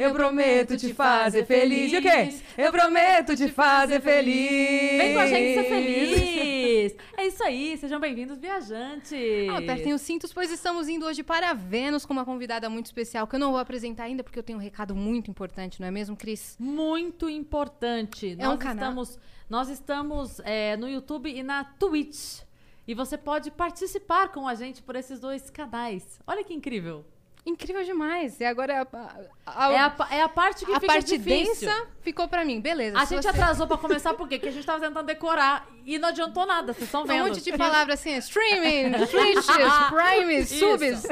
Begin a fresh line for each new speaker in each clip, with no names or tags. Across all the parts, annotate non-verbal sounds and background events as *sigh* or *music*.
eu prometo te fazer feliz. E o quê? Eu prometo te fazer feliz.
Vem com a gente ser
*laughs*
feliz! *laughs* É isso aí, sejam bem-vindos, viajantes!
Ah, Apertem os cintos, pois estamos indo hoje para Vênus com uma convidada muito especial que eu não vou apresentar ainda porque eu tenho um recado muito importante, não é mesmo, Cris?
Muito importante.
É
nós
um canal.
estamos, nós estamos é, no YouTube e na Twitch. E você pode participar com a gente por esses dois canais. Olha que incrível.
Incrível demais. E agora é a, a,
É a, pa- é a parte que
a
fica
parte
difícil.
densa ficou pra mim, beleza.
A
se
gente
você-
atrasou pra começar por quê? Porque a gente tava tentando decorar e não adiantou nada, vocês estão
Um
vendo.
monte de palavras assim,
*laughs*
streaming, twitches, primes,
Isso.
subs.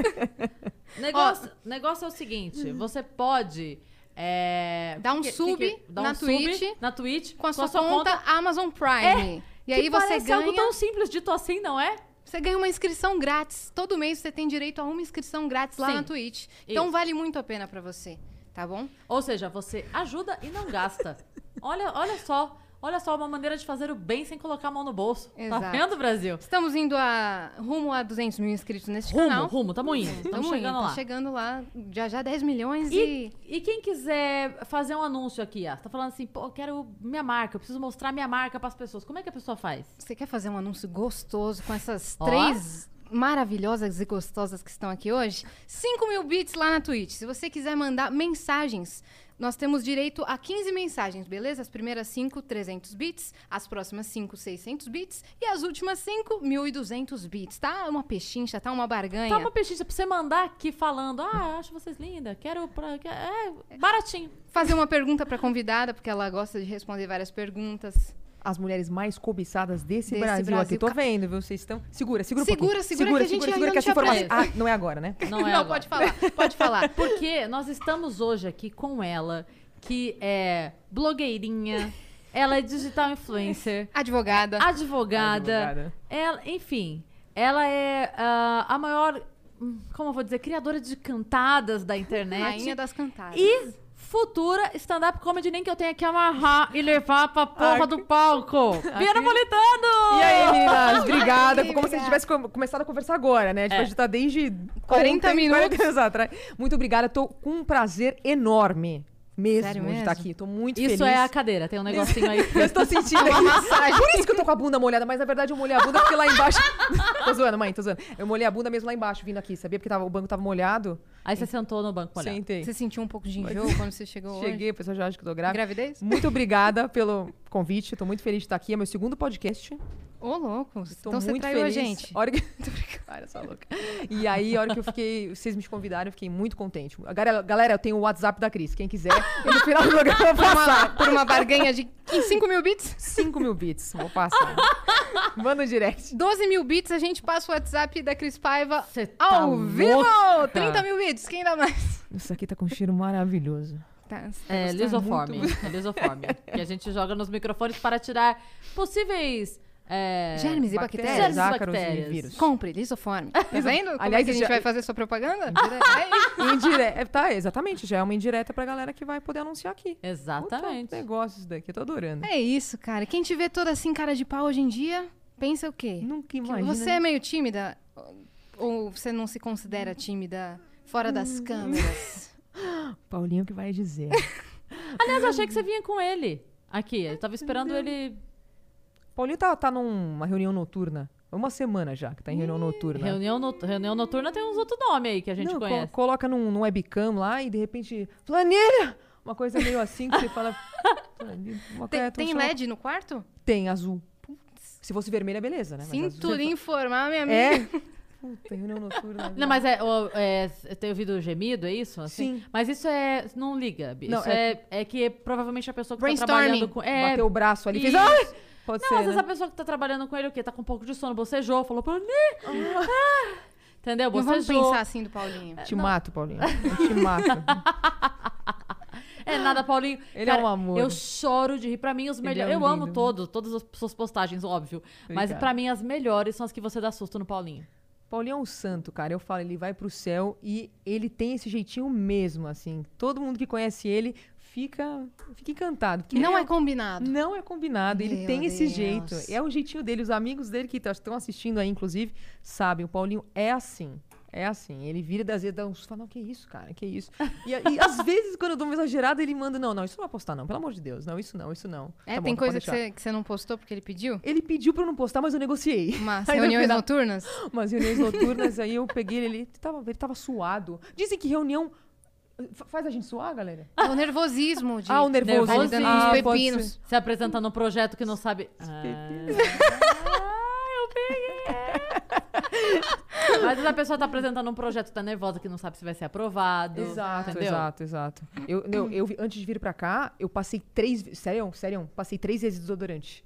Negócio, negócio é o seguinte, você pode... é,
Dar hum. um sub
dar
na
um sub
Twitch.
na Twitch
Com a sua, conta, Amazon Prime. e
É, que
aí você
parece
ganha,
algo tão simples dito assim, não é?
você ganha uma inscrição grátis. Todo mês você tem direito a uma inscrição grátis lá
Sim.
na Twitch. Então
Isso.
vale muito a pena pra você, tá bom?
Ou seja, você ajuda e não
*laughs*
gasta. olha, olha só, olha só uma maneira de fazer o bem sem colocar a mão no bolso. Tá
Exato.
vendo, Brasil?
Estamos indo a rumo a 200 mil inscritos nesse
Rumo,
canal.
rumo, tamo indo. Tamo
Tamo
chegando
indo, tá
lá.
chegando lá, já já 10 milhões e...
E, e quem quiser fazer um anúncio aqui, ó, tá falando assim, pô, eu quero minha marca, eu preciso mostrar minha marca pras pessoas. Como é que a pessoa faz?
Você quer fazer um anúncio gostoso com essas
Ó.
três maravilhosas e gostosas que estão aqui hoje? 5 mil bits lá na Twitch. Se você quiser mandar mensagens, nós temos direito a 15 mensagens, beleza? As primeiras 5, 300 bits. As próximas 5, 600 bits. E as últimas 5, 1.200 bits. Tá uma pechincha, tá uma barganha.
Tá uma pechincha pra você mandar aqui falando, ah, acho vocês linda, quero... Pra... que- É, baratinho.
Fazer uma pergunta pra convidada, porque ela gosta de responder várias perguntas.
As mulheres mais cobiçadas desse,
Desse
Brasil,
Brasil.
aqui. Tô vendo, viu? Vocês estão. Segura, segura um
Segura,
pouquinho.
segura, que a gente
segura,
ainda
segura que essa
não tinha
informação. Ah, não é agora, né?
Não é agora.
pode falar, pode
*laughs*
falar.
Porque nós estamos hoje aqui com ela, que é blogueirinha, ela é digital
*laughs*
influencer,
Advogada.
advogada,
Advogada.
ela- enfim, ela é ah, a maior, hum, como eu vou dizer, criadora de cantadas da internet.
Rainha das cantadas.
E futura stand-up comedy, nem que eu tenha que amarrar e levar pra porra
Ai,
do
*laughs*
palco. Vira Politano!
E aí, meninas, obrigada.
Ai,
Como se a gente tivesse com- começado a conversar agora, né? Tipo, a gente tá desde
40
ontem,
É. minutos.
40 anos atrás. Muito obrigada, tô com um prazer enorme mesmo
Sério
de
mesmo?
estar aqui. Tô muito feliz.
Isso é a cadeira, tem um negocinho
*laughs*
aí.
Eu estou sentindo uma massagem. Por isso que eu tô com a bunda molhada, mas na verdade eu molhei a bunda porque lá embaixo. *laughs* tô zoando, mãe, tô zoando. Eu molhei a bunda mesmo lá embaixo, vindo aqui, sabia? Porque tava- o banco tava molhado.
Aí você sentou no banco, olha.
Sentei.
Você sentiu um pouco de enjoo quando você chegou hoje?
Cheguei, o pessoal já acha que eu tô grávida.
Gravidez?
Muito obrigada pelo convite, tô muito feliz de estar aqui. É meu segundo podcast.
Ô, louco.
Tô
então você
muito
traiu
feliz.
a gente. *laughs*
A hora que... *laughs* Tô brincando, Cara, sua louca. E aí, a hora que eu fiquei, vocês me convidaram, eu fiquei muito contente. Galera, galera, eu tenho o WhatsApp da Cris, quem quiser, eu no final do programa eu vou
Por uma,
passar.
por uma barganha de 5 mil bits?
5 mil bits, vou passar. Manda um direct.
12 mil bits, a gente passa o WhatsApp da Cris Paiva
Você tá
ao
louca?
vivo! 30 mil bits, quem dá mais?
Isso aqui tá com um cheiro maravilhoso.
*laughs* Tá, você tá
É,
gostando?
lisoforme. É lisoforme. que a gente joga nos microfones para tirar possíveis. é,
Germes e
Bactérias,
bactérias.
e
ácaros e
bactérias.
vírus.
Compre, lisoforme. É Tá vendo? Como
Aliás,
é que a gente
já-
vai fazer sua *laughs* propaganda?
Indireta. Tá, exatamente, já é uma indireta pra galera que vai poder anunciar aqui.
Exatamente.
Puta negócio isso daqui, eu tô adorando.
É isso, cara. Quem te vê toda assim, cara de pau hoje em dia, pensa o quê?
Nunca
Que
imagina.
Você é meio tímida? Ou você não se considera tímida fora das câmeras?
Paulinho que vai dizer.
Aliás, eu achei que você vinha com ele aqui. Eu tava esperando ele.
*laughs* Paulinho tá, tá numa reunião noturna. É Uma semana já que tá em reunião noturna.
Reunião, not- reunião noturna tem uns outros nomes aí que a gente
Não, co-
conhece.
coloca num, num webcam lá e de repente. Planilha! Uma coisa meio assim que você
*laughs*
fala. planilha, uma
Tem,
coisa-
tem
chama-
LED no quarto?
Tem, azul. Se fosse vermelha, beleza, né? É, Mas
Sinto
azul-
lhe informar, minha amiga.
*laughs*
É? Puta, reunião noturna.
Não, mas é, o- é, Eu tenho ouvido gemido, é isso? Assim?
Sim.
Mas isso é. Não liga, Bi.
Não,
isso é... É, que provavelmente a pessoa que tá
Brainstorming.
trabalhando com. É,
Bateu o braço ali, fez.
Isso.
Ai! Pode
Não,
ser.
às vezes
né?
a pessoa que tá trabalhando com ele, o quê? Tá com um pouco de sono, bocejou, falou pra mim.
Ah.
Entendeu?
Não vamos
Bocejou.
pensar assim do Paulinho.
Te mato, Paulinho. Eu te mato.
É nada, Paulinho.
Ele é um amor.
Eu choro de rir. Pra mim, os
Ele
melhores.
é um
eu amo
lindo.
todos, todas as suas postagens, óbvio. Mas
Obrigada.
pra mim, as melhores são as que você dá susto no Paulinho.
Paulinho é um santo, cara. Eu falo, ele vai pro céu e ele tem esse jeitinho mesmo, assim. Todo mundo que conhece ele fica, fica encantado. porque
Não
ele um
é combinado.
Não é combinado, ele
Meu
tem esse
Deus.
jeito. É o jeitinho dele, os amigos dele que tá- estão assistindo aí, inclusive, sabem, o Paulinho é assim. É assim, ele vira das vezes, dá uns fala, não, que isso, cara, que isso. E, a-
*laughs*
e às vezes, quando eu dou uma exagerada, ele manda, não, não, isso não vai postar, não, pelo amor de Deus, não, isso não, isso não.
É,
Tá bom,
tem
pode
coisa que
deixar.
você, que você não postou porque ele pediu?
Ele pediu pra eu não postar, mas eu negociei.
Umas
Aí no
reuniões
final-
noturnas?
umas reuniões noturnas, aí eu peguei ele, ele tava, ele tava suado. Dizem que reunião eh, fa- faz a gente suar, galera?
É o nervosismo de...
Ah, o nervoso.
tá lidando com
Ah,
os
pode
pepinos.
ser.
Se apresentando um projeto que não sabe. Ah, *laughs* eu peguei! Às vezes a pessoa tá apresentando um projeto, tá nervosa, que não sabe se vai ser aprovado.
Exato,
entendeu?
exato, exato. Eu, eu, eu vi- antes de vir pra cá, eu passei três... ve- Sério, sério, passei três vezes desodorante.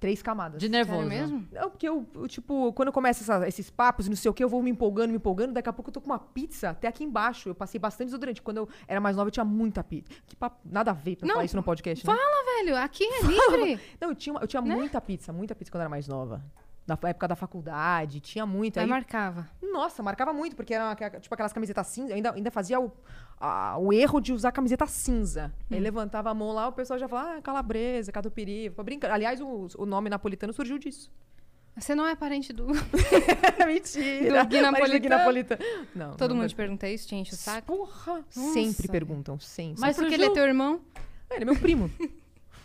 Três camadas.
De nervoso.
Sério mesmo?
Não, porque eu, eu, tipo, quando eu começo essa- esses papos, não sei o que, eu vou me empolgando, me empolgando, daqui a pouco eu tô com uma pizza até aqui embaixo. Eu passei bastante desodorante. Quando eu era mais nova, eu tinha muita pizza. Que papo, nada a ver pra
Não,
falar isso no podcast, né?
Fala, velho. Aqui é livre.
Não, eu tinha, uma- eu tinha
Né?
muita pizza, muita pizza quando eu era mais nova. Na fa- época da faculdade, tinha muito.
Então Aí
Aí,
marcava.
Nossa, marcava muito, porque era aqua- tipo aquelas camisetas cinza. Eu ainda, ainda fazia o, a- o erro de usar camiseta cinza. Aí
Hum.
levantava a mão lá, o pessoal já falava, ah, calabresa, catupiry, pra brincar. Aliás, o, o nome napolitano surgiu disso. *laughs*
Você não é parente do...
Mentira!
Do Gui
Mas do Gui
Napolitano.
Napolitano. Não,
*laughs* Todo
não
mundo te pergunta isso, te enche o saco.
Porra! Sempre perguntam, sempre.
Mas
Mas
porque ele é
surgiu-
teu
*laughs*
irmão?
Ah, ele é meu primo. *laughs*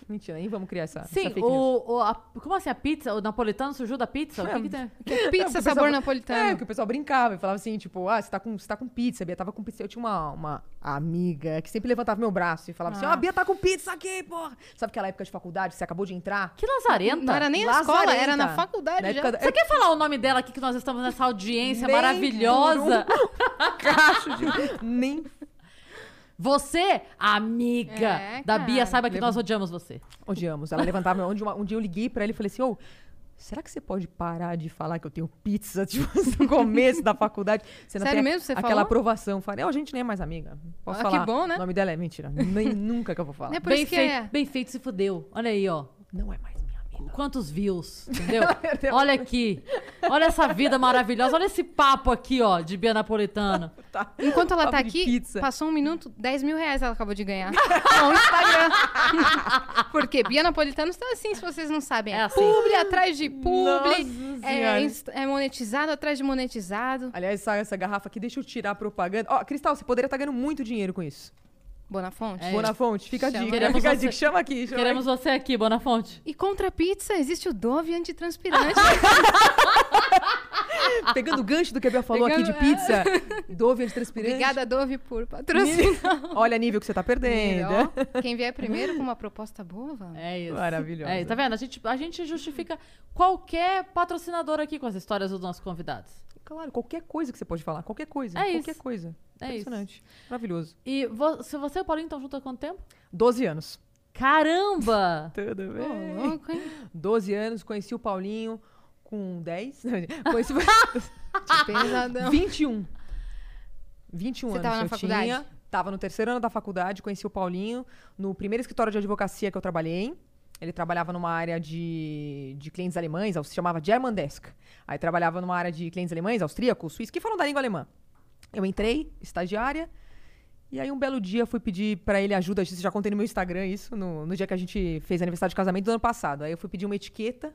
Mentira, aí vamos criar essa, essa
Sim,
fake news.
o, o- a- como assim? A pizza? O napolitano surgiu da pizza? O que, que tem?
Que
É, o que
pizza
o
sabor
pessoal- É,
napolitano.
que o pessoal brincava e falava assim, tipo, ah, você tá com, você tá com pizza, a Bia tava com pizza. Eu tinha uma, uma amiga que sempre levantava meu braço e falava
Ah.
assim, ó, a Bia tá com pizza aqui, porra. Sabe aquela época de faculdade, que você acabou de entrar?
Que lazarenta.
Não era nem na
É, Lazarenta.
escola, era na faculdade
Na
já.
época da-
Você quer falar o nome dela aqui que nós estamos nessa audiência
Nem
maravilhosa?
*laughs* Cacho de... Nem...
Você, amiga
É,
da
cara.
Bia, saiba que nós odiamos você.
Odiamos. Ela levantava, onde uma- um dia eu liguei pra ela e falei assim, ô... Será que você pode parar de falar que eu tenho pizza, *laughs* tipo, no começo da faculdade? Você
Sério
tem a-
mesmo? Você
Aquela
falou?
aprovação. Falei, ó, a gente nem é mais amiga. Posso
Ah, que
falar.
bom, né?
O nome dela é mentira. Nem, nunca que eu vou falar.
É por
Bem
isso que
feito,
é.
bem feito, se fudeu. Olha aí, ó.
Não é mais minha amiga.
*laughs*
Quantos views, entendeu?
perdeu.
Olha aqui. Olha essa vida maravilhosa. Olha esse papo aqui, ó, de Bia Napolitano.
Tá.
Enquanto ela tá
Papo de
aqui,
pizza.
passou um minuto, 10 mil reais ela acabou de ganhar. *laughs* No Instagram. *laughs* Porque Bia Napolitano está assim, se vocês não sabem.
É
É
assim.
publi atrás de publi.
Nossa
É,
Senhora.
inst- é monetizado atrás de monetizado.
Aliás, sai essa garrafa aqui, deixa eu tirar a propaganda. Ó, Cristal, você poderia estar ganhando muito dinheiro com isso.
Bonafonte.
É.
Bonafonte, fica a
Chama.
dica,
Queremos
fica a
você.
dica. Chama aqui, chama
Queremos você aqui, Bonafonte.
E contra a pizza existe o
*laughs*
Dove antitranspirante.
aqui. Pegando o gancho do que a Bia falou aqui de
é.
Pegando-
pizza, dove antitranspirante.
Obrigada, Dove, por patrocinar.
*laughs* Olha a nível que você tá perdendo. né?
Ó, Quem vier primeiro com uma proposta boa, vamos.
É isso.
Maravilhosa.
É, tá vendo? A gente, a gente justifica qualquer patrocinador aqui com as histórias dos nossos convidados.
Claro, qualquer coisa que você pode falar, qualquer coisa.
É
qualquer
isso.
coisa.
É
Impressionante. Maravilhoso.
E vo- se você e o Paulinho estão juntos há quanto tempo?
12 anos.
Caramba!
Tudo
Ô,
bem?
louco, hein?
12 anos, conheci o Paulinho com 10. *laughs* Conheci *laughs*
Que pesadão.
21. 21
Você
anos
tava na
eu
faculdade?
tinha. Tava no terceiro ano da faculdade, conheci o Paulinho no primeiro escritório de advocacia que eu trabalhei. Ele trabalhava numa área de, de clientes alemães, se chamava German Desk. Aí trabalhava numa área de clientes alemães, austríacos, suíços, que falam da língua alemã. Eu entrei, estagiária, e aí um belo dia fui pedir pra ele ajuda, isso eu já contei no meu Instagram isso, no, no dia que a gente fez aniversário de casamento do ano passado. Aí eu fui pedir uma etiqueta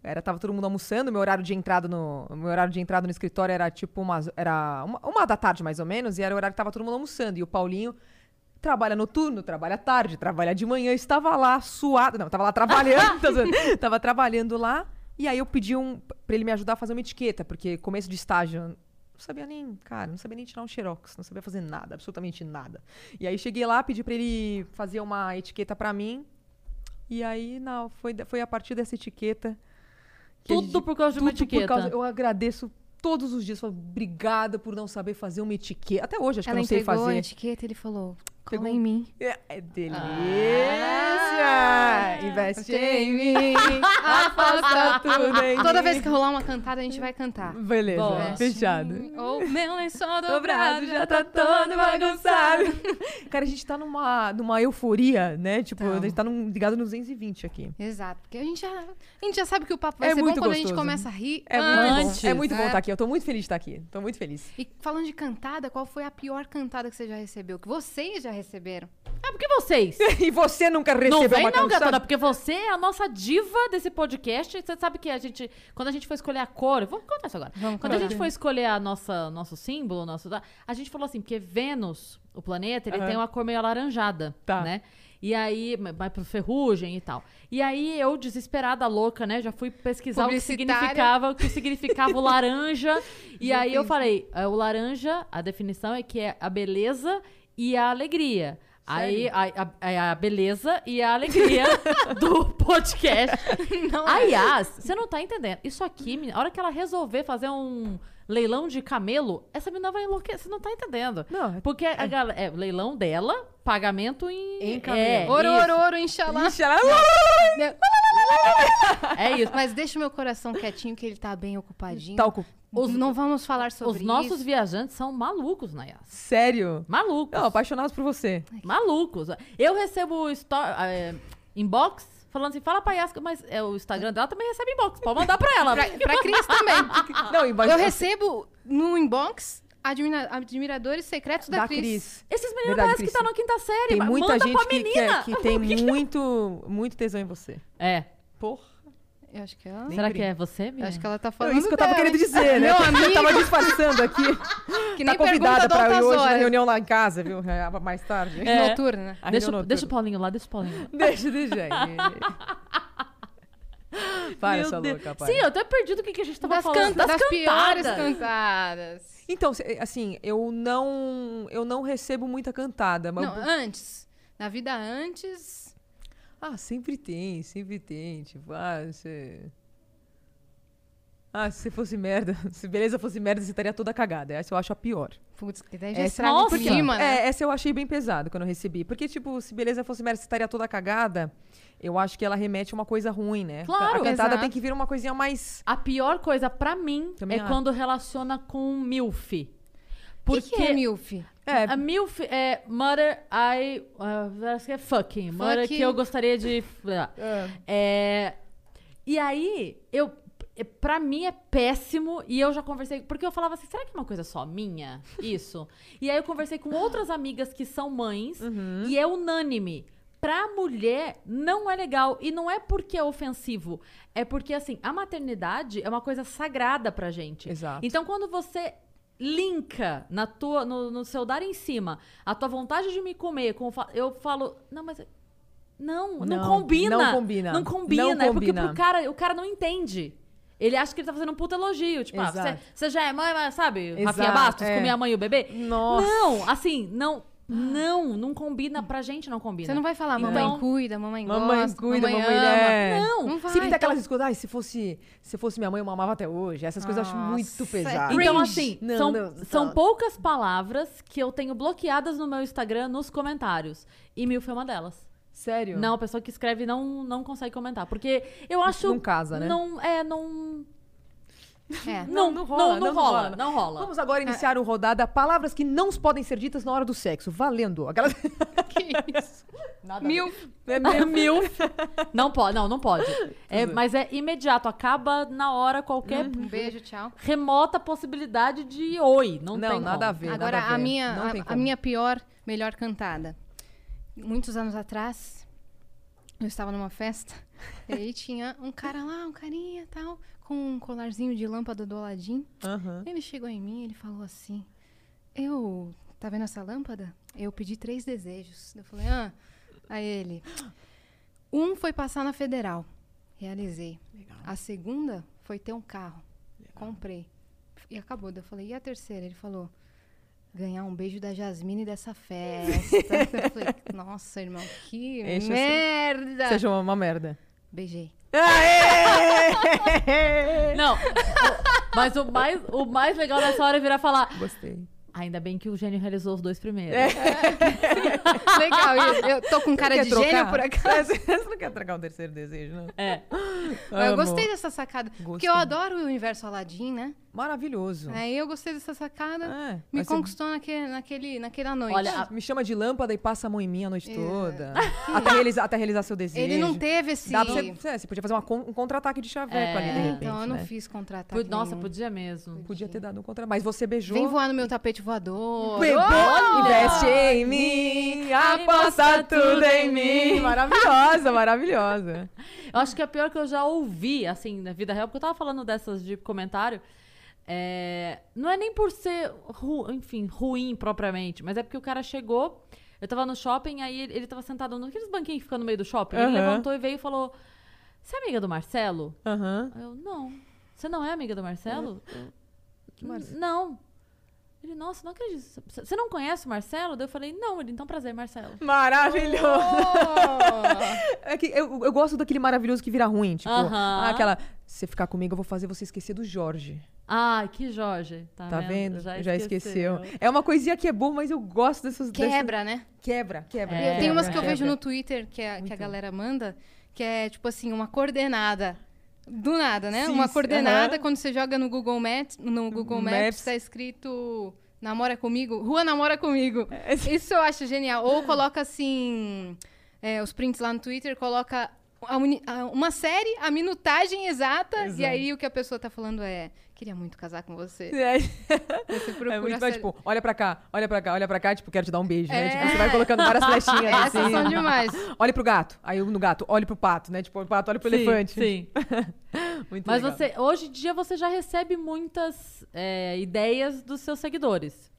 era, tava todo mundo almoçando, meu horário de entrada no, meu horário de entrada no escritório era tipo umas, era uma, uma da tarde mais ou menos, e era o horário que tava todo mundo almoçando. E o Paulinho trabalha noturno, trabalha tarde, trabalha de manhã, estava lá suado, não, tava lá trabalhando, tá
*laughs*
zoando? tava trabalhando lá. E aí eu pedi um para ele me ajudar a fazer uma etiqueta, porque começo de estágio, eu não sabia nem, cara, não sabia nem tirar um xerox, não sabia fazer nada, absolutamente nada. E aí cheguei lá, pedi pra ele fazer uma etiqueta pra mim. E aí, não, foi, foi a partir dessa etiqueta que a
Tudo
gente-
por causa de uma
tudo por
etiqueta.
causa- eu agradeço todos os dias, falo, obrigada por não saber fazer uma etiqueta. Até hoje acho que
Ela
eu não sei
entregou a
fazer.
etiqueta e ele falou: Cola em mim.
É delícia!
Ah,
Investe em
em
mim, afasta tudo em
Toda
mim.
vez que rolar uma cantada, a gente vai cantar.
Beleza,
Boa.
fechado.
Ou meu lençol
Dobrado, já tá todo bagunçado. Cara, a gente tá numa, numa euforia, né? Tipo,
Tá.
a gente tá num, ligado no 220 aqui.
Exato, porque a gente, já, a gente já sabe que o papo vai
É
ser bom
muito
quando a gente
gostoso.
começa a rir
É muito
antes.
bom. É muito bom
né?
estar aqui. Eu tô muito feliz de estar aqui. Tô muito feliz. *laughs*
E falando de cantada, qual foi a pior cantada que você já recebeu? Que vocês já receberam?
É porque vocês.
E você nunca recebeu
Não vem
uma
não,
calçada?
gatona, porque você é a nossa diva desse podcast. Você sabe que a gente, quando a gente foi escolher a cor, vamos contar isso agora.
Vamos
quando a
contar.
gente foi escolher a nossa nosso símbolo, nosso da- a gente falou assim, porque Vênus, o planeta, ele
Aham.
tem uma cor meio alaranjada,
Tá.
né? E aí, vai pro ferrugem e tal. E aí, eu, desesperada, louca, né? Já fui pesquisar o que
Publicitária.
significava, o que significava o laranja. e
Já
aí, eu
pensei.
falei, é, o laranja, a definição é que é a beleza e a alegria. Aí a, é a- a beleza e a alegria do podcast.
Não é.
Aliás, você não tá entendendo. Isso aqui, menina, a hora que ela resolver fazer um leilão de camelo, essa menina vai enlouquecer. Você não tá entendendo.
Não,
Porque a galera. É, leilão dela, pagamento em.
Em
É,
camelo.
Oro,
isso,
oro, oro, inxalá.
Ixi, ela...
é isso.
Mas deixa o meu coração quietinho que ele tá bem ocupadinho.
Tá ocu-
Os-
Não vamos falar *laughs* sobre
Os nossos
isso.
viajantes são malucos, Nayas.
Sério?
Malucos.
Não, apaixonados por você.
Malucos. Eu recebo esto- é, inbox falando assim, fala pra Yasca, mas é, o Instagram dela também recebe inbox. Pode mandar pra ela.
Pra, pra Cris também.
Não, e mas-
Eu recebo no inbox admira- admiradores secretos da,
da
Cris.
Cris.
Esses meninos
Verdade,
parecem que
Cris.
tá na quinta série.
Tem
ma-
muita
Manda
gente
pra
que, que, é-
menina.
que tem muito, muito tesão em você.
É.
Porra.
Eu acho que ela...
Nem
Será
brinca.
que é você,
eu
minha?
acho que ela tá falando
É isso que eu tava
dela,
querendo
hein?
dizer,
*laughs*
né?
Meu
Eu tava
amigo,
disfarçando aqui.
*laughs* que
tá
nem pergunta
convidada pra ir
outras
hoje na
horas.
reunião lá em casa, viu? É, Mais
*laughs*
tarde. *laughs*
É.
Noturna, né?
A
Deixa,
reunião
o- deixa o
noturna.
Paulinho lá, deixa o Paulinho lá.
Deixa, deixa aí. Para,
Meu
sua
Deus.
louca, para.
Sim, eu até perdi do que, que a gente tava
das
falando.
can-
das,
das piores
cantadas.
cantadas.
Então, se- assim, eu não, eu não recebo muita cantada, mas
Não, antes. Na vida antes...
ah, sempre tem, sempre tem, tipo, ah, você Ah, se fosse merda, *laughs* se beleza fosse merda, você estaria toda cagada. Essa eu acho a pior.
Putz, que daí já
É,
estraga
nossa.
o clima, né?
É, essa eu achei bem pesada quando eu recebi, porque tipo, se beleza fosse merda, você estaria toda cagada. Eu acho que ela remete a uma coisa ruim, né?
Claro.
a cantada
Exato.
tem que vir uma coisinha mais
A pior coisa pra mim
Também
é
acho.
quando relaciona com MILF.
Por
Porque
que, é milf?
É,
a MILF é Mother I. uh, acho que é fucking. Mother
Fucking.
que eu gostaria de. ah, É, e aí, eu. é, Pra mim é péssimo e eu já conversei. Porque eu falava assim, será que é uma coisa só minha? Isso. e aí eu conversei com outras amigas que são mães e é unânime. Pra mulher não é legal. E não é porque é ofensivo. É porque, assim, a maternidade é uma coisa sagrada pra gente.
Exato.
Então, quando você linka na tua, no, no seu dar em cima a tua vontade de me comer, com o fa- eu falo, não, mas não, não,
Não,
combina.
não combina.
Não combina.
Não
É porque
combina.
pro cara, o cara não entende. Ele acha que ele tá fazendo um puta elogio. Tipo, ah,
Exato.
você, você já é mãe, mas sabe?
Exato,
Rafinha Bastos,
é.
com minha mãe e o bebê.
Nossa.
Não, assim, não, não, não combina pra gente, não combina.
Você não vai falar, mamãe
Então-
cuida, mamãe gosta,
Mamãe cuida,
mamãe,
mamãe
ama.
Não,
é.
Não vai. então.
Sempre tem aquelas escutas, ai, se fosse, se fosse minha mãe, eu mamava até hoje. Essas coisas eu acho
Nossa,
muito
é
pesadas.
cringe.
Então, assim,
Não,
são,
não,
são
fala.
poucas palavras que eu tenho bloqueadas no meu Instagram nos comentários. E mil foi uma delas.
Sério?
Não, a pessoa que escreve não, não consegue comentar. Porque eu acho.
Não casa, né?
Não, é, não.
*laughs*
É.
Não, não rola. Não, rola, não rola.
Vamos agora iniciar o rodada Palavras que não podem ser ditas na hora do sexo.
*laughs*
Valendo. Aquelas...
Que isso?
Nada a
Mil.
ver. É mesmo.
Mil. Não pode, não, não
*laughs*
pode. É, mas é imediato, acaba na hora
*laughs*
qualquer
Uhum.
Um beijo, tchau.
remota possibilidade de oi. Não,
Não,
tem
nada a
como.
ver. nada
Agora,
a, ver.
a, minha,
Não
a-
tem
a,
como.
minha pior, melhor cantada. Muitos anos atrás, eu estava numa festa *laughs* e aí tinha um cara lá, um carinha tal, com um colarzinho de lâmpada do Aladim.
Aham.
Ele chegou em mim e ele falou assim: Eu. Tá vendo essa lâmpada? Eu pedi três desejos. Eu falei: Ah. Aí ele. Um foi passar na federal. Realizei. A segunda foi ter um carro. Comprei. E acabou. Daí Eu falei: E a terceira? Ele falou. Ganhar um beijo da Jasmine dessa festa. *laughs* Eu falei, nossa, irmão, que
Deixa eu ser-
merda!
Seja uma, uma merda.
Beijei.
*laughs* Não. o- Mas o mais, o mais legal nessa hora é virar falar.
Gostei.
Ainda bem que o gênio realizou os dois primeiros.
É.
Legal, eu, eu tô com cara
Quer
de
trocar? *laughs*
gênio por acaso.
Você não quer trocar um terceiro desejo, não?
É.
Mas eu
Amo.
gostei dessa sacada. Porque eu
Gostei. Então.
adoro o universo Aladdin, né?
Maravilhoso.
Aí eu gostei dessa sacada.
É,
É, Me
vai ser-
conquistou naquele, naquele, naquela noite.
Olha, a-
Me chama de lâmpada e passa a mão em mim a noite
*laughs*
toda. Até realizar, até realizar seu desejo.
É. Ele não teve esse.
Dá pra você, é, você podia fazer uma con- um contra-ataque de chaveco
É,
ali, de
É,
repente.
então eu não
né?
fiz contratar.
Pu- Nossa, podia mesmo.
Podia ter dado um contra Mas você beijou.
Vem voar Oh! no meu tapete voador.
Bebou,
Olha!
investe em mim, aposta
Aposta
tudo
tudo
em
em
mim.
mim.
Maravilhosa, maravilhosa.
Eu acho que é a pior que eu já ouvi, assim, na vida real, porque eu tava falando dessas de comentário. É, Não é nem por ser, ru- enfim, ruim propriamente, mas é porque o cara chegou, eu tava no shopping, aí ele, ele tava sentado naqueles banquinhos que ficam no meio do shopping. Ele
Aham.
levantou e veio e falou: Você é amiga do Marcelo?
Aham.
Aí Eu, não. Você não é amiga do Marcelo?
que Marce-
"N- Não. Ele, nossa, não acredito. Você- Você não conhece o Marcelo? Daí eu falei, não. Ele, então prazer, Marcelo.
Maravilhoso.
Oh!
É que eu, eu gosto daquele maravilhoso que vira ruim. Tipo,
Aham.
ah, aquela. Se você ficar comigo, eu vou fazer você esquecer do Jorge.
Ah, que Jorge. Tá,
Tá vendo?
Já,
esqueceu. É uma coisinha que é boa, mas eu gosto dessas. dessas-
Quebra, né?
Quebra, quebra.
É,
Tem umas que eu
quebra.
vejo no Twitter que a, que a galera manda, que é tipo assim, uma coordenada. Do nada, né?
Sim,
uma
sim,
coordenada,
aham.
quando você joga no Google Maps, no Google Maps,
Maps.
tá escrito Namora comigo, Rua Namora comigo.
*laughs* É, sim.
Isso eu acho genial. Ou coloca assim, é, os prints lá no Twitter, coloca a uni- a- uma série, a minutagem exata, e aí o que a pessoa tá falando é: queria muito casar com você. Você *laughs* procura
*laughs* É muito
a série.
mais, tipo, olha pra cá, olha pra cá, olha pra cá, tipo, quero te dar um beijo, né?
É.
Tipo, você vai colocando várias flechinhas
*laughs* Essas
assim.
são
*laughs*
demais.
Olha pro gato. Aí eu no gato, olha pro pato, né? Tipo, o pato, olha pro elefante.
Sim.
*laughs* Muito
Mas
legal.
você, hoje em dia você já recebe muitas é, ideias dos seus seguidores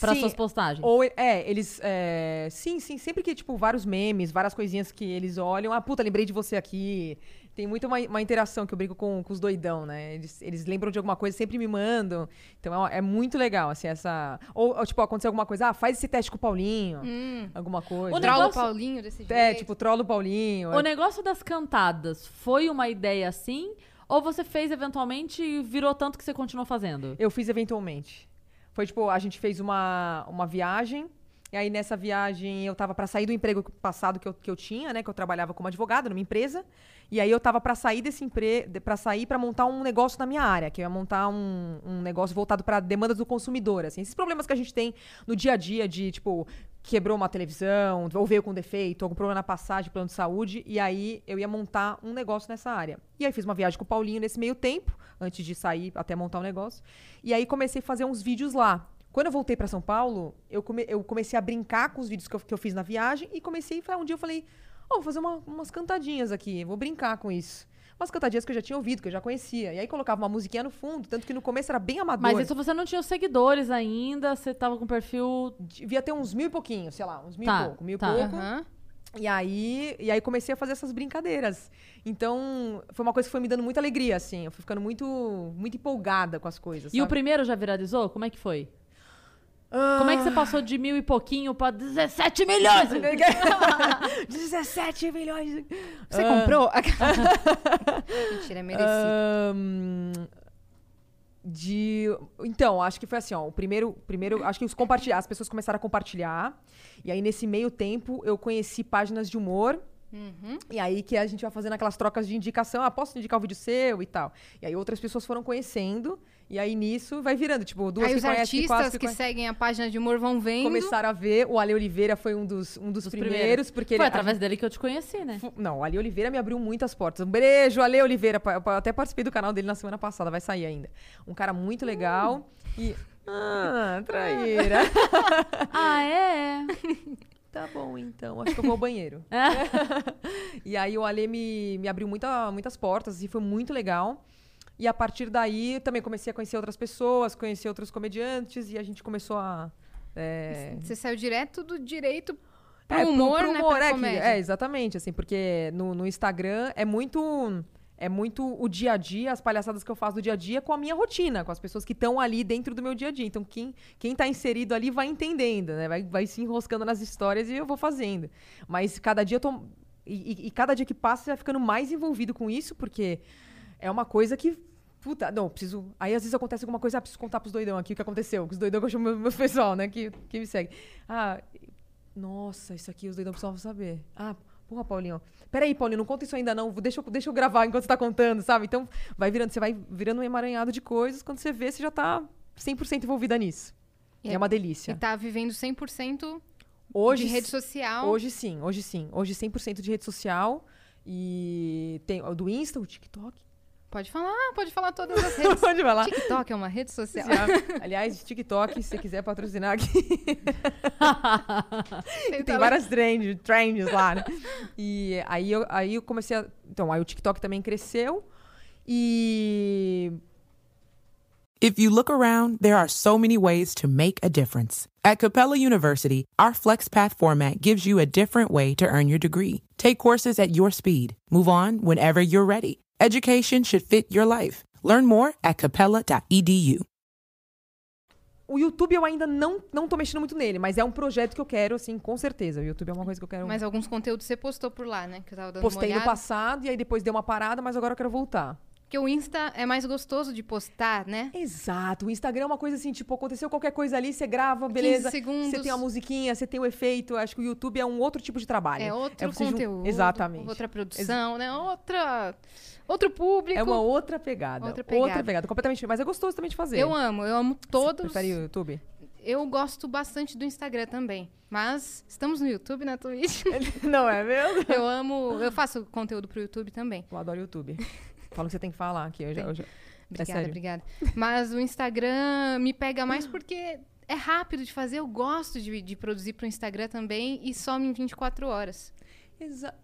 para
Sim,
suas postagens.
Ou, é, eles. é, sim, sim, sempre que, tipo, vários memes, várias coisinhas que eles olham. Ah, puta, lembrei de você aqui. Tem muito uma, uma interação que eu brinco com, com os doidão, né? Eles, eles lembram de alguma coisa, sempre me mandam. Então é, uma- é muito legal, assim, essa. Ou, ou, tipo, aconteceu alguma coisa, ah, faz esse teste com o Paulinho.
Hum.
Alguma coisa.
O
Trola o
negócio-
Paulinho desse jeito.
É, tipo, trola o Paulinho.
O negócio das cantadas foi uma ideia assim? Ou você fez eventualmente e virou tanto que você continuou fazendo?
Eu fiz eventualmente. Foi tipo, a gente fez uma, uma viagem. E aí, nessa viagem, eu tava pra sair do emprego passado que eu, que eu tinha, né? Que eu trabalhava como advogada numa empresa. E aí, eu tava pra sair desse emprego, pra sair pra montar um negócio na minha área, que eu ia montar um, um negócio voltado pra demandas do consumidor, assim. Esses problemas que a gente tem no dia a dia de, tipo, quebrou uma televisão, ou veio com defeito, algum problema na passagem, plano de saúde, e aí eu ia montar um negócio nessa área. E aí fiz uma viagem com o Paulinho nesse meio tempo, antes de sair até montar o negócio. E aí comecei a fazer uns vídeos lá. Quando eu voltei para São Paulo, eu, come- eu comecei a brincar com os vídeos que eu, que eu fiz na viagem e comecei, a- um dia eu falei, ó, vou fazer uma- umas cantadinhas aqui, vou brincar com isso. Umas cantadinhas que eu já tinha ouvido, que eu já conhecia. E aí colocava uma musiquinha no fundo, tanto que no começo era bem amador.
Mas isso você não tinha os seguidores ainda, você tava com perfil.
Devia ter uns mil e pouquinho, sei lá, uns mil
Tá,
e pouco, mil e
tá.
pouco.
Aham.
E aí, e aí comecei a fazer essas brincadeiras. Então, foi uma coisa que foi me dando muita alegria, assim. Eu fui ficando muito, muito empolgada com as coisas.
E o
sabe? Ah.
primeiro já viralizou? Como é que foi? Como é que você passou de mil e pouquinho pra 17 milhões?
*laughs* 17 milhões.
Você comprou?
Ah.
*laughs* Mentira, é merecido.
Ahn, de então acho que foi assim ó o primeiro primeiro acho que os compartilhar as pessoas começaram a compartilhar e aí nesse meio tempo eu conheci páginas de humor
Uhum.
E aí que a gente vai fazendo aquelas trocas de indicação, ah, posso indicar o vídeo seu e tal. E aí outras pessoas foram conhecendo, e aí nisso vai virando, tipo, duas
Aí
que
os
conhecem,
artistas
quase
que seguem a página de humor vão vendo.
começaram a ver, o Ale Oliveira foi um dos, um dos,
Dos
primeiros,
primeiros.
porque
Foi
ele...
através dele que eu te conheci, né?
Fu- Não, o Ale Oliveira me abriu muitas portas. Um beijo, Ale Oliveira. Pa- pa- Eu até participei do canal dele na semana passada, vai sair ainda. Um cara muito legal e. Ah, traíra.
Ah, é?
*laughs* tá bom, então. Acho que eu vou ao banheiro. *laughs* e aí o Ale me, me abriu muita, muitas portas e foi muito legal. E a partir daí também comecei a conhecer outras pessoas, conhecer outros comediantes e a gente começou a. é,
Você saiu direto do direito pro
é, pro-
humor,
pro
né?
humor,
pra
é, que-
comédia.
é, exatamente, assim, porque no, no Instagram é muito é muito o dia a dia, as palhaçadas que eu faço do dia a dia com a minha rotina, com as pessoas que estão ali dentro do meu dia a dia. Então, quem, quem tá inserido ali vai entendendo, né? Vai, vai se enroscando nas histórias e eu vou fazendo. Mas cada dia eu tô. E, e- e cada dia que passa, você vai ficando mais envolvido com isso, porque é uma coisa que Puta, não, preciso. Aí às vezes acontece alguma coisa, ah, preciso contar pros doidão aqui o que aconteceu. Que os doidão que eu chamo meu, meu pessoal, né? Que, que me segue. Ah, nossa, isso aqui os doidão precisavam saber. Ah, porra, Paulinho. Peraí, Paulinho, não conta isso ainda não. Deixa, eu- deixa eu gravar enquanto você tá contando, sabe? Então vai virando, você vai virando um emaranhado de coisas. Quando você vê, você já tá 100% envolvida nisso. E
É.
é, uma
E
delícia.
tá vivendo 100%
Hoje,
de rede social.
Hoje sim, hoje sim. Hoje 100% de rede social. E tem o do Insta, o TikTok. *laughs*
Pode falar, pode falar todas as redes.
Onde vai lá?
TikTok é uma rede social.
Aliás, TikTok, se você quiser patrocinar aqui,
Tem
tem
tela-
várias trends, trends
*laughs*
lá, né? E aí eu, aí eu comecei a... Então, aí o TikTok também cresceu. E
If you look around, there are so many ways to make a difference. At Capella University, our FlexPath format gives you a different way to earn your degree. Take courses at your speed. Move on whenever you're ready. Education should fit your life. Learn more at E capella.edu.
o YouTube eu ainda não, não tô mexendo muito nele, mas é um projeto que eu quero, assim, com certeza. O YouTube é uma coisa que eu quero...
Mas alguns conteúdos você postou por lá, né? Que eu tava dando
Postei
uma
no
olhada.
passado e aí depois deu uma parada, mas agora eu quero voltar.
Porque o Insta é mais gostoso de postar, né?
Exato. O Instagram é uma coisa assim, tipo, aconteceu qualquer coisa ali, você grava,
15
beleza.
segundos.
Você tem uma musiquinha, você tem o efeito. Acho que o YouTube é um outro tipo de trabalho.
É outro
você jun-
conteúdo.
Exatamente.
Outra produção, né? Outra... Outro público.
É uma outra pegada.
Outra pegada.
completamente diferente. Mas é gostoso também de fazer.
Eu amo, eu amo todos.
Prefere o YouTube?
Eu gosto bastante do Instagram também. Mas estamos no YouTube, na
*laughs*
Twitch.
Não é mesmo?
eu amo, eu faço conteúdo pro YouTube também.
Eu adoro o YouTube. Fala o que você tem que falar aqui. Eu já, eu já-
Obrigada,
É sério.
obrigada. Mas o Instagram me pega mais
*gasps*
porque é rápido de fazer. Eu gosto de, de produzir pro Instagram também e some em 24 horas.
Exa-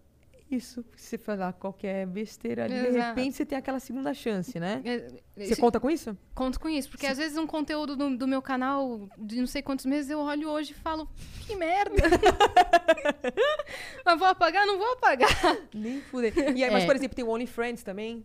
Isso, se falar qualquer besteira ali, de
Exato.
repente você tem aquela segunda chance, né?
É,
Você
isso-
conta com isso?
Conto com isso, porque às vezes um conteúdo do, do meu canal de não sei quantos meses eu olho hoje e falo, que
*laughs*
merda! *laughs* Mas vou apagar? Não vou apagar.
Nem fuder. *laughs* E aí, mas,
É.
por exemplo, tem o Only Friends também.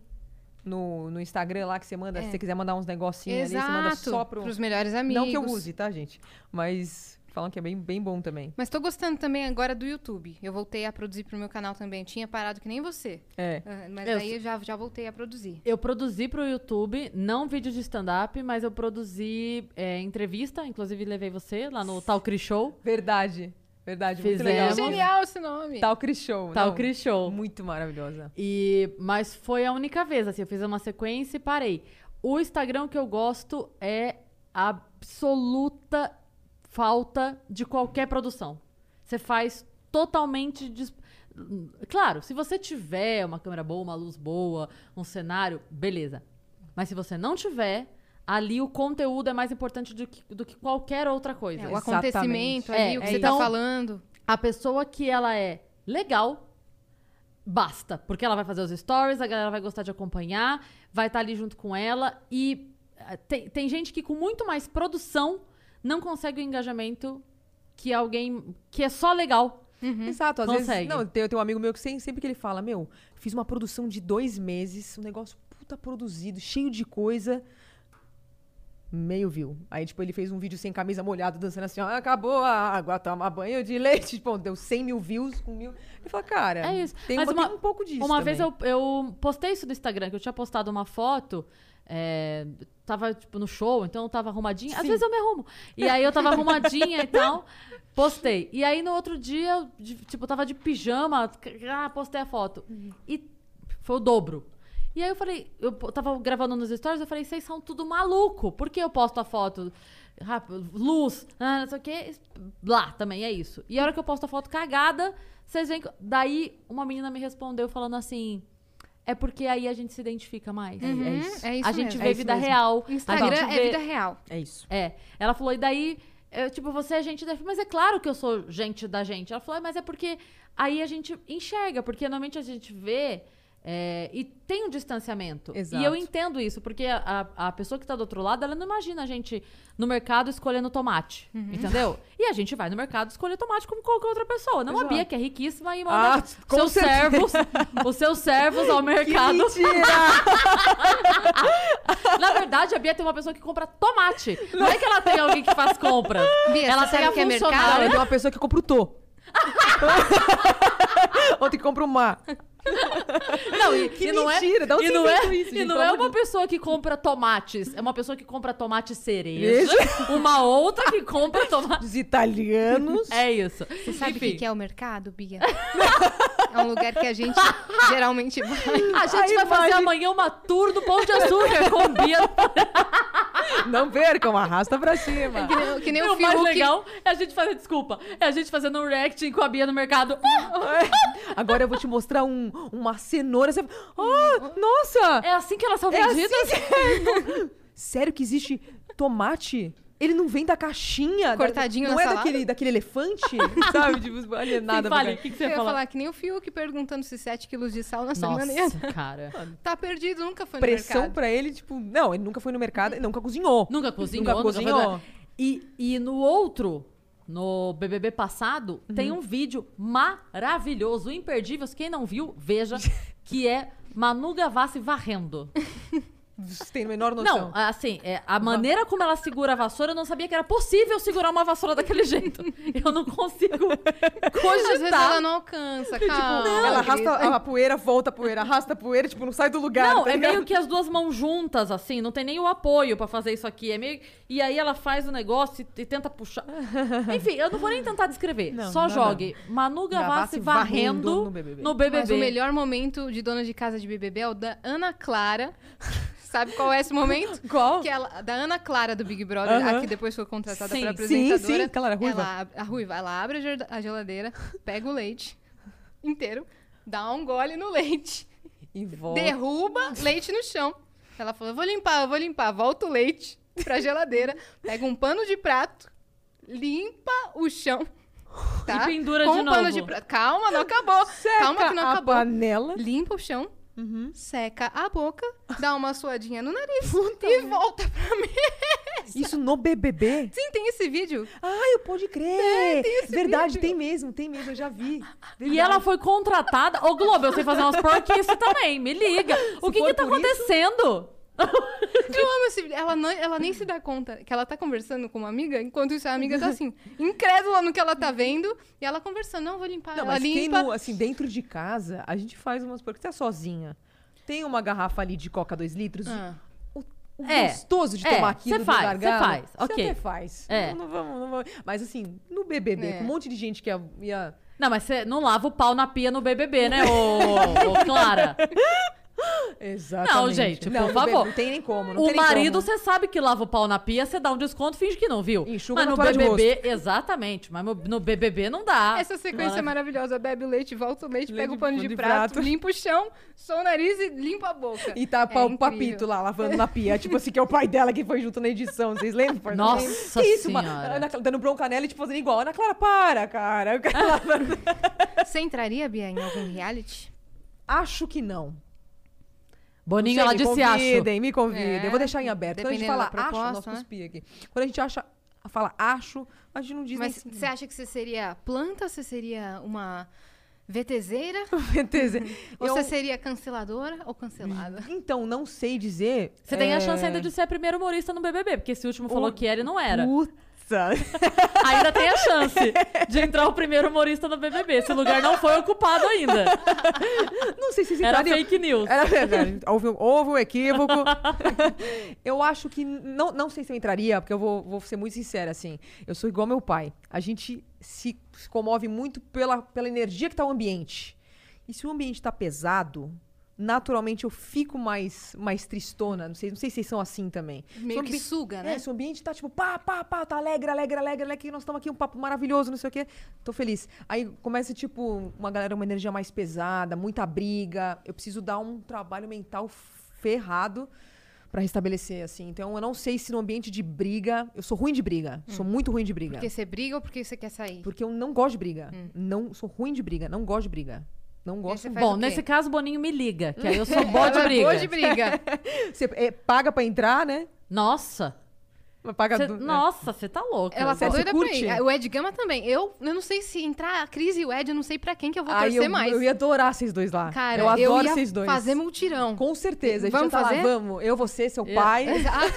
No, no Instagram lá que você manda, se você quiser mandar uns negocinhos ali, você manda só pro.
pros melhores amigos.
Não que eu use, tá, gente? Mas falam que é bem, bem bom também.
Mas tô gostando também agora do YouTube. Eu voltei a produzir pro meu canal também. Eu tinha parado que nem você.
É.
Ah, Mas
Eu
aí eu já, já voltei a produzir.
Eu produzi pro YouTube, não vídeo de stand-up, mas eu produzi é, entrevista, inclusive levei você lá no Talk Show. Verdade.
Verdade, muito
Fizemos.
legal.
Genial esse nome!
Tá
Tal Cris Tá Show.
Tal
não,
Cris Show.
Muito maravilhosa.
E, mas foi a única vez, assim, eu fiz uma sequência e parei. O Instagram que eu gosto é a absoluta falta de qualquer produção. Você faz totalmente. des- Claro, se você tiver uma câmera boa, uma luz boa, um cenário, beleza. Mas se você não tiver, ali o conteúdo é mais importante do que, do que qualquer outra coisa.
É, o
Exatamente.
acontecimento ali,
É,
o que
é
você
isso.
tá falando.
A pessoa que ela é legal, basta. Porque ela vai fazer os stories, a galera vai gostar de acompanhar, vai estar ali junto com ela. E ah, tem, tem gente que com muito mais produção não consegue o engajamento que alguém que é só legal.
Exato, às
Uhum. Consegue.
vezes. Não, tem, tem um amigo meu que sem- sempre que ele fala: Meu, fiz uma produção de dois meses, um negócio puta produzido, cheio de coisa. Meio view. Aí, tipo, ele fez um vídeo sem camisa molhado, dançando assim, ó, acabou a água, toma banho de leite. *laughs* Tipo, deu 100 mil views com mil. Ele fala, cara,
É isso.
Tem,
Mas
uma-
uma-
tem um pouco disso.
Uma
também.
vez eu, eu postei isso no Instagram, que eu tinha postado uma foto. é, tava, tipo, no show, então eu tava arrumadinha. Às
Sim.
vezes eu me arrumo. E aí eu tava arrumadinha e
*laughs*
tal. Postei. E aí no outro dia, eu, de- tipo, eu tava de pijama, ah, postei a foto.
Uhum.
E foi o dobro. E aí eu falei, eu po- tava gravando nos stories, eu falei, vocês são tudo maluco. Por que eu posto a foto? Ah, luz, ah, não sei o quê. Lá também, é isso. E a hora que eu posto a foto cagada, vocês veem. que- Daí uma menina me respondeu falando assim. É porque aí a gente se identifica mais.
É
Uhum,
isso.
É isso
a gente
mesmo.
vê
É isso
vida
mesmo.
real. a
Instagram
gente
é
vê-
vida real.
É isso.
É. Ela falou, e daí, eu, tipo, você é gente da gente. Mas é claro que eu sou gente da gente. Ela falou, "É, mas é porque aí a gente enxerga, porque normalmente a gente vê. é, e tem um distanciamento.
Exato.
E eu entendo isso, porque a, a- a pessoa que tá do outro lado, ela não imagina a gente no mercado escolhendo tomate.
Uhum.
Entendeu? E a gente vai no mercado escolher tomate como qualquer outra pessoa. Não
Exato.
a Bia, que é riquíssima e
Ah,
manda
com
seus
certeza.
servos, os seus servos ao mercado.
*laughs* *laughs* Que mentira!
*laughs* Na verdade, a Bia tem uma pessoa que compra tomate. Não é que ela tem alguém que faz compra.
Bia,
ela
você
tem
sabe
a
o que é
Cara,
funcionária.
*laughs* tem uma pessoa que compra o Tô. Outra que compra o Má.
Não, e,
Que
e não é.
mentira, dá um
E não é,
isso,
e
gente,
não
pelo
é
amor de
uma pessoa que compra tomates, é uma pessoa que compra tomate cereja, *laughs* uma outra que compra tomate.
Os italianos.
É isso.
Você sabe o
Enfim.
que que é o mercado, Bia? *laughs* é um lugar que a
*laughs*
gente geralmente vai.
A gente
A
vai fazer
imagem-
amanhã uma tour do Pão de Açúcar com Bia.
Não percam, arrasta pra
É
cima.
Que nem, que nem
o
o
mais
Fiuk.
legal é a gente fazer, desculpa, é a gente fazendo um reacting com a Bia no mercado.
*laughs* Agora eu vou te mostrar um, uma cenoura. Você... Ah, nossa!
É assim que elas são
É assim
vendidas?
que- *laughs* Sério que existe tomate? Ele não vem da caixinha? da-
Cortadinho
Não
na
é
salada?
daquele, daquele
*laughs*
elefante? sabe? Tipo, alienada.
Sim, fale, o
mulher.
que, que você
Eu
ia
ia
falar?
falar que nem o Fiuk perguntando se 7 quilos de sal na semana ia...
Nossa, cara.
Tá perdido, nunca foi no
Pressão
mercado.
pra ele, tipo... Não, ele nunca foi no mercado, ele nunca cozinhou.
Nunca cozinhou,
Nunca cozinhou.
fez nada. E, e no outro, no BBB passado,
Uhum.
tem um vídeo maravilhoso, imperdível. Quem não viu,
*laughs*
veja, que é Manu Gavassi varrendo.
Você tem a menor noção.
ah,
Não, assim, é,
Uhum.
a maneira como ela segura a vassoura, eu não sabia que era possível segurar uma vassoura daquele jeito. Eu não consigo
*laughs* Às vezes ela
cogitar.
não alcança,
Tipo,
calma.
Ela arrasta a, a poeira, volta a poeira, arrasta a poeira, tipo, não sai do lugar.
Não,
tá
é
ligado?
meio que as duas mãos juntas, assim, não tem nem o apoio pra fazer isso aqui. É meio... E aí ela faz o negócio e, e tenta
*laughs*
puxar. Enfim, eu não vou nem tentar descrever.
Não,
Só
não dá
jogue Manu Gavassi
Gavassi
varrendo
varrendo
no BBB.
no BBB.
Mas o melhor momento de dona de casa de BBB é o da Ana Clara. *laughs* Sabe qual é esse momento?
Qual?
Que ela, da Ana Clara do Big Brother,
Aham.
a que depois foi contratada
Sim,
para
sim,
apresentadora.
sim, Clara Ruiva.
Ela, ab- a Ruiva, ela abre a gel- a geladeira, pega o leite inteiro, dá um gole no leite,
E volta.
derruba leite no chão. Ela falou: eu vou limpar, eu vou limpar. Volta o leite *laughs* pra geladeira, pega um pano de prato, limpa o chão. Tá?
E pendura
Com
de
um pano
novo.
de prato. Calma, não acabou.
Seca
Calma que não
a
acabou
panela.
limpa o chão, seca a boca, dá uma suadinha no nariz e volta pra *laughs* mesa.
Isso no BBB?
Sim, tem esse vídeo.
Ah, eu pude
É,
crer. Verdade, tem mesmo, tem mesmo, eu já vi.
E ela foi contratada. Ô, Globo, eu sei fazer umas porquinhas
*laughs*
também. Me liga. O que
for
que tá
por isso-
acontecendo?
Eu amo esse vídeo. Ela, não- ela nem se dá conta que ela tá conversando com uma amiga, enquanto isso a amiga tá assim, incrédula no que ela tá vendo, e ela conversando, não, vou limpar.
Não,
ela
mas quem
limpa.
não, assim, dentro de casa, a gente faz umas porque você é sozinha. Tem uma garrafa ali de coca 2 litros.
Ah.
O, o
É,
gostoso de
é,
tomar aquilo
cê
do
faz, cê
gargalo.
faz,
cê
ok.
até faz.
É.
Não, não vamos, não vamos. Mas assim, no BBB,
É.
com um monte de gente que ia... ia-
Não, mas você não lava o pau na pia no BBB, né, ô, ô Clara?
Exatamente.
gente, por
não, no
favor.
BBB Não tem nem como, não
O
tem nem
marido,
como. né?
você sabe que lava o pau na pia, você dá um desconto, finge que não viu.
Enxuga
mas
na
no
toalha de
BBB, exatamente. Mas no- no BBB não dá.
Essa sequência é
Maravilha.
maravilhosa. Bebe o leite, volta o leite,
Leite
pega o pano de,
de
prato,
prato.
limpa o chão, sou o nariz e limpa a boca. *laughs*
E tá
É
o papito
incrível.
lá, lavando na pia. tipo assim, que é o pai dela que foi junto na edição.
*laughs*
Vocês lembram? Não
Nossa
lembro. que isso, uma-
Senhora.
Ana Clara- dando bronca nela e tipo fazendo igual. Ana Clara, para, cara. Eu quero
Ah.
lavar.
Você entraria, Bia, em algum reality?
Acho que não.
Boninho,
Não
ela
sei, me
disse acho.
convidem, me convidem.
É,
Eu vou deixar em aberto. Quando a gente
dependendo da
fala
proposta,
acho, nós
né?
cuspia aqui. Quando a gente acha, fala acho, a gente não diz
Mas
nem
você acha que você seria planta? Você seria uma *laughs* VTZera?
certeza.
Ou
Eu-
você seria canceladora ou cancelada?
Então, não sei dizer.
Você tem
é,
a chance ainda de ser a primeira humorista no BBB, porque esse último falou
O-
que era e não era.
Puta.
*laughs* Ainda tem a chance de entrar o primeiro humorista no BBB. Esse lugar não foi ocupado ainda.
Não sei se vocês
Era
entrariam-
fake news.
Era verdade.
*laughs*
Houve um, houve um equívoco. eu acho que. Não, não sei se eu entraria, porque eu vou, vou ser muito sincera, assim. Eu sou igual meu pai. A gente se, se comove muito pela, pela energia que tá o ambiente. E se o ambiente tá pesado. Naturalmente eu fico mais, mais tristona. Não sei, não sei se vocês são assim também.
*laughs* Meio
Se o
que
ambi-
suga, né?
É, se o ambiente tá tipo, pá, pá, pá, tá alegre, alegre, alegre, alegre, que nós estamos aqui, um papo maravilhoso, não sei o quê. Tô feliz. Aí começa, tipo, uma galera, uma energia mais pesada, muita briga. Eu preciso dar um trabalho mental ferrado pra restabelecer, assim. Então, eu não sei se no ambiente de briga. Eu sou ruim de briga. Sou muito ruim de briga.
Hum. Porque você briga ou porque você quer sair?
Porque eu não gosto de briga. Não, sou ruim de briga. Não gosto de briga. *laughs* Não gosto.
você faz o
Bom,
quê?
nesse caso, Boninho me liga, que aí eu
*laughs*
sou boa de
Ela é
briga.
Boa de briga.
Você é, paga pra entrar, né?
Nossa.
Mas paga.
Cê-
do- é.
Nossa, você tá louca.
Ela tá
Você
doida pra
curte?
ir. O Ed Gama também. Eu, eu não sei se entrar a Cris e o Ed, eu não sei pra quem que eu vou
Aí
torcer
eu,
mais.
eu ia adorar vocês dois lá.
Cara,
eu adoro
ia
vocês dois.
fazer multirão.
Com certeza. A gente
Vamos
ia tá
fazer?
lá, vamos. Eu, você, seu
Eu- é
pai.
Exato.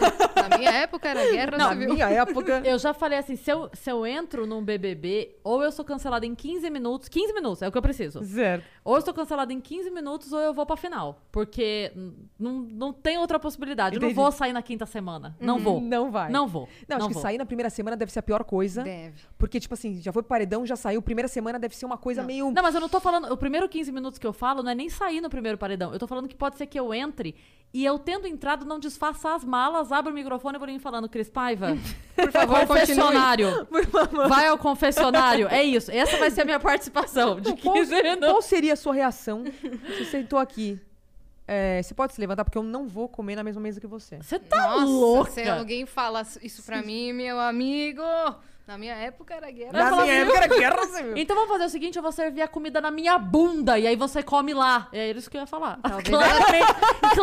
Na minha época era guerra
Na
civil.
minha época.
Eu já falei assim, se eu, se *laughs* eu entro num BBB, ou eu sou cancelada em 15 minutos, 15 minutos, é o que eu preciso.
Certo.
Ou eu estou cancelado em 15 minutos ou eu vou pra final. Porque n- não, não tem outra possibilidade. Eu
Entendi. Uhum.
não vou sair na quinta semana. Não vou.
Não vai.
Não vou.
Não, acho que
vou.
sair na primeira semana deve ser a pior coisa.
Deve.
Porque, tipo assim, já foi pro paredão, já saiu. Primeira semana deve ser uma coisa
Não.
meio.
Não, mas eu não tô falando. O primeiro 15 minutos que eu falo não é nem sair no primeiro paredão. Eu tô falando que pode ser que eu entre e eu, tendo entrado, não desfaça as malas, abra o microfone e vou falando, Cris Paiva,
*laughs* Por favor, continue. *laughs*
confessionário. Vai ao confessionário. É isso. Essa vai ser a minha participação
*laughs*
de
Qual,
15 minutos.
qual seria a
*laughs*
sua reação se sentou aqui? É, você pode se levantar, porque eu não vou comer na mesma mesa que você.
Você tá
Nossa,
louca.
se alguém fala isso pra mim, meu amigo... Na minha época era guerra.
Na minha
época era guerra
*laughs*
civil.
Então vamos fazer o seguinte, eu vou servir a comida na minha bunda e aí você come lá. É isso que eu ia falar.
Talvez
*laughs* Claramente,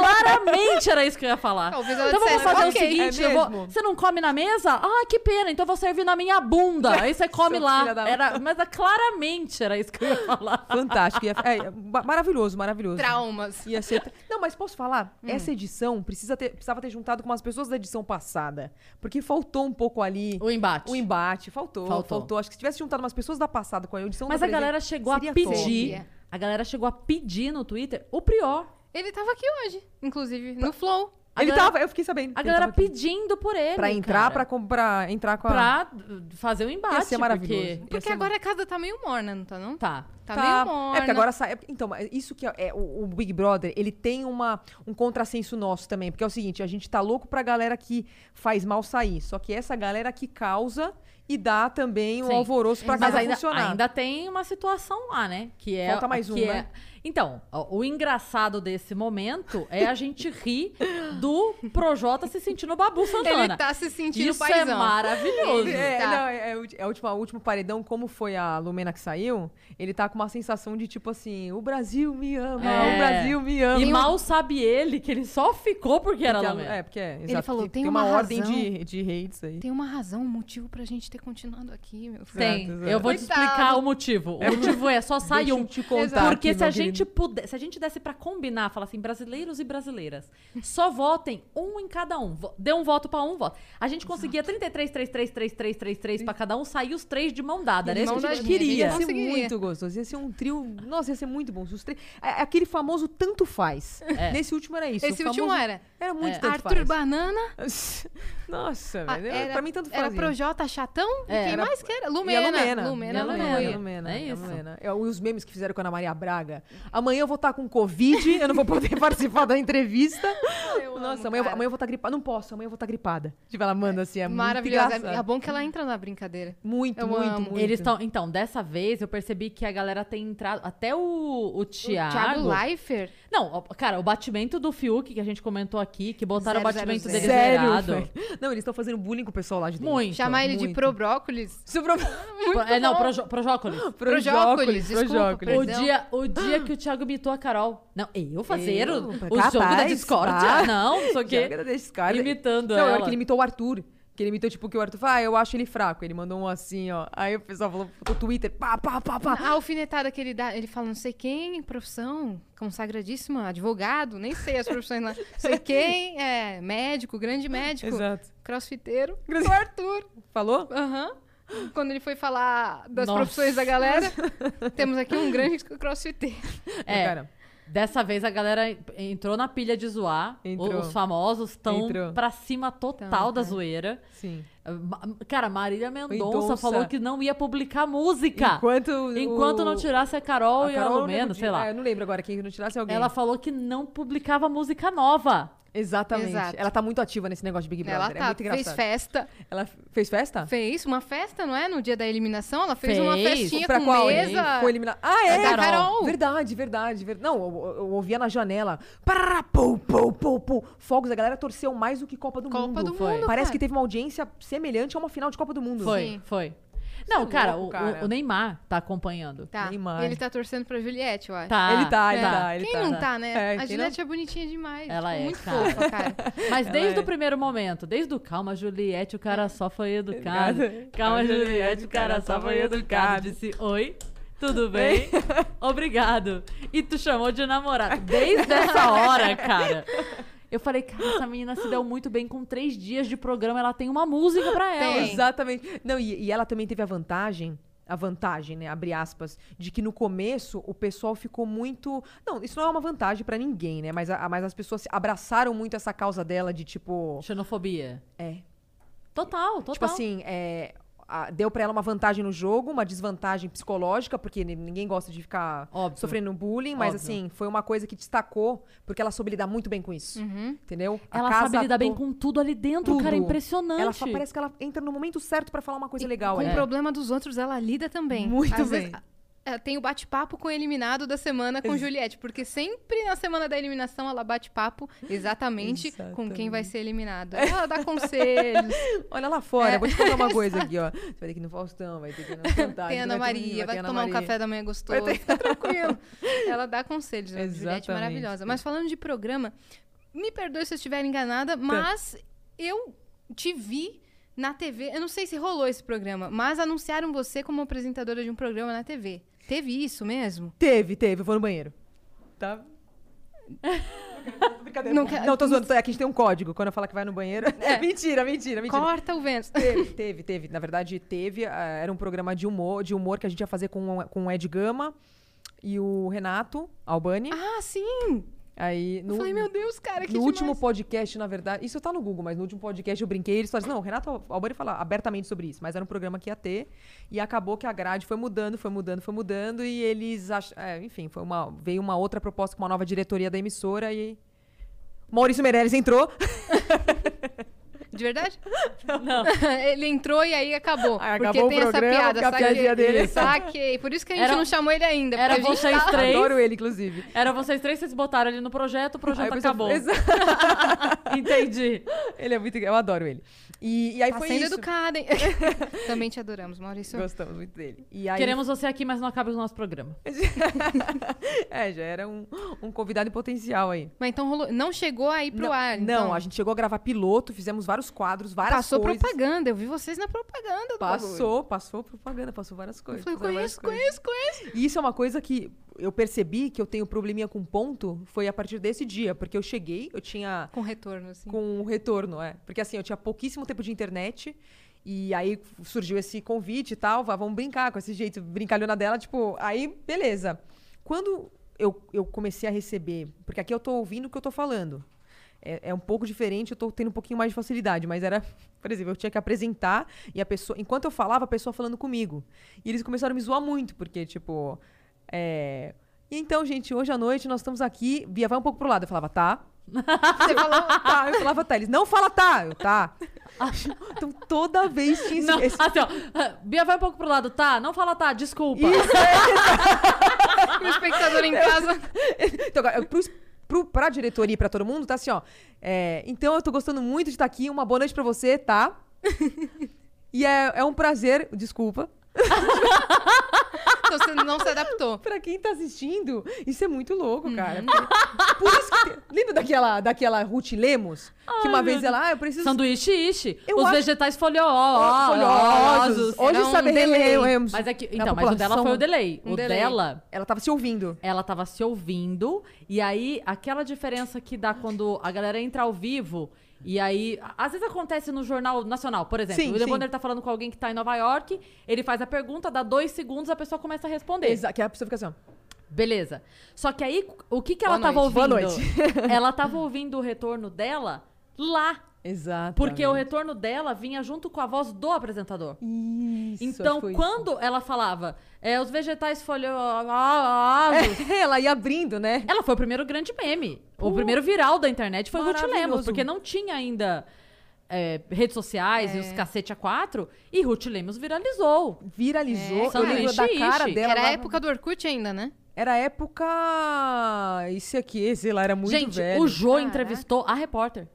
claramente era isso que eu ia falar.
Talvez ela
então vamos
dissesse, "Ok,
fazer o seguinte,
é
eu vou-
mesmo."
você não come na mesa? Ah, que pena, então eu vou servir na minha bunda.
*laughs*
Aí você come
Seu
lá.
filho da-
Era, mas é- claramente era isso que eu ia falar.
Fantástico. ia- é, é, ma- maravilhoso, maravilhoso.
Traumas.
Ia ser- Não, mas posso falar?
Hum.
Essa edição precisa ter- precisava ter juntado com as pessoas da edição passada. Porque faltou um pouco ali
O embate.
o embate. Faltou, faltou.
Faltou.
Acho que se tivesse juntado umas pessoas da passada com a edição
Mas
da
a
presente,
galera chegou a
seria
pedir.
top.
A galera chegou a pedir no Twitter o Prior.
Ele tava aqui hoje, inclusive, no Flow.
A
ele
galera-
tava, eu fiquei sabendo.
A
ele
galera
tava aqui.
pedindo por ele.
Pra entrar,
cara.
pra, com- pra entrar com a.
pra fazer o embate.
Ia ser maravilhoso.
porque-
Porque
ser
agora a casa tá meio morna, não tá não?
Tá.
Tá,
Tá.
meio morna.
É porque agora sai. é porque- Então, mas isso que é, é o, o Big Brother, ele tem uma, um contrassenso nosso também. Porque é o seguinte, a gente tá louco pra galera que faz mal sair. Só que essa galera que causa e dá também o
Sim.
alvoroço pra
Mas
casa
ainda,
funcionar.
ainda tem uma situação lá, né? Que é,
Falta mais
que
um,
é-
né?
Então, ó, o engraçado desse momento é a gente rir do Projota se sentindo Babu Santana.
Ele tá se sentindo
Isso é
paizão.
maravilhoso.
É,
Tá.
não, é, é o- é a última, o último paredão, como foi a Lumena que saiu, ele tá com uma sensação de tipo assim: o Brasil me ama,
É.
o Brasil me ama.
E
um
mal sabe ele que ele só ficou porque era
Porque a-
Lamento.
é, porque é, exato,
né? falou,
porque
"Tem
tem
uma
uma, ordem
razão."
de, de hates aí.
Tem uma razão, um motivo pra gente ter continuado aqui, meu filho.
Tem.
Exato, exato.
Eu vou te
Coitado.
explicar o motivo. O motivo é só sai
Deixa eu
um.
te contar
Exato.
Porque
aqui,
se a
meu querido.
gente puder, se a gente desse pra combinar, falar assim, brasileiros e brasileiras, só votem um em cada um. Vo- Dê um voto pra um voto. A gente conseguia 33, 33, 33, 33 pra cada um, sair os três de mão dada. Era
De
isso
mão
que a gente
dadinha,
queria.
a
Ia
gente
ser
conseguiria.
muito gostoso. Ia ser um trio. Nossa, ia ser muito bom. se Os três... é- é Aquele famoso tanto faz. Nesse último era isso.
É. Esse
o famoso-
último era É.
Era muito tanto
Arthur
faz.
Banana,
*laughs* Nossa,
a-
velho.
era,
pra mim, tanto faz.
era Projota Chatão, e
É,
quem
era-
mais que era?
E a
Lumena.
Lumena.
Lumena,
E a
Lumena.
foi.
a Lumena,
É
a
isso.
Lumena. É, os memes que fizeram com a Ana Maria Braga. Amanhã eu vou estar com Covid, eu não vou poder *laughs* participar da entrevista.
Ah, Eu amo,
Nossa, amanhã, eu-
cara.
amanhã eu vou estar gripada. Não posso, amanhã eu vou estar gripada. Tipo, ela manda assim, é
Maravilhosa.
muito
É
engraçado.
bom que ela entra na brincadeira.
Muito,
Eu
muito,
amo.
muito.
Eles estão. Então, dessa vez eu percebi que a galera tem entrado. Até o, o Thiago.
Thiago Leifert.
Não, ó, cara, o batimento do Fiuk que a gente comentou aqui, que botaram
Zero,
o batimento
zero,
dele
zero.
Sério,
zerado.
velho. Não, eles estão fazendo bullying com o pessoal lá de dentro.
Muito.
Chamar ele de
Então, muito.
Pro Brócolis.
Isso um
*laughs*
pro...
Pro- é, não, projo-
*gasps*
projócolis.
Projócolis, desculpa,
O
Perdão.
dia, o
*gasps*
dia que o Thiago imitou a Carol. Não, eu fazer
Eu?
o, o
Capaz,
jogo da discórdia?
pá.
*laughs* Não, não sei o
Que
quê.
era desse cara.
Imitando
não,
ela.
Não, que ele imitou o Arthur. Que ele imitou, tipo, que o Arthur fala, ah, eu acho ele fraco. Ele mandou um assim, ó. Aí o pessoal falou pro Twitter, pá, pá, pá, pá.
A alfinetada que ele dá, ele fala não sei quem, profissão consagradíssima, advogado, nem sei as profissões
*laughs*
lá. Não sei quem, é médico, grande
Tipo,
médico,
Exato.
crossfiteiro,
Grande-
o Arthur.
Falou?
Aham. Quando ele foi falar das
Nossa.
profissões da galera,
*laughs*
temos aqui um grande crossfiteiro.
É,
Cara,
dessa vez a galera entrou na pilha de zoar. O-
Entrou.
Os famosos estão
Entrou. Então,
pra cima total
Tão,
da
é.
zoeira.
sim.
Ma- Cara, Marília Mendonça
Mendonça.
falou que não ia publicar música. Enquanto,
Enquanto, o-
não tirasse a Carol
a
e a
Carol não
Lumena,
podia-
sei lá.
Ah, eu não lembro agora quem não tirasse é alguém.
Ela falou que não publicava música nova.
Exatamente.
Exato.
Ela tá muito ativa nesse negócio de Big Brother.
Ela
é
tá,
muito engraçado. Ah.
fez festa.
Ela f- fez festa?
Fez uma festa, não é? No dia da eliminação, ela fez, uma
Fez.
festinha
Tipo, pra
com
qual?
mesa.
Foi eliminada. Ah,
Pra
é?
Carol. Carol.
Verdade, verdade, verdade. Não, eu, eu- eu ouvia na janela. Parará, pou, pou, pou, pou. Fogos, a galera torceu mais do que Copa do
Copa
Mundo.
do
foi.
Mundo.
Parece
cara.
que teve uma audiência semelhante a uma final de Copa do Mundo.
Foi,
Sim.
foi. Não,
é
cara,
louco,
o-
cara.
O, o Neymar tá acompanhando.
Tá.
Neymar.
E ele tá torcendo pra Juliette, eu acho.
Tá.
ele tá, ele
tá.
tá, ele
Quem
tá.
não tá, né?
É,
a
quem
Juliette é bonitinha demais.
Ela
tipo,
é,
muito
cara.
fofa, cara.
Mas desde
é-
o primeiro momento, desde o calma, Juliette, o cara só foi educado.
Educado.
Calma, Juliette, o cara só foi educado. Disse oi, tudo
*laughs*
bem? Obrigado. E tu chamou de namorado. Desde essa hora, cara. Eu falei, cara, essa menina se deu muito bem com três dias de programa, ela tem uma música pra ela.
Tem.
Exatamente. Não, e, e ela também teve a vantagem. a vantagem, né, abre aspas, de que no começo o pessoal ficou muito, não, isso não é uma vantagem pra ninguém, né, mas, a, mas as pessoas abraçaram muito essa causa dela de tipo,
Xenofobia.
é,
Total, total.
Tipo assim, é, a- deu pra ela uma vantagem no jogo, uma desvantagem psicológica, porque ni- ninguém gosta de ficar
Óbvio.
sofrendo bullying, mas
Óbvio.
assim, foi uma coisa que destacou, porque ela soube lidar muito bem com isso.
Uhum.
Entendeu? A
Hum. Ela
casa
sabe lidar bem
to-
com tudo ali dentro,
Tudo.
cara. É
Ela
impressionante.
fa- parece que ela entra no momento certo pra falar uma coisa legal. né?
Com
ali.
o problema dos outros, ela lida também.
Muito
Às vezes,
bem.
a- é, tem o bate-papo com o eliminado da semana com Juliette, porque sempre na semana da eliminação ela bate papo exatamente, com quem vai ser eliminado. Ela dá conselhos,
Olha lá fora,
É.
vou te contar
*laughs*
uma coisa aqui, ó. Você vai ter que ir no Faustão, vai ter que ir no Fantástico.
tem Ana
vai ter-
Maria, vai
ter Ana
tomar um
Maria.
café da manhã gostoso, fica tranquilo. *laughs* Ela dá conselhos, né? Juliette
Exatamente.
maravilhosa. Mas falando de programa, me perdoe se eu estiver enganada,
Tá.
mas eu te vi na TV, eu não sei se rolou esse programa, mas anunciaram você como apresentadora de um programa na TV. Teve isso mesmo?
Teve, teve, eu vou no banheiro. Tá? Brincadeira.
Não É.
Não,
quer-
tô zoando. Aqui a gente tem um código. Quando eu falar que vai no banheiro. *laughs* mentira, mentira, mentira.
Corta o vento.
Teve, teve, teve. Na verdade, teve. ah, Era um programa de humor, de humor que a gente ia fazer com, o- com o Ed Gama e o Renato Albani.
Ah, sim!
Aí, no,
eu falei, meu Deus, cara, que
no último
demais.
podcast, na verdade, isso tá no Google, mas no último podcast eu brinquei, eles falaram assim, não, o Renato Albani fala abertamente sobre isso, mas era um programa que ia ter, e acabou que a grade foi mudando, foi mudando, foi mudando, e eles, ach... é, enfim, foi uma, veio uma outra proposta com uma nova diretoria da emissora, e Maurício Meirelles entrou, *laughs*
De *laughs* verdade?
Não.
ele entrou e aí acabou.
Aí
porque
acabou o
tem
programa,
essa piada,
fica a
saquei.
piadinha dele.
Saquei. Por isso que a gente
Era-
não chamou ele ainda.
era
porque a gente
vocês
tá-
Três.
adoro ele, inclusive.
Era vocês três, vocês botaram ele no projeto, o
tá
Aí
projeto
o pessoal-
acabou.
Exato.
Entendi.
*laughs* Ele é muito. Eu adoro ele. E, e aí
Tá
foi
sendo
isso.
educada,
*laughs*
hein? Também te adoramos, Maurício.
Gostamos muito dele. E aí,
Queremos você aqui, mas não acaba o nosso programa.
*laughs* É, já era um, um convidado em potencial aí.
Mas então rolou. Não chegou aí pro
não,
ar.
não,
então.
a gente chegou a gravar piloto, fizemos vários quadros, várias
Passou
coisas.
propaganda. Eu vi vocês na propaganda do bagulho.
Passou, passou propaganda, passou várias
Tá Eu
coisas.
falei,
passaram várias
conheço,
coisas.
conheço, conheço.
E isso é uma coisa que eu percebi que eu tenho probleminha com ponto, foi a partir desse dia, porque eu cheguei, eu tinha
Com retorno, assim.
com o retorno, é. Porque assim, eu tinha pouquíssimo tempo de internet. E aí surgiu esse convite e tal, vá, vamos brincar com esse jeito, brincalhona dela, tipo, aí beleza. Quando eu, eu comecei a receber, porque aqui eu tô ouvindo o que eu tô falando. É, é um pouco diferente, eu tô tendo um pouquinho mais de facilidade, mas era, *laughs* por exemplo, eu tinha que apresentar e a pessoa, enquanto eu falava, a pessoa falando comigo. E eles começaram a me zoar muito, porque, tipo, é. E então, gente, hoje à noite nós estamos aqui, via vai um pouco pro lado. Eu falava, tá, você falava tá, eu falava tá. Eles, não fala tá, eu tá. Então toda vez tinha esse...
Não,
esse-
*laughs* assim, ó. Bia, vai um pouco pro lado, tá? Não fala tá, desculpa.
O espectador em casa. *laughs*
*laughs* Então, agora, pro, pro, pra diretoria e pra todo mundo, tá assim, ó. É, então eu tô gostando muito de estar aqui, uma boa noite pra
*laughs*
você, tá? E é, é um prazer, desculpa,
Então você não se adaptou.
pra quem tá assistindo, isso é muito louco,
Uhum.
cara. Porque- Por isso que tem- Lembra daquela, daquela Ruth Lemos? que uma vez ela, ah, eu preciso...
Sanduíche ishi.
Eu
Os
acho-
vegetais
Folhosos.
folhosos.
Hoje
Era um
sabe
delay.
Lemos.
Mas é que,
Na
então, mas o dela
população-
foi o delay.
Um
o
delay.
dela,
Ela tava se ouvindo.
ela tava se ouvindo. E aí, aquela diferença que dá quando a galera entra ao vivo. E aí, a- às vezes acontece no Jornal Nacional, por exemplo.
Sim,
o William
sim.
Bonner tá falando com alguém que tá em Nova York, ele faz a pergunta, dá dois segundos, a pessoa começa a responder.
Exa- que a pessoa fica assim, ó.
Beleza. Só que aí, o que que ela
Boa
tava
noite.
ouvindo? *laughs*
Boa *laughs*
ela tava ouvindo o retorno dela lá.
Exato.
Porque o retorno dela vinha junto com a voz do apresentador.
Isso,
então,
foi isso.
quando ela falava, é, os vegetais folhosos.
ela ia abrindo, né?
*laughs* Ela foi o primeiro grande meme. O primeiro viral da internet foi Ruth Lemos,
Maravilhoso.
porque não tinha ainda é, redes sociais
É.
e os cacete a quatro. E Ruth Lemos viralizou.
Viralizou.
É,
eu lembro
sanduíche,
da cara
ishi.
dela.
Era a
lá-
época do Orkut ainda, né?
Era a época. Isso aqui, sei lá, era muito
Gente,
velho.
o Jô
Caraca.
entrevistou a repórter.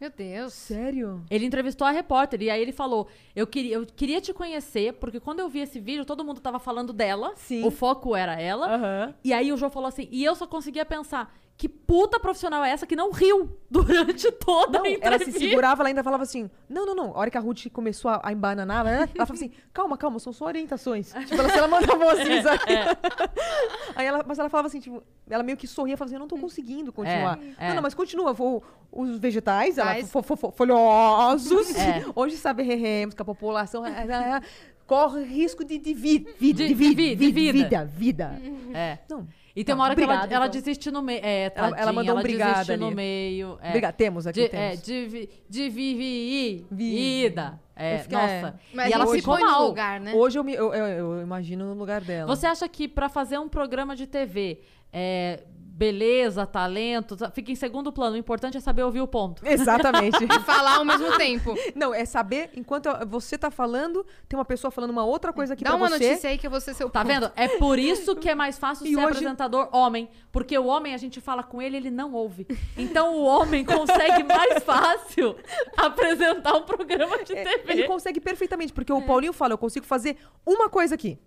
Meu Deus.
Sério?
Ele entrevistou a repórter e aí ele falou: eu queria, eu queria te conhecer, porque quando eu vi esse vídeo, todo mundo tava falando dela.
Sim.
O foco era ela.
Aham.
E aí o Jô falou assim: e eu só conseguia pensar, que puta profissional é essa que não riu *laughs* durante toda
Não,
a
ela se
entrevista?
segurava, ela ainda falava assim: Não, não, não. A hora que a Ruth começou a, a embananar, né, ela falava assim: *laughs* Calma, calma, são só orientações. Tipo, ela, se ela
*laughs*
mandava
É,
assim, sabe? *laughs* Aí ela, mas ela falava assim: tipo, Ela meio que sorria, falava assim: Eu não tô conseguindo continuar.
Hum. é.
Não, não, mas continua. Vou, os vegetais, ela,
Mas-
fo- fo- fo- folhosos.
É.
*laughs* Hoje sabe reremos, que a população. ah, ah, ah, corre risco de, de, vi, vi,
De-
de, vi-
de vi- de
vi-
vida.
vida. Vida.
É.
Não.
E tem uma hora que ela,
Obrigado,
ela
então.
desiste no meio. É,
Ela- ela
tadinha,
mandou um obrigado
desiste no
ali.
meio. É.
Obrigada. Temos aqui.
De, é,
temos.
de, vi- de vi- vi-
Vi-
vida. É,
Eu fiquei-
nossa.
Mas
e
a
ela
gente
ficou
põe no
mal.
lugar, né?
Hoje eu, me, eu, eu, eu imagino no lugar dela.
Você acha que pra fazer um programa de TV, é, beleza, talento, tá- fica em segundo plano. O importante é saber ouvir o ponto. *laughs*
Exatamente.
Falar ao mesmo tempo.
*laughs* Não, é saber, enquanto você tá falando, tem uma pessoa falando uma outra coisa aqui
Dá
pra
uma
você.
notícia aí que eu vou ser seu
Tá
ponto.
vendo? É por isso que é mais fácil
*laughs* E
ser
hoje-
apresentador homem. Porque o homem, a gente fala com ele, ele não ouve. Então o homem
*laughs*
consegue mais fácil apresentar um programa de
É,
TV.
ele consegue perfeitamente, porque o Paulinho fala, eu consigo fazer uma coisa aqui.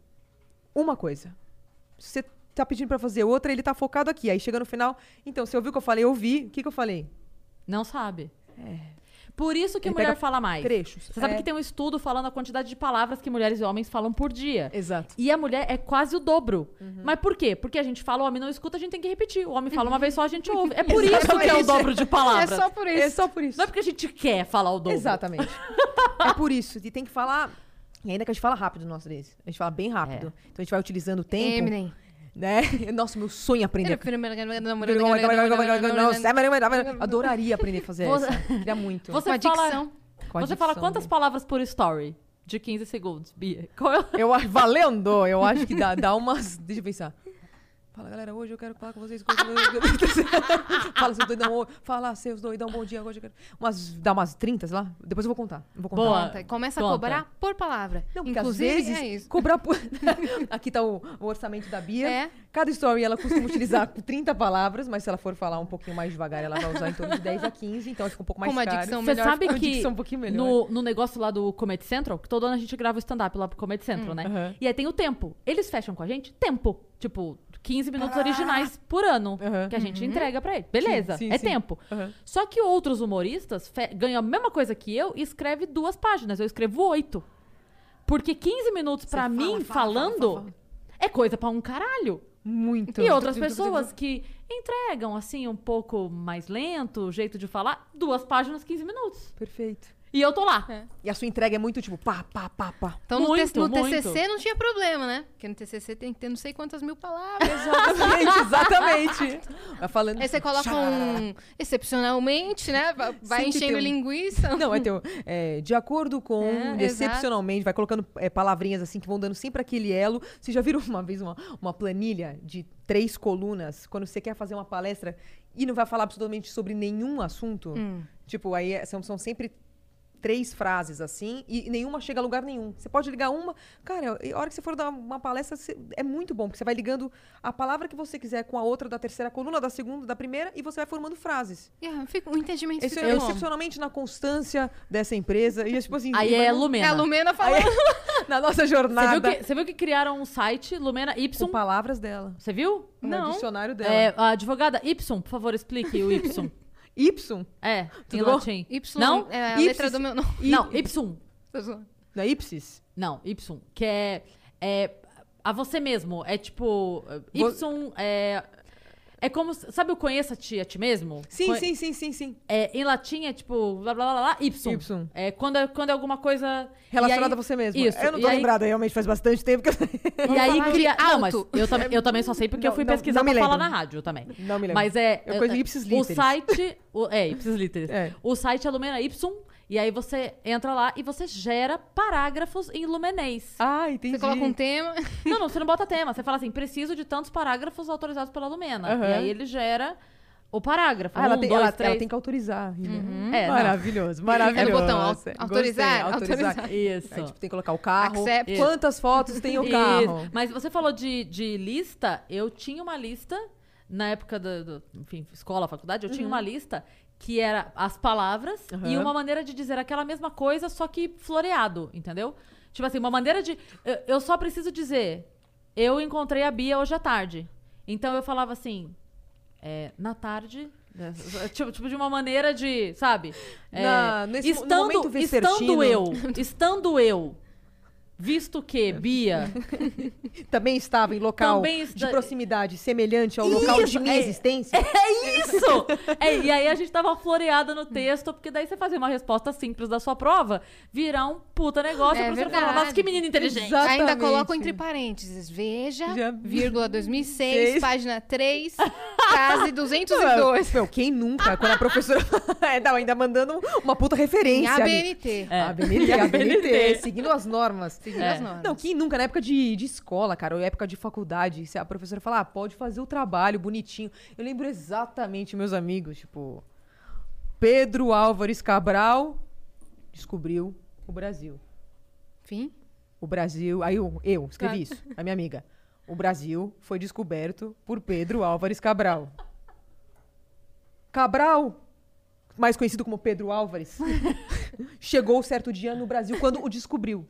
Uma coisa. Você tá pedindo pra fazer outra, ele tá focado aqui. Aí chega no final, então, você ouviu o que eu falei? Eu ouvi. O que que eu falei?
Não sabe. Por isso que
É. Ele
mulher
pega
fala mais.
trechos.
Você sabe
É.
que tem um estudo falando a quantidade de palavras que mulheres e homens falam por dia.
Exato.
E a mulher é quase o dobro.
Uhum.
Mas por quê? Porque a gente fala, o homem não escuta, a gente tem que repetir. O homem fala uma vez só, a gente ouve. É
*laughs*
por
É só
isso que é o
isso.
dobro de
Uhum. É
palavras.
só por isso.
É só por isso.
Não é porque a gente quer falar o dobro.
Exatamente. é por isso. E tem que falar. E ainda que a gente fala rápido nós três. A gente fala bem rápido. Então a gente vai utilizando o tempo.
Eminem.
Né? *laughs* Nossa, meu sonho é aprender. Adoraria aprender a fazer
Você-
essa. Queria muito.
Você
Uma
fala,
dicção.
Com a
você fala
dicção
quantas
né?
dele.
palavras por story? De 15 segundos, Bia. Qual é o-
Eu acho- valendo, eu acho que dá, dá umas. Deixa eu pensar. Fala, galera, hoje eu quero falar com vocês. Fala, seus doidão. ô, Fala, seus doidão, bom dia. Hoje eu quero. Umas, dá umas 30, sei lá. Depois eu vou contar. eu Vou contar.
Boa.
Conta, Começa a
Conta.
cobrar por palavra.
Não, porque
Inclusive,
às vezes,
é isso.
cobrar por... *laughs* Aqui tá o, o orçamento da Bia.
É.
Cada story ela costuma utilizar 30 palavras, mas se ela for falar um pouquinho mais devagar, ela vai usar em torno de 10 a 15, então fica um pouco mais
uma
caro.
dicção
Você
melhor
sabe
ficou.
que
Dicção um pouquinho melhor.
no, no negócio lá do Comedy Central, que todo ano a gente grava o stand-up lá pro Comedy Central, né?
Hum, aham.
E aí tem o tempo. Eles fecham com a gente tempo. Tipo, 15 minutos originais por ano
Aham. Uhum.
que a gente entrega pra ele. Beleza,
Sim, sim,
é
sim.
tempo.
Aham.
Só que outros humoristas fe- ganham a mesma coisa que eu e escreve duas páginas. Eu escrevo oito. Porque 15 minutos pra
fala,
mim
fala,
falando
fala, fala,
é coisa pra um caralho.
Muito.
E outras pessoas que entregam, assim, um pouco mais lento o jeito de falar, duas páginas, 15 minutos.
Perfeito.
E eu tô lá.
E a sua entrega é muito tipo pá, pá, pá, pá.
Então no,
Muito,
T- no
muito.
TCC não tinha problema, né? Porque no TCC tem que ter não sei quantas mil
*laughs*
palavras.
Exatamente, exatamente. Vai Tá falando.
Aí você coloca um excepcionalmente, né? Va- Vai
Sempre
enchendo
tem um- *laughs*
linguiça.
Não, é teu. é, de acordo com,
É,
decepcionalmente, vai colocando é, palavrinhas assim que vão dando sempre aquele elo. Você já viram uma vez uma, uma planilha de três colunas quando você quer fazer uma palestra e não vai falar absolutamente sobre nenhum assunto? Tipo, aí é- são, são sempre três frases assim e nenhuma chega a lugar nenhum. Você pode ligar uma, cara, e a hora que você for dar uma palestra você- é muito bom, porque você vai ligando a palavra que você quiser com a outra da terceira coluna, da segunda, da primeira e você vai formando frases.
Yeah, ah, fica- o entendimento
Isso
fica
é
bom.
excepcionalmente na constância dessa empresa. E é tipo assim,
Aí é Lumena.
É a Lumena falando.
*laughs* na nossa
Você viu,
jornada.
que, você viu que criaram um site, Lumena
Com
Y?
palavras dela.
Você viu?
No
Não.
dicionário dela.
É, a advogada Y, por favor, explique o Y.
Ipsum.
É, em
bom?
latim.
Y
Não?
é a
Ipsis-
letra do meu nome. *laughs*
I-
Não, Y.
Tô zoando.
Da Ipsis.
Não, Y. Que é, é a você mesmo. É tipo...
Vo-
Y é... É como... Sabe o conheça-te a ti mesmo?
Sim,
Conhe-
sim, sim, sim, sim.
É, em latim é tipo... Blá, blá, blá, blá, Y.
Y.
É quando, é quando é alguma coisa...
Relacionada
e aí-
a você mesma.
Isso.
Eu não
e
tô
aí-
lembrada, realmente faz bastante tempo que eu...
*laughs* E aí
falar de
cria... Não,
alto.
mas
*laughs*
eu, tam... eu também só sei porque eu
Não,
fui
não-
pesquisar
não me
pra falar na
lembro.
rádio também.
*laughs* Não me lembro.
Mas é.
Eu conheço Ipsis
O
Literis.
site. o- é, Ipsis Literis.
É.
O site é Lumena Ipsum. E aí você entra lá e você gera parágrafos em lumenês.
Ah, entendi.
Você coloca um tema.
Não, não, você não bota tema. Você fala assim: preciso de tantos parágrafos autorizados pela Lumena.
Aham.
E aí ele gera o parágrafo.
Ah, ela,
um,
tem,
dois,
ela,
três.
ela tem que autorizar. né?
É, não.
maravilhoso, maravilhoso.
É o botão, au-
Gostei,
autorizar, autorizar.
Isso.
Aí, tipo, tem que colocar o carro.
Accept.
Quantas fotos tem o
Isso.
carro?
Mas você falou de, de lista, eu tinha uma lista na época da do- enfim, escola, faculdade, eu tinha uma lista que era as palavras e
Uhum.
uma maneira de dizer aquela mesma coisa, só que floreado, entendeu? Tipo assim, uma maneira de. Eu, eu só preciso dizer, eu encontrei a Bia hoje à tarde. Então eu falava assim, é, na tarde. né, *laughs* Tipo, tipo de uma maneira de, sabe? É,
Na- nesse mo- no
estando,
momento *laughs*
estando
vespertino.
eu, estando eu Visto que,
*laughs*
Bia,
Também estava em local
Também
de
esta-
proximidade semelhante ao local de
Isso,
minha
é-
existência.
É isso! É, e aí a gente tava floreada no texto, porque daí você fazia uma resposta simples da sua prova, virar um puta negócio,
É
a professora
verdade.
fala, nossa, que menina inteligente.
Exato.
Ainda
Exatamente.
coloco entre parênteses. Veja,
Já-
vírgula 2006,
Seis.
página 3, case
*laughs*
202.
é Meu, quem nunca? Quando a professora. *laughs* é, não, ainda mandando uma puta
Em
referência. ali.
ABNT.
É.
ABNT, ABNT, seguindo as normas.
Seguindo
É.
as normas.
Não, quem nunca? Na época de, de escola, cara, ou época de faculdade, se a professora falar, ah, pode fazer o trabalho bonitinho. Eu lembro exatamente meus amigos, tipo, Pedro Álvares Cabral descobriu o Brasil.
Fim.
O Brasil. Aí eu, eu escrevi
Ah.
isso, a minha amiga. O Brasil foi descoberto por Pedro Álvares Cabral. Cabral, mais conhecido como Pedro Álvares, chegou certo dia no Brasil quando o descobriu.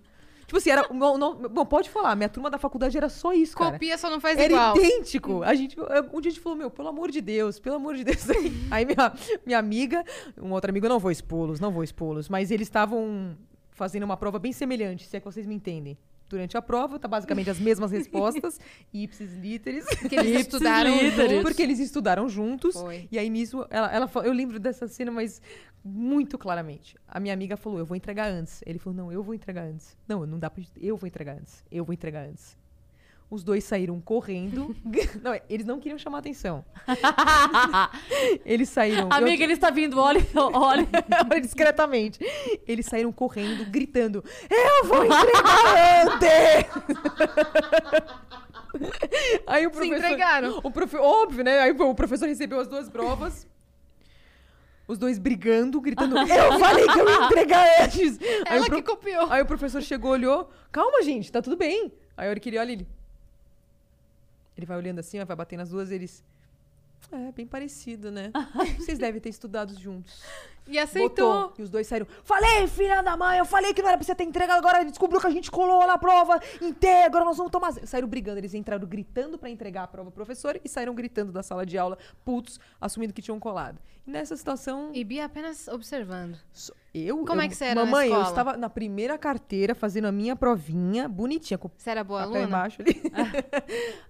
Tipo assim, era. Não, não- bom, pode falar, minha turma da faculdade era só isso, cara.
Copia, só não faz
Era
igual.
idêntico. A gente, um dia a gente falou, meu, pelo amor de Deus, pelo amor de Deus. *laughs* Aí, aí minha, minha amiga, um outro amigo, eu não vou expô-los, não vou expô-los, mas eles estavam fazendo uma prova bem semelhante, se é que vocês me entendem. Durante a prova, tá basicamente
*laughs*
as mesmas respostas, ipsis literis.
Porque eles
Ipsis
estudaram
literis.
juntos.
Porque eles estudaram juntos.
Foi.
E aí nisso, ela, ela fa- eu lembro dessa cena, mas muito claramente. A minha amiga falou: Eu vou entregar antes. Ele falou: Não, eu vou entregar antes. Não, não dá pra. gente- Eu vou entregar antes. Eu vou entregar antes. Os dois saíram correndo. não, eles não queriam chamar atenção. Eles saíram.
*laughs*
eu-
Amiga, ele está vindo, olha, olha.
Olha, *laughs* discretamente. Eles saíram correndo, gritando: Eu vou entregar antes! *laughs* Aí o
Se
professor.
entregaram.
O profe... Óbvio, né? Aí o professor recebeu as duas provas. Os dois brigando, gritando: Eu falei que eu ia entregar antes! Aí o,
Ela
pro-
que copiou.
aí o professor chegou, olhou: Calma, gente, tá tudo bem. Aí a hora que ele olha, ele. Ele vai olhando assim, ó, vai batendo as duas, eles. É, bem
*laughs*
parecido, né? Vocês devem ter estudado juntos.
E aceitou.
Botou. E os dois saíram. Falei, filha da mãe, eu falei que não era pra você ter entrega agora. Ele descobriu que a gente colou na prova inteira, agora nós vamos tomar. Saíram brigando, eles entraram gritando pra entregar a prova pro professor e saíram gritando da sala de aula, putos, assumindo que tinham colado. E nessa situação,
E Bia apenas observando.
so- eu.
Como
eu-
é que você era na
Mamãe, eu
escola?
estava na primeira carteira fazendo a minha provinha, bonitinha, com o
Você era boa
papel
aluna?
embaixo ali. *laughs*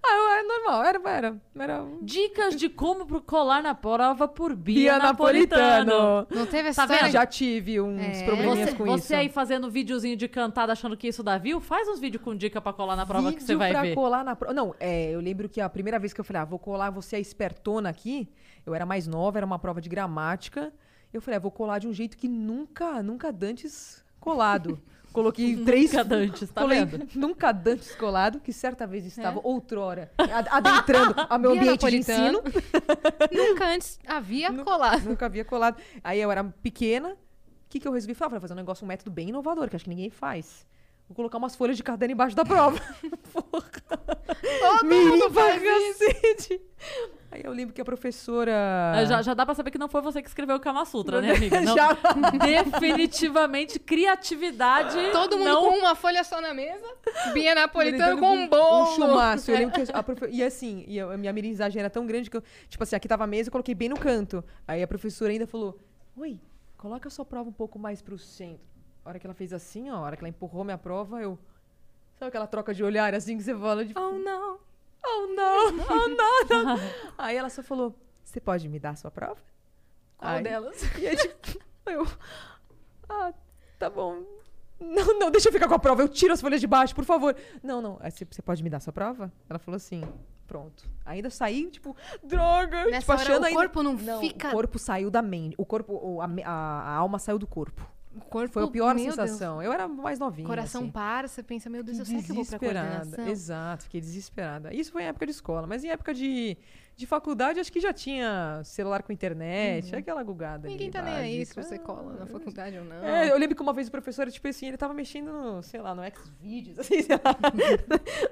ah, eu era normal, era. era, era um
Dicas de como pro colar na prova por Bia,
Bia
Napolitano.
napolitano.
Não teve essa
Tá
história?
vendo?
Já tive uns
É.
probleminhas
Você,
com
você
isso.
aí fazendo videozinho de cantada achando que isso dá view, faz uns vídeos com dica pra colar na prova que você
Vídeo
vai
pra
ver.
colar na prova. Não, é, eu lembro que a primeira vez que eu falei, ah, vou colar, você é espertona aqui. Eu era mais nova, era uma prova de gramática. Eu falei, ah, vou colar de um jeito que nunca, nunca dantes
*laughs*
colado. Coloquei três.
Nunca dantes,
*laughs*
tá
Colei
vendo? É.
nunca dantes colado, que certa vez estava outrora ad- adentrando
*laughs*
ao meu
Bia
ambiente de
Napolitano. *laughs*
ensino.
Nunca antes havia
Nunca-
colado.
Nunca havia colado. Aí eu era pequena. O que, que eu resolvi falar? Falei, fazer um negócio, um método bem inovador, que acho que ninguém faz. Vou colocar umas folhas de caderno embaixo da prova.
*laughs* Todo
Mirim
mundo
pra
faz isso.
cacete. Aí eu lembro que a professora.
Já, já dá pra saber que não foi você que escreveu o Kama Sutra, né, amiga? Não,
*laughs* Já-
Definitivamente, criatividade.
Todo mundo
não...
com uma folha só na mesa. Bia Napolitano
Gritando
com um bolo.
Um chumaço.
*laughs*
Eu lembro que a profe- E assim, e a minha mirinzagem era tão grande que eu. Tipo assim, aqui tava a mesa, eu coloquei bem no canto. Aí a professora ainda falou: Oi, coloca a sua prova um pouco mais pro centro. A hora que ela fez assim, ó, a hora que ela empurrou minha prova, eu. Sabe aquela troca de olhar assim que você fala de. Oh não! Oh não! Oh não!
*laughs*
não." Aí ela só falou: Você pode me dar a sua prova?
Qual
Aí-
delas?
*laughs* E aí, tipo, eu. Ah, tá bom. Não, não, deixa eu ficar com a prova. Eu tiro as folhas de baixo, por favor. Não, não. aí Você você pode me dar sua prova? Ela falou assim. Pronto. Ainda saí, tipo, droga.
Nessa
tipo,
hora,
achando
o
ainda-
corpo não fica-
O corpo saiu da mente. O corpo, o- a, me- a- a alma saiu do corpo.
O corpo,
Foi a pior
meu
sensação. Eu era mais novinha.
Deus. Coração
assim.
para, você pensa, meu Deus, eu sei Então, que eu vou pra
Desesperada.
coordenação.
Exato, fiquei desesperada. Isso foi em época de escola, mas em época de, de faculdade, acho que já tinha celular com internet, aquela gugada.
Uhum. Ninguém
ali,
tá nem aí
básica.
se você cola na faculdade ou não.
É, eu lembro que uma vez o professor, tipo assim, ele tava mexendo no, sei lá, no Xvideos, *laughs* assim, sei
*laughs*
lá.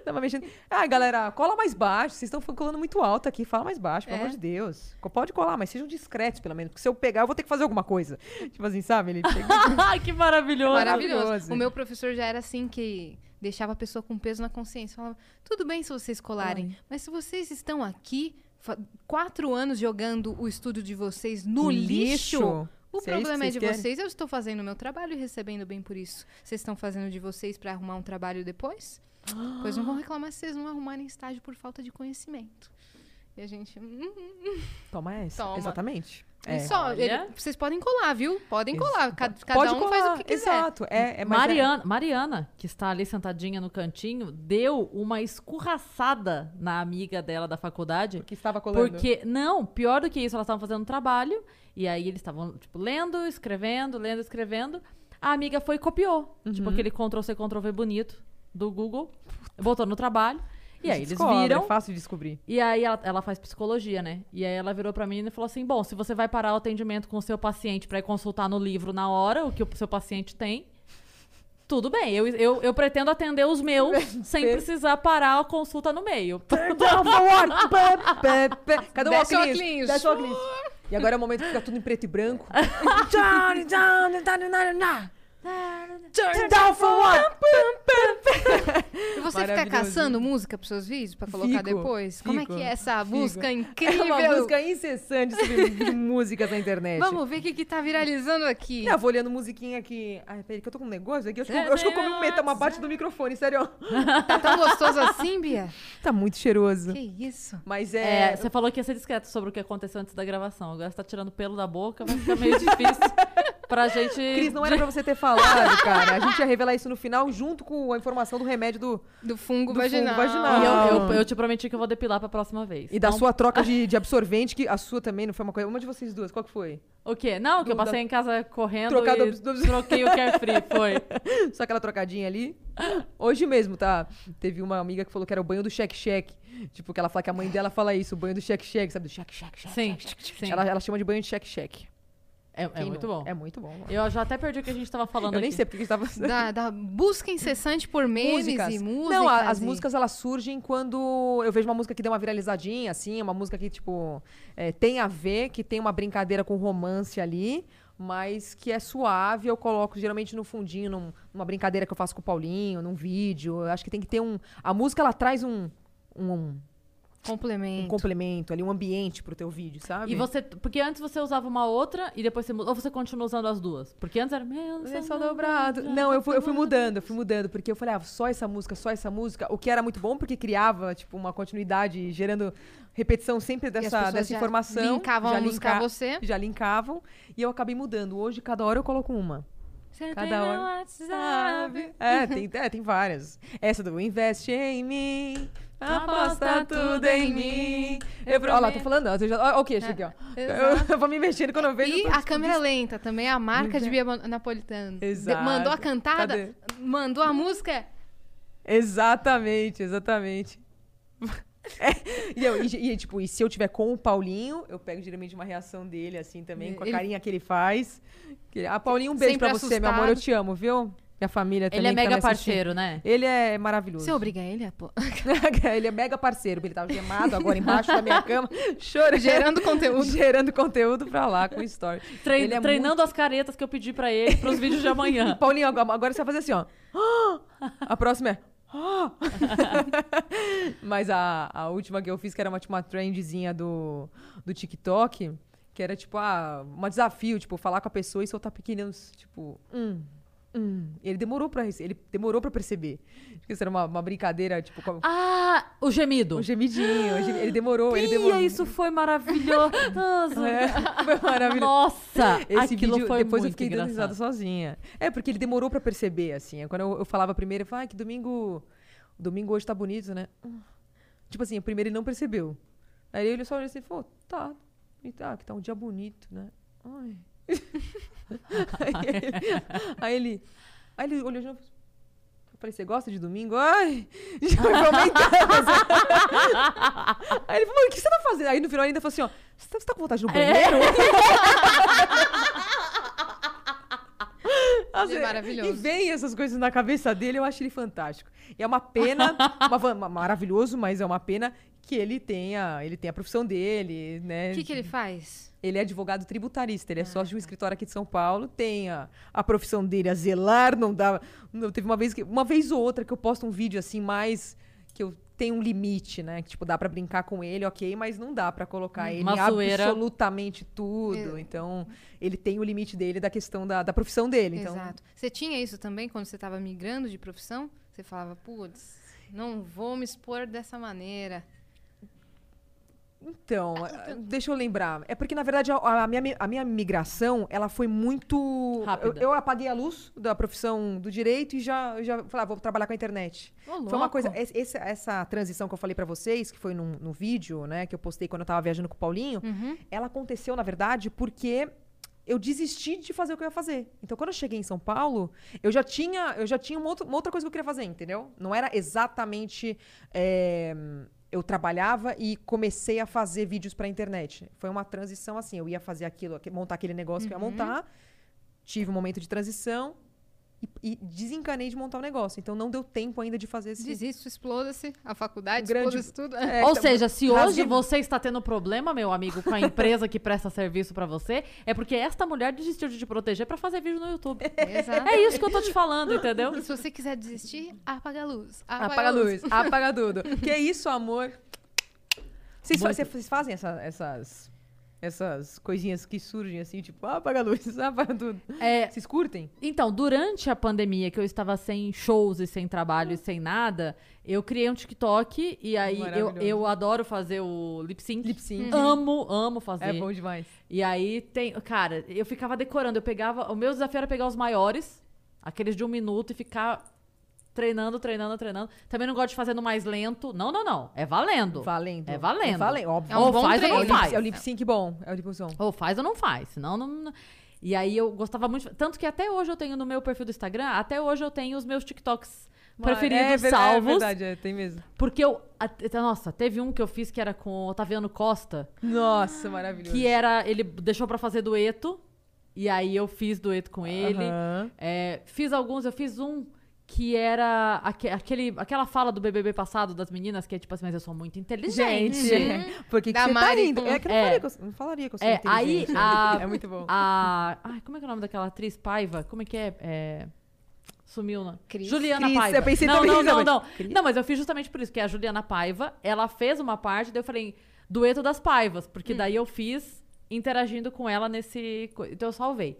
tava mexendo. Ah, galera, cola mais baixo, vocês estão colando muito alto aqui, fala mais baixo, pelo
É.
amor de Deus. Co- Pode colar, mas sejam discretos, pelo menos, porque se eu pegar, eu vou ter que fazer alguma coisa. Tipo assim,
*laughs*
sabe? Ele chega-
*laughs* Ai, que maravilhoso.
Maravilhoso.
Maravilhoso.
O meu professor já era assim que deixava a pessoa com peso na consciência. Falava, tudo bem se vocês colarem, mas se vocês
um
estão aqui fa- quatro anos jogando o estudo de vocês no, lixo, O
Se é isso que
problema é
vocês
de
querem.
vocês, eu estou fazendo o meu trabalho e recebendo bem por isso. Vocês estão fazendo de vocês para arrumar um trabalho depois? Pois
*gasps*
não vão reclamar se vocês não arrumarem estágio por falta de conhecimento. E a gente. hum,
Toma essa.
Toma.
Exatamente. É.
e só,
Olha.
ele- vocês podem colar, viu? Podem
Isso.
colar. Cada, cada
Pode
um
colar.
faz o que quiser.
Exato. É, é, mas é-
Mariana, Mariana, que está ali sentadinha no cantinho, deu uma escurraçada na amiga dela da faculdade.
que estava colando.
Porque, não, pior do que isso, elas estavam fazendo um trabalho, e aí eles estavam, tipo, lendo, escrevendo, lendo, escrevendo. A amiga foi e copiou.
Uhum.
Tipo, aquele Ctrl-C, Ctrl-V bonito do Google. Botou no trabalho. E aí eles
Descobre,
viram.
É fácil
*laughs*
de descobrir.
E aí ela, ela faz psicologia, né? E aí ela virou pra mim e falou assim: "Bom, se você vai parar o atendimento com o seu paciente pra ir consultar no livro na hora o que o seu paciente tem, tudo bem. Eu, eu, eu pretendo atender os meus sem precisar parar a consulta no meio. Então,
*laughs* Cadê o
Desce o
óculos?
óculos.
Desce o óculos. E agora é o momento que fica tudo em preto e
*laughs*
branco. Turn down for what?
E você fica
Maravilhoso.
caçando música pros seus vídeos pra colocar
Fico,
depois? Como é
fico,
que é essa
fico.
busca
*laughs* É
incrível?
uma música incessante sobre de músicas na internet.
Vamos ver o que, que tá viralizando aqui.
Eu vou olhando musiquinha aqui. Ai, peraí, que eu tô com um negócio aqui. Eu acho que eu, eu acho que eu comi um meta, uma parte do microfone, sério.
Tá tão gostoso assim, Bia?
Tá muito cheiroso.
Que isso?
Mas
É,
é.
você falou que ia ser discreto sobre o que aconteceu antes da gravação. Agora você tá tirando pelo da boca, vai ficar meio
*laughs*
difícil pra gente.
Cris, não é era pra você ter falado, cara. A gente ia revelar isso no final, junto com a informação do remédio do.
Do fungo
Do
vaginal.
fungo vaginal.
E eu, eu, eu te prometi que eu vou depilar pra próxima vez.
E da
Não-
sua troca de, de absorvente, que a sua também não foi uma coisa. Uma de vocês duas, qual que foi?
O quê? Não, que eu
Do- da-
passei em casa correndo
Trocado
e
do- do-
troquei o carefree,
*laughs*
foi.
Só aquela trocadinha ali. Hoje mesmo, tá? Teve uma amiga que falou que era o banho do cheque-cheque. Tipo, que ela fala que a mãe dela fala isso, o banho do cheque-cheque, sabe? Do cheque-cheque.
Sim, sim.
Ela, ela chama de banho de cheque-cheque.
É, é
Quem
muito
não?
bom.
É muito bom.
Eu já até perdi o que a gente tava falando
Eu nem
aqui.
sei porque que estava
Da, da busca incessante por memes e músicas.
Não, a- as
e-
músicas elas surgem quando eu vejo uma música que deu uma viralizadinha, assim, uma música que, tipo, é, tem a ver, que tem uma brincadeira com romance ali, mas que é suave, eu coloco geralmente no fundinho, num- numa brincadeira que eu faço com o Paulinho, num vídeo. Eu acho que tem que ter um. A música ela traz um. um- um
Complemento.
complemento ali, um ambiente pro teu vídeo, sabe?
E você, porque antes você usava uma outra e depois você mudou, ou você continua usando as duas? Porque antes era meu,
É só dobrado.
tá
Não, eu fui, eu fui mudando, eu fui mudando, porque eu falei, ah, só essa música, só essa música, o que era muito bom, porque criava, tipo, uma continuidade, gerando repetição
E
sempre
as
dessa,
pessoas
dessa
já
informação.
linkavam a música a
linka-
você.
Já linkavam, e eu acabei mudando. Hoje, cada hora eu coloco uma.
Você
Cada
tem meu
hora.
WhatsApp.
É, tem, é, tem várias. Essa do Investe em mim, aposta tudo em mim. Eu, pro- ó lá, tô falando, ó, eu já- ó, ó o que, aqui, ó. Eu,
É. Exato.
eu vou me mexendo quando eu vejo.
E
eu tô-
a câmera lenta também, a marca de Bia Ban- Napolitano. De-
Uhum. Exato.
mandou a cantada,
Cadê?
mandou a música.
Exatamente,
*laughs*
exatamente. É, e, eu- e, e, tipo, e se eu tiver com o Paulinho, eu pego geralmente uma reação dele, assim, também, com a
Ele-
carinha que ele faz. Que- Ah, Paulinho, um beijo
Sempre
pra você, meu amor, eu
assustado.
te amo, viu? Minha família também.
Ele é
que tá
mega
me assistindo.
parceiro, né?
Ele é maravilhoso.
Você obriga ele a pô,
*laughs* ele é mega parceiro, porque ele tava gemado agora embaixo da
*laughs*
minha cama, chorando.
*laughs* gerando
*laughs*
conteúdo.
Gerando conteúdo pra lá com story.
Trein-
Ele é
treinando as caretas que eu pedi pra ele pros vídeos de
*laughs*
amanhã.
Paulinho, agora agora você vai fazer assim, ó. *gasps* A próxima é. *laughs* Mas a, a última que eu fiz, que era uma, tipo, uma trendzinha do, do TikTok, que era tipo, ah, um desafio, tipo, falar com a pessoa e soltar pequenos, tipo, hum. Hum. Ele demorou pra rece- ele demorou para perceber. Acho que isso era uma, uma brincadeira, tipo, com
Ah, o gemido.
um gemidinho. um gemi- Ele demorou, ele demorou.
Pia, é isso foi maravilhoso.
É, *laughs* foi maravilhoso.
Nossa,
Esse
aquilo
vídeo,
foi
depois eu
muito
fiquei dando risada
engraçado.
sozinha. É, porque ele demorou pra perceber, assim. É Quando eu, eu falava primeiro, eu falava, ah, que domingo... O domingo hoje tá bonito, né? Tipo assim, primeiro ele não percebeu. Aí ele só olhou assim e falou, tá, e tá, que tá um dia bonito, né? Ai. *laughs* aí, ele, aí ele... Aí ele olhou de novo e falou, eu falei, você gosta de domingo? Ai! Já foi aumentando, assim. *laughs* Aí ele falou, mano, o que você tá fazendo? Aí no final ele ainda falou assim, ó, você tá, você tá com vontade no
É.
banheiro? Nossa,
Ele é maravilhoso.
E vem essas coisas na cabeça dele, eu acho ele fantástico. E é uma
*laughs*
pena, uma van- ma- maravilhoso, mas é uma pena que ele tenha, ele tenha a profissão dele, né?
O que, Ah, tá. que ele faz?
Ele é advogado tributarista, ele é sócio de um escritório aqui de São Paulo, tem a, a profissão dele a zelar, não dá. não- teve uma vez que. Uma vez ou outra que eu posto um vídeo assim, mais. que eu tem um limite, né? Que, tipo, dá pra brincar com ele, ok, mas não dá pra
Hum,
colocar ele em
Uma zoeira.
absolutamente
É.
tudo. Então, ele tem o limite dele da questão da, da profissão dele. Então,
Exato. Você tinha isso também quando você estava migrando de profissão? Você falava, putz, não vou me expor dessa maneira.
Então, eh, deixa eu lembrar. É porque, na verdade, a, a minha, mi- a minha migração, ela foi muito...
Rápida.
Eu, eu apaguei a luz da profissão do direito e já, já falei, ah, vou trabalhar com a internet.
Ô, louco.
Foi uma coisa... es- esse- essa transição que eu falei pra vocês, que foi num- no vídeo, né? Que eu postei quando eu tava viajando com o Paulinho.
Uhum.
Ela aconteceu, na verdade, porque... Eu desisti de fazer o que eu ia fazer. Então, quando eu cheguei em São Paulo, eu já tinha, eu já tinha uma, outra, uma outra coisa que eu queria fazer, entendeu? Não era exatamente é, eu trabalhava e comecei a fazer vídeos pra internet. Foi uma transição assim, eu ia fazer aquilo, aque- montar aquele negócio
Uhum.
que eu ia montar, tive um momento de transição e, e desencanei de montar o negócio. Então não deu tempo ainda de fazer esse.
Desisto, exploda-se a faculdade,
Grande-
exploda-se
*laughs*
tudo.
É,
Ou
tá-
seja, se
rasga-
hoje você está tendo problema, meu amigo, com a empresa que presta serviço pra você, é porque esta mulher desistiu de te proteger pra fazer vídeo no YouTube.
Exato.
É isso que eu tô te falando, entendeu?
E se você quiser desistir, apaga a luz.
apaga a luz, apaga tudo. que é isso, amor? Vocês, fa-
Muito.
cê- vocês fazem essa- essas essas coisinhas que surgem assim, tipo, ah, apaga a luz, *laughs* apaga tudo.
É,
Vocês curtem?
Então, durante a pandemia, que eu estava sem shows e sem trabalho e sem nada, eu criei um TikTok e aí eu,
Maravilhoso.
eu adoro fazer o lip sync.
Lip sync.
Amo, amo fazer.
É bom demais.
E aí tem. Cara, eu ficava decorando. Eu pegava. O meu desafio era pegar os maiores, aqueles de um minuto, e ficar treinando, treinando, treinando. Também não gosto de fazer no mais lento. Não, não, não. É valendo.
Valendo.
É valendo.
Valendo, óbvio.
É um
ou
bom
faz
treino.
ou
É o
não
lip-
faz.
É o lip sync bom. É o lip sync.
Ou faz ou não faz, senão não, não- E aí eu gostava muito. Tanto que até hoje eu tenho no meu perfil do Instagram, até hoje eu tenho os meus TikToks
é,
preferidos
ver-
salvos.
É verdade, é, tem mesmo.
Porque eu. até- Nossa, teve um que eu fiz que era com o Otaviano Costa,
Nossa, maravilhoso.
que é era. Ele deixou pra fazer dueto. E aí eu fiz dueto com ele.
Aham.
É, fiz alguns, eu fiz um que era aque- aquele, aquela fala do BBB passado das meninas, que é tipo assim, mas eu sou muito inteligente.
Gente, porque que
Da
você tá
Mari
indo?
com-
É que eu não,
É.
faria que eu, não falaria que eu sou
É, aí
inteligente.
a-
*laughs* É muito bom.
A. Ai, como é que é o nome daquela atriz? Paiva? Como é que é? É, Sumiu, né?
Cris.
Juliana
Cris,
Paiva.
eu pensei
não,
também
não,
nisso,
não,
mas-
não. Não, mas eu fiz justamente por isso, que é a Juliana Paiva, ela fez uma parte, daí eu falei, dueto das Paivas,
Hum.
porque daí eu fiz interagindo com ela nesse. co- Então eu salvei.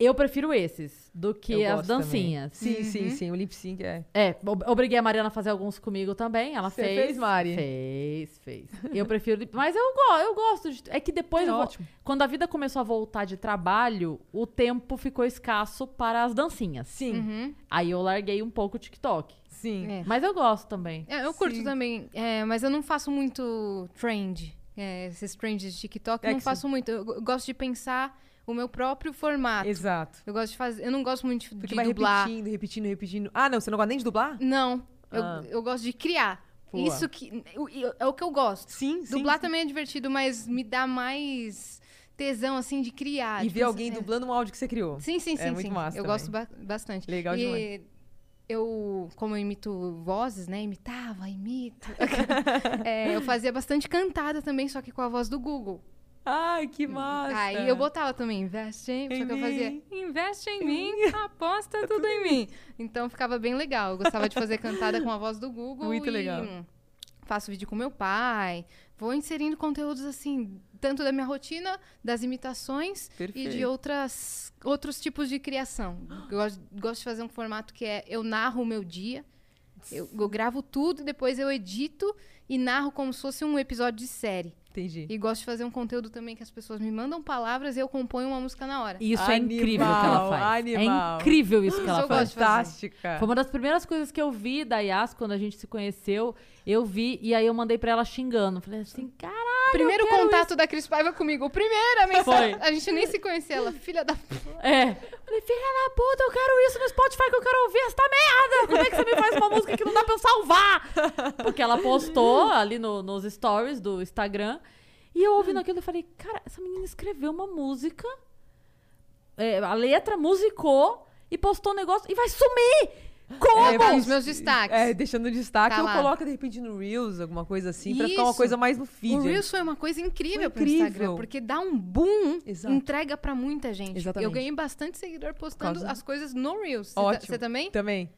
Eu prefiro esses do que
Eu
as
gosto também.
dancinhas.
Sim,
Uhum.
sim, sim. O lip sync é.
É, ob- obriguei a Mariana a fazer alguns comigo também. Ela
Você
fez.
fez, Mari?
Fez, fez. Eu prefiro. Mas eu, go- eu gosto. De, é que depois.
É
eu vou-
ótimo.
quando a vida começou a voltar de trabalho, o tempo ficou escasso para as dancinhas. Uhum.
Sim,
Aí eu larguei um pouco o TikTok.
sim.
Uhum. É.
Mas eu gosto também.
É, eu curto
Sim.
também, é, mas eu não faço muito trend. é, esses trends de TikTok, eu
É
não
que você-
faço muito. Eu, eu gosto de pensar o meu próprio formato.
Exato.
Eu gosto de fazer. Eu não gosto muito de,
Porque
de
vai
dublar.
repetindo, repetindo, repetindo. Ah, não, você não gosta nem de dublar?
Não. Eu,
Ah.
eu gosto de criar.
Boa.
Isso que. eu- eu- é o que eu gosto.
Sim, sim.
Dublar
sim.
também é divertido, mas me dá mais tesão, assim, de criar.
E
de
ver
fazer-
alguém
é.
dublando um áudio que você criou.
Sim, sim,
É
sim.
muito
sim.
massa
eu
também.
gosto ba- bastante.
Legal
e
demais.
Eu, como eu imito vozes, né? Imitava, imito. *laughs* É, eu fazia bastante cantada também, só que com a voz do Google.
Ai, que massa.
Aí eu botava também, investe em,
Em
só que eu fazia,
mim.
investe em mim, aposta tudo em mim. Então ficava bem legal. Eu gostava de fazer cantada com a voz do Google.
Muito
e
legal.
Faço vídeo com meu pai. Vou inserindo conteúdos assim, tanto da minha rotina, das imitações e de
Perfeito.
outras, outros tipos de criação. Eu gosto, gosto de fazer um formato que é eu narro o meu dia. Eu, eu gravo tudo, depois eu edito e narro como se fosse um episódio de série.
Entendi.
E gosto de fazer um conteúdo também que as pessoas me mandam palavras e eu componho uma música na hora.
Isso
Animal,
é incrível o que ela faz.
animal.
É incrível isso que
Isso
ela
eu
faz.
gosto de fazer.
Fantástica.
Foi uma das primeiras coisas que eu vi da Yas quando a gente se conheceu. Eu vi e aí eu mandei pra ela xingando. Falei assim, caralho.
Primeiro
eu quero
contato da Cris Paiva comigo. O primeiro, a mensagem.
Foi.
A gente nem se conhecia. Ela, filha da. p-
É. Falei, filha da puta, eu quero isso no Spotify que eu quero ouvir esta merda. Como é que você me faz uma música que não dá pra eu salvar? Porque ela postou ali no- nos stories do Instagram. E eu ouvindo aquilo, eu falei, cara, essa menina escreveu uma música, é, a letra musicou e postou um negócio e vai sumir! Como?
É,
Tá
mas-
nos meus destaques.
É, deixando destaque,
Tá
eu
lá.
coloco de repente no Reels, alguma coisa assim, pra ficar uma
Isso.
coisa mais no feed.
O Reels foi uma coisa incrível,
Foi
pro Instagram,
incrível.
porque dá um boom,
Exato.
entrega pra muita gente.
Exatamente.
Eu ganhei bastante seguidor postando
Causa-
as coisas no Reels. Você,
Ótimo.
você também?
Também.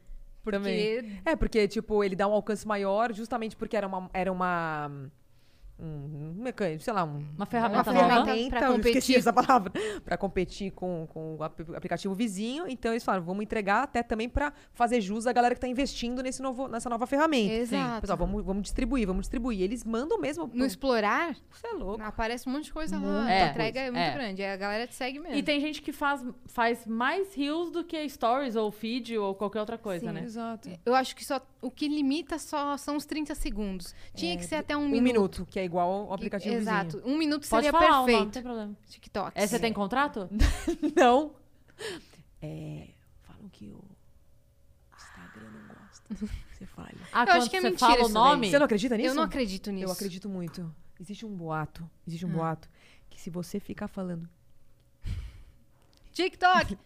Porque
Também. É, porque, tipo, ele dá um alcance maior justamente porque era uma. Era uma um mecânico, sei lá, um,
Uma ferramenta
Uma
nova.
ferramenta. pra
então, eu esqueci
competir.
essa palavra, *laughs* para competir com, com o ap- aplicativo vizinho. Então eles falaram, vamos entregar até também para fazer jus à galera que tá investindo nesse novo, nessa nova ferramenta.
Exato.
Pessoal, vamos, vamos distribuir, vamos distribuir. Eles mandam mesmo. pro-
No explorar,
Você é louco.
aparece um monte de coisa lá.
Muita
a entrega
coisa,
é muito
é.
grande. A galera te segue mesmo.
E tem gente que faz, faz mais reels do que stories ou feed ou qualquer outra coisa,
Sim.
né?
Exato.
Eu acho que só o que limita só são os 30 segundos. Tinha que ser até um,
Um
minuto.
minuto, que é igual ao aplicativo
Exato. Um minuto
Pode
seria
falar o nome, não
perfeito.
tem problema.
TikTok.
É, você tem contrato?
vizinho. *laughs* Não. É, falam que o Instagram não
*laughs*
gosta. Você falha.
Ah,
Eu
quando
acho que é
você
mentira
fala o
isso daí.
nome...
Você não acredita nisso?
Eu não acredito nisso. Ah.
Eu acredito muito. Existe um boato, existe um boato que se você ficar falando
TikTok.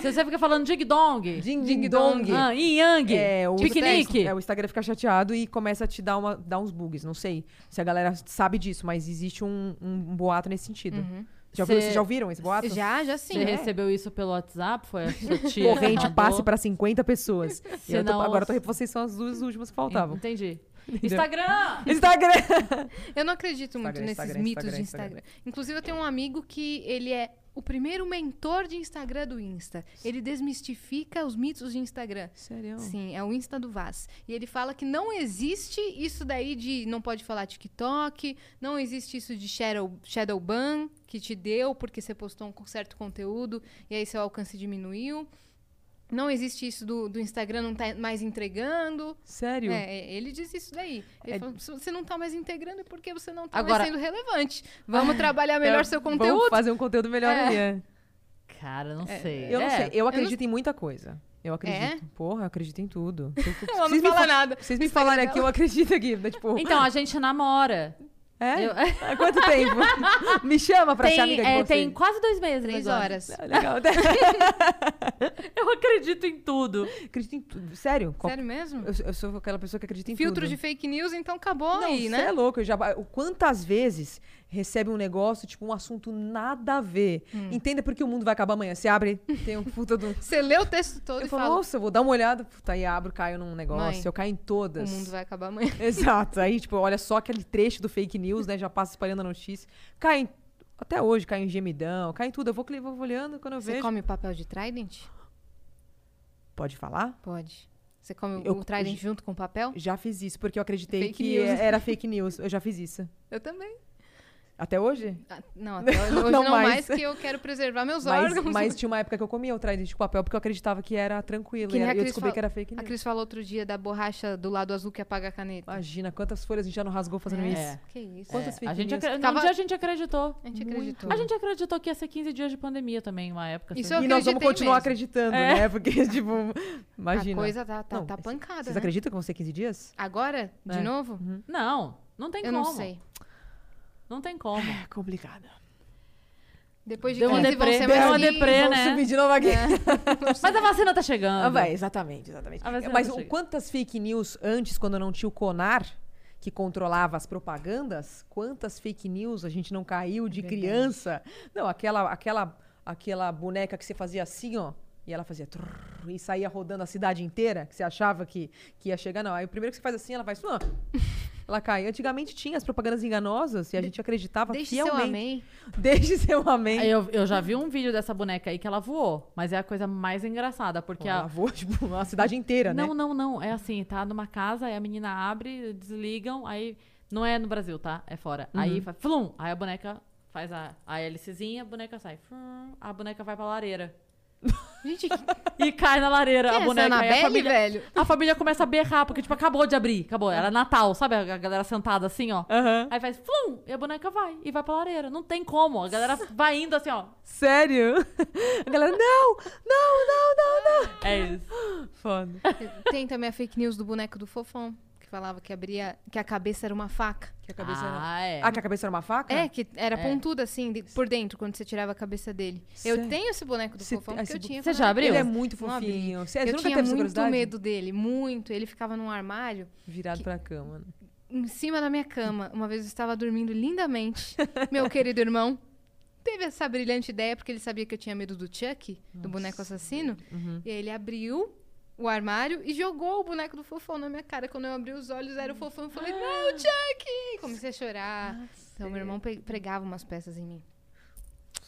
Se você fica falando ding dong,
Ding
ding ding dong,
dong.
ah, yin yang,
é, o
piquenique.
É, o Instagram fica chateado e começa a te dar, uma, dar uns bugs. Não sei se a galera sabe disso, mas existe um, um boato nesse sentido. Já ouviu-
Cê-
Vocês já ouviram esse boato?
Uhum. já, já sim.
Você
né?
recebeu isso pelo WhatsApp? Foi a sua tia? que
É. Corrente
mandou?
passe pra 50 pessoas.
*laughs*
E eu tô-
não-
agora eu tô, vocês são as duas últimas que faltavam.
Entendi. Instagram!
*laughs* Instagram!
Eu não acredito muito
Instagram,
nesses
Instagram,
mitos de
Instagram,
Instagram. Inclusive, eu tenho um amigo que ele é o primeiro mentor de Instagram do Insta. Ele desmistifica os mitos de Instagram.
Sério?
Sim, é o Insta do Vaz. E ele fala que não existe isso daí de não pode falar TikTok, não existe isso de shadow, shadow ban que te deu porque você postou um certo conteúdo e aí seu alcance diminuiu. Não existe isso do, do Instagram não tá mais entregando.
Sério?
É, é, ele diz isso daí. Ele
É-
fala, "Se você não tá mais integrando é porque você não tá
Agora-
mais sendo relevante.
Ah,
Vamos trabalhar melhor seu
Vamos
conteúdo.
fazer um conteúdo melhor
É.
amanhã.
Cara, não sei.
Eu não
É.
sei. Eu acredito em muita coisa. Eu acredito.
É?
Porra, eu acredito em tudo. Se eu- se
*laughs* Ela não
vocês me
fala
fa-
nada. é
Vocês me falarem aqui, eu acredito aqui. né, Tipo,
Então, a gente namora.
é?
eu-
Há quanto tempo?
*laughs*
me chama pra ser
Tem,
amiga de
é,
vocês.
tem quase dois meses
Três
agora.
horas.
Ah,
*laughs*
legal.
Eu acredito em tudo.
acredito em tudo. Sério? qual-
Sério mesmo?
Eu, sou- eu sou aquela pessoa que acredita em
Filtro
tudo.
de fake news, então acabou
Não,
aí,
cê
né?
é louco. Eu já... o Quantas vezes recebe um negócio, tipo, um assunto nada a ver.
Hum.
Entenda porque o mundo vai acabar amanhã. Você abre, tem um
*laughs*
puta do...
Você lê o texto todo
Eu
e
falo,
fala,
nossa, eu vou dar uma olhada. Puta, aí abro, caio num negócio.
Mãe,
eu caio em
o
todas.
mundo
*laughs*
vai acabar amanhã.
Exato. Aí, tipo, olha só aquele trecho do fake news, né? Já passa espalhando a notícia. Cai em... Até hoje, cai em gemidão, cai em tudo. Eu vou, cli- vou olhando quando eu
Você
vejo.
come papel de Trident?
Pode falar?
Pode. Você come
Eu-
o Trident junto com o papel?
Já fiz isso, porque eu acreditei
Fake
que é,
news.
era fake news. Eu já fiz isso.
Eu também.
Até hoje?
Ah, *laughs* não, até hoje hoje
Não
não, mais.
mais.
que eu quero preservar *laughs* meus
Mas,
órgãos.
mas tinha uma época que eu comia o trident de papel porque eu acreditava que era tranquilo.
Que
e
nem
era-
a
eu
Cris
descobri
fal-
que era fake
A
news.
Cris falou outro dia da borracha do lado azul que apaga a caneta.
Imagina quantas folhas a gente já não rasgou fazendo
É.
isso.
Que isso.
Quantas
A
fake
gente
news.
acre-
Ficava-
Um dia a gente acreditou.
A gente acreditou.
A gente acreditou que ia ser 15 dias de pandemia também, uma época.
Isso
assim.
eu
E nós vamos
acreditei
continuar
mesmo.
acreditando,
É.
né? Porque, *laughs* tipo, imagina.
A coisa tá, tá,
Não,
tá
esse-
pancada.
Vocês
né?
acreditam que vão ser 15 dias?
Agora? De
É.
novo?
Não, não tem
Eu
como.
não sei.
Não
*laughs*
tem como.
É complicado.
Depois de
Deu uma
15 vão
deprê-
ser
deu
mais
uma
quinze.
deprê. É,
Vamos
né?
subir de novo aqui.
Mas a vacina tá chegando.
Ah, vai, exatamente, exatamente.
Ah, mas não
Mas
chega.
o- quantas fake news antes, quando não tinha o Conar, que controlava as propagandas, quantas fake news a gente não caiu
É
de criança? Não, aquela, aquela, aquela boneca que você fazia assim, ó, e ela fazia trrr, e saía rodando a cidade inteira, que você achava que, que ia chegar, não. Aí o primeiro que você faz assim, ela faz.
*laughs*
"Ah", Ela cai. Antigamente tinha as propagandas enganosas e a gente acreditava
Deixe seu
fielmente.
amém.
*laughs* Desde seu amém.
Aí Eu, eu já
Hum.
vi um vídeo dessa boneca aí que ela voou, mas é a coisa mais engraçada, porque
Ela
a.
voa, tipo, a cidade inteira, né?
Não, não, não. É assim, tá numa casa, aí a menina abre, desligam, aí. Não é no Brasil, tá? É fora. Aí
Uhum.
faz flum! Aí a boneca faz a, a hélicezinha, a boneca sai. Flum, a boneca vai pra lareira. *laughs*
Gente, que
E
*laughs*
cai na lareira
que é
a
essa
Tá, boneca. Aí
Anabelle,
a família,
velho?
a família começa a berrar, porque, tipo, acabou de abrir. Acabou. Era Natal, sabe? A galera sentada assim, ó.
Aham.
Aí faz flum! E a boneca vai. E vai pra lareira. Não tem como. A
*laughs*
galera vai indo assim, ó.
Sério? A galera, não, não, não, não, não.
É isso.
Foda.
Tem também a fake news do boneco do fofão, que falava que abria, que a cabeça era uma faca.
Que a cabeça era...
ah, é.
Ah, que a cabeça era uma faca?
É, que era
É.
pontuda assim, de- por dentro, quando você tirava a cabeça dele.
Sério?
Eu tenho esse boneco do
Você
fofão
tem-
porque eu
esse bo-
tinha.
Você
quando
já
era
abriu?
Ele é
criança.
muito
Não abri.
fofinho. Você você
Eu
nunca
tinha
teve essa
muito
curiosidade?
medo dele, muito. Ele ficava num armário
Virado pra cama. né?
em cima da minha cama. Uma vez eu estava dormindo
*laughs*
lindamente. Meu querido irmão teve essa
Uhum.
brilhante ideia porque ele sabia que eu tinha medo do Chuck, do boneco assassino. E aí ele abriu o o armário e jogou o boneco do fofão na minha cara. Quando eu abri os olhos, era o fofão. Eu falei,
*gasps*
não, Chuck! Comecei a chorar. Então, meu irmão pe- pregava umas peças em mim.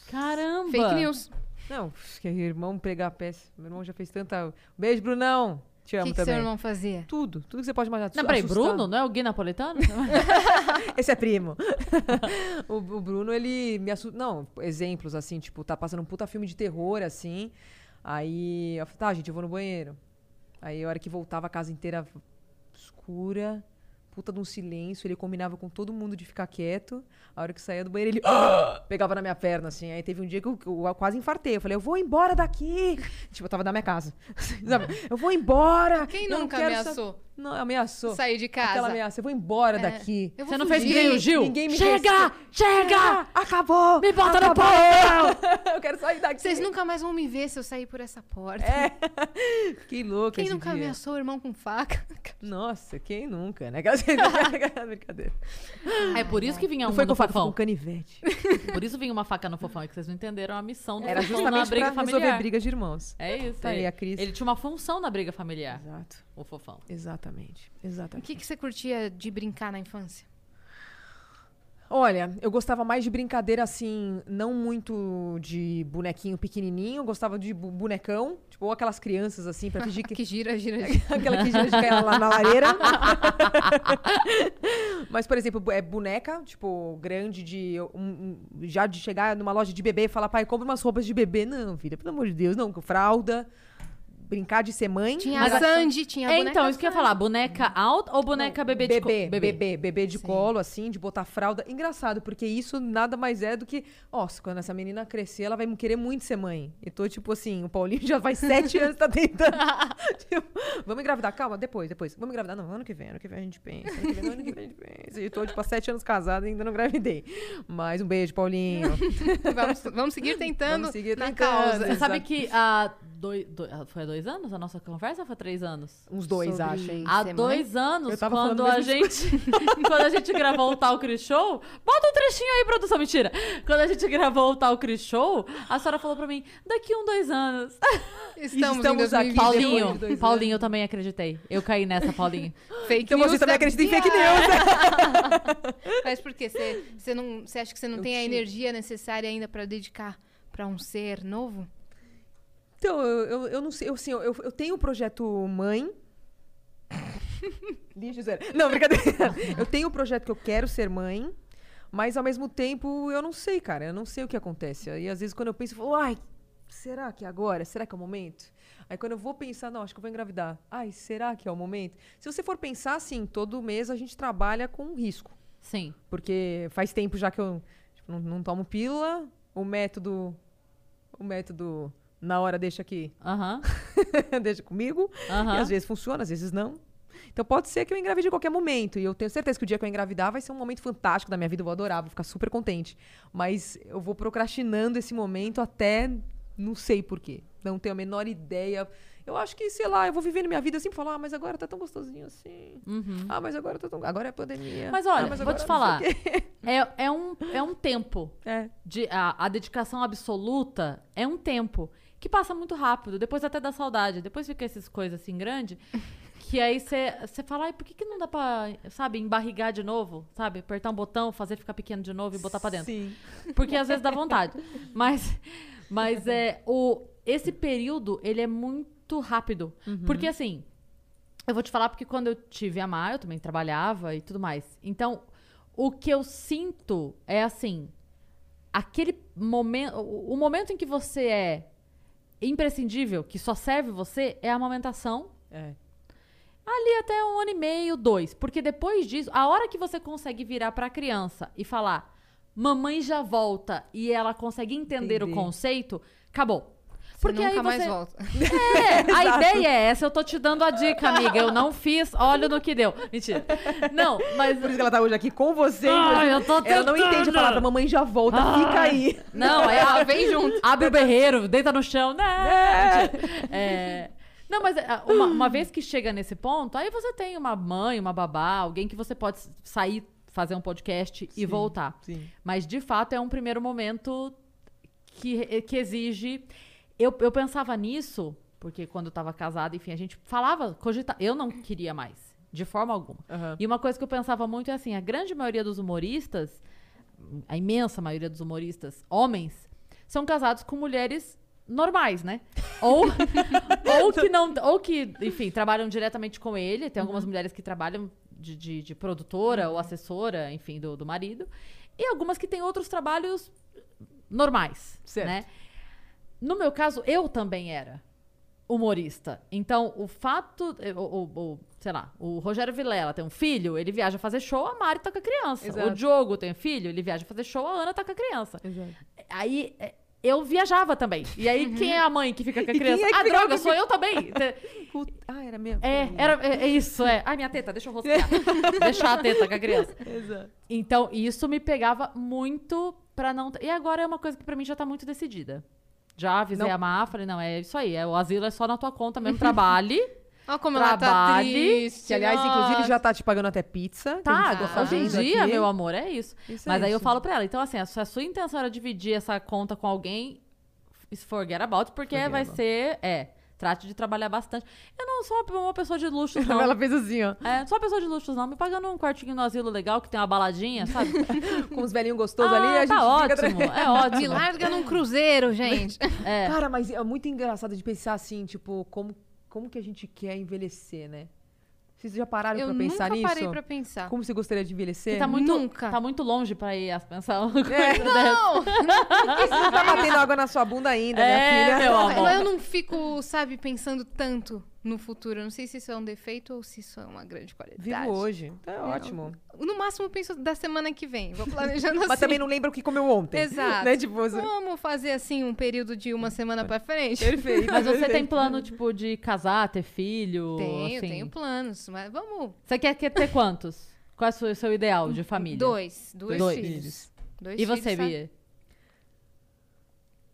Caramba!
Fake news.
Não, que irmão pregar peça. Meu irmão já fez tanta. Beijo, Brunão. Te
O
amo
que, que seu
também.
irmão fazia?
Tudo, tudo que você pode imaginar.
Não, peraí,
Assustar.
Bruno, não é o Gui
*laughs*
Napolitano?
Esse é primo. *laughs* o, o Bruno, ele me assusta. Não, exemplos assim, tipo, tá passando um puta filme de terror, assim. Aí eu falei, tá, gente, eu vou no banheiro. Aí a hora que voltava, a casa inteira escura, puta de um silêncio. Ele combinava com todo mundo de ficar quieto. A hora que saía do banheiro, ele *gasps* "Ah!" pegava na minha perna, assim. Aí teve um dia que eu, que eu quase infartei. Eu falei, eu vou embora daqui. *laughs* Tipo, eu tava na minha casa. *laughs* Sabe? Eu vou embora.
Quem
eu não
nunca
quero sab-
ameaçou
Não, ameaçou.
sair de casa?
Aquela ameaça, eu vou embora
É.
daqui.
Eu vou
Você não fez que
fugir.
nem o Gil?
Ninguém me
chega! Chega!
Ah, Acabou!
Me bota na
Acabou!
porta!
*laughs* Eu quero sair daqui.
Vocês nunca mais vão me ver se eu sair por essa porta.
Que louca
Quem
esse
nunca
dia.
ameaçou o irmão com faca?
Nossa, quem nunca, né? *laughs* Aquelas-
*laughs*
Aquela brincadeira.
É por isso que vinha
Não
um
foi com
no
faca, foi com
fofão. *laughs*
canivete.
Por isso vinha uma faca no fofão, é que vocês não entenderam a missão do
Era
fofão na
justamente
briga
pra resolver
familiar.
brigas de irmãos.
É isso.
Tá aí
ele-
a Cris.
Ele tinha uma função na briga familiar,
Exato.
o fofão.
Exatamente.
O
Exatamente.
que, que você curtia de brincar na infância?
Olha, eu gostava mais de brincadeira assim, não muito de bonequinho pequenininho, eu gostava de bu- bonecão, tipo ou aquelas crianças assim, pra fingir que
Que gira, *laughs* gira, gira.
*laughs* Aquela que gira de cair lá na lareira. *laughs* Mas, por exemplo, bu- é boneca, tipo, grande de. um- um- já de chegar numa loja de bebê e falar, pai, compra umas roupas de bebê. Não, filha, pelo amor de Deus, não. Fralda, brincar de ser mãe.
Tinha
Mas
a
a-
Sandy, tinha a
É,
boneca
então, isso que eu ia
Sandy.
falar. Boneca out ou boneca bebê, de co-
bebê, bebê, bebê, de
Sim.
colo, assim, de botar fralda. Engraçado, porque isso nada mais é do que, ó, se quando essa menina crescer, ela vai querer muito ser mãe. E tô tipo assim, o Paulinho *laughs* já faz sete anos tá tentando. *laughs* tipo, vamos engravidar, calma, depois, depois. Vamos engravidar, não, ano que vem, ano que vem a gente pensa. Ano que vem, ano que vem a gente pensa. E tô, tipo, há sete anos casada e ainda não engravidei. Mas um
*laughs*
beijo, Paulinho.
*laughs* Vamos, vamos seguir tentando
Vamos seguir
na
tentando.
causa.
Você sabe que há dois, dois- foi há dois anos a nossa conversa ou foi há três anos?
Uns dois,
Sobre-
acho, hein?
Há
Ser mãe?
dois
Eu
anos,
tava falando
quando
a
a gente *laughs* quando a gente gravou o Tal Cris Show, bota um trechinho aí, produção, mentira. Quando a gente gravou o Tal Cris Show, a senhora falou pra mim, daqui um, dois anos.
Estamos,
Estamos
em 2020.
aqui. depois de
Paulinho,
um, dois anos.
Paulinho, eu também acreditei. Eu caí
*laughs*
nessa, Paulinho.
Fake
Então
news
você também
da-
acredita em fake news, né?
*laughs* Mas por quê? Você você não, você acha que você não
Eu
tem a
te-
energia necessária ainda pra dedicar pra um ser novo?
Então, eu, eu, eu não sei, eu, assim, eu, eu tenho o projeto Mãe. Lixo zero. Não, brincadeira. *laughs* Eu tenho o projeto que eu quero ser mãe, mas ao mesmo tempo eu não sei, cara. Eu não sei o que acontece. E às vezes quando eu penso, eu falo, ai, será que é agora? Será que é o momento? Aí quando eu vou pensar, não, acho que eu vou engravidar. Ai, será que é o momento? Se você for pensar assim, todo mês a gente trabalha com risco.
Sim.
Porque faz tempo já que eu tipo, não, não tomo pílula. O método. O método. Na hora deixa aqui.
Aham.
*laughs* deixa comigo. E
Aham.
às vezes funciona, às vezes não. Então pode ser que eu engravide em qualquer momento. E eu tenho certeza que o dia que eu engravidar vai ser um momento fantástico da minha vida. Eu vou adorar, vou ficar super contente. Mas eu vou procrastinando esse momento até não sei porquê. Não tenho a menor ideia. Eu acho que, sei lá, eu vou vivendo minha vida assim falar, ah, mas agora tá tão gostosinho assim. Ah, mas agora tá tão. Agora é pandemia.
Uhum. Mas
Ah,
olha, vou
agora
te
não
falar.
sei o quê."
É, é um, é um tempo.
É.
de- a, a dedicação absoluta é um tempo que passa muito rápido. Depois até dá saudade. Depois fica essas coisas assim grande que aí você fala, ai, por que, que não dá pra, sabe, embarrigar de novo? Sabe? Apertar um botão, fazer ficar pequeno de novo e botar pra dentro.
Sim.
Porque às vezes dá vontade. Mas, mas é, o, esse período, ele é muito rápido. Porque assim, eu vou te falar porque quando eu tive a Mar, eu também trabalhava e tudo mais. Então, o que eu sinto é assim, aquele momento, o o momento em que você é imprescindível, que só serve você, é a amamentação
É.
ali até um ano e meio, dois. Porque depois disso, a hora que você consegue virar pra criança e falar, mamãe já volta, e ela consegue entender o
Entendi.
conceito, acabou.
Você
Porque
nunca
aí
mais
você...
volta. *laughs*
*laughs*
É, a ideia é essa, eu tô te dando a dica, amiga. Eu não fiz, olha no que deu. Mentira. Não, mas.
Por isso que ela tá hoje aqui com você.
Ai,
inclusive.
eu tô
ela não entende a
tentando.
palavra mamãe já volta, fica aí.
Não, é a... vem junto. Abre o berreiro, deita no chão, né? É. Não, mas é, uma, uma vez que chega nesse ponto, aí você tem uma mãe, uma babá, alguém que você pode sair, fazer um podcast e
Sim.
voltar.
Sim.
Mas, de fato, é um eh, primeiro momento que, que exige. Eu, eu pensava nisso, Porque quando eu tava casada, enfim, a gente falava, cogita... eu não queria mais, de forma alguma.
Aham.
E uma coisa que eu pensava muito é assim, a grande maioria dos humoristas, a imensa maioria dos humoristas, homens, são casados com mulheres normais, né? Ou,
*laughs*
ou que não, ou que, enfim, trabalham diretamente com ele. Tem
Uhum.
algumas mulheres que trabalham de, de- de produtora ou assessora, enfim, do, do marido. E algumas que têm outros trabalhos normais,
Certo.
né? No meu caso, eu também era humorista. Então, o fato. eh, O, o- o- sei lá, o Rogério Vilela tem um filho, ele viaja fazer show, a Mari tá com a criança.
Exato.
O Diogo tem um filho, ele viaja fazer show, a Ana tá com a criança.
Exato.
Aí. eh, Eu viajava também. E aí, quem é a mãe que fica com a
Uhum. E quem
criança?
é que
ah,
fica com
droga,
a
sou eu também. Te-
Puta- Ah, era mesmo.
É, era, é, é isso, é. Ai, minha teta, deixa eu
*laughs*
rosquear. Deixar a teta com a criança.
Exato.
Então, isso me pegava muito pra não. E agora é uma coisa que pra mim já tá muito decidida. Já avisei
Não.
a Má, falei, não, é isso aí, é, o asilo é só na tua conta mesmo,
*laughs*
trabalhe.
Olha como ela tá
Trabalhe,
triste.
Que, aliás, inclusive,
nossa.
já tá te pagando até pizza.
tá,
tem gente
hoje em
ouvindo
dia,
aqui. *laughs*
meu amor, é isso.
Isso é
Mas aí eu
isso.
falo pra ela, então assim, se a sua intenção era dividir essa conta com alguém, f- forget about, porque
Forget
vai
about.
ser, é, trate de trabalhar bastante. Eu não sou uma, uma pessoa de
*laughs*
luxos, não.
Ela fez assim, ó.
É, não sou uma pessoa de luxos, não. Me pagando um quartinho no asilo legal, que tem uma baladinha,
*laughs*
sabe?
Com os velhinhos gostosos ali, a
Ah,
gente
tá ótimo,
fica
é ótimo.
Me larga num cruzeiro, gente.
É.
Cara, mas é muito engraçado de pensar assim, tipo, como, como que a gente quer envelhecer, né? Vocês já pararam
Eu
pra
nunca
pensar nisso?
parei pra pensar.
Como você gostaria de envelhecer?
Você tá muito,
Nunca.
Tá muito longe pra ir as- pensar uma coisa
É.
dessa.
*laughs* Você tá batendo água na sua bunda ainda,
É,
minha filha.
meu
*laughs*
amor.
Eu, eu não fico, sabe, pensando tanto no futuro. Eu não sei se isso é um defeito ou se isso é uma grande
Vivo
qualidade.
hoje. Tá ótimo.
No máximo, eu penso da semana que vem. Vou
*laughs*
planejando assim.
Mas também não lembra o que comeu ontem.
Exato.
Né? Tipo, você...
Vamos fazer assim um período de uma semana pra frente?
Perfeito.
Mas você tem
*laughs* perfeito.
plano, tipo, de casar, ter filho?
*laughs* Tenho,
assim?
tenho planos, mas vamos.
Você quer, quer ter quantos? Qual é o seu, seu ideal de família?
Dois. Dois,
Dois
filhos.
filhos.
Dois
E você,
filhos, sabe?
Bia?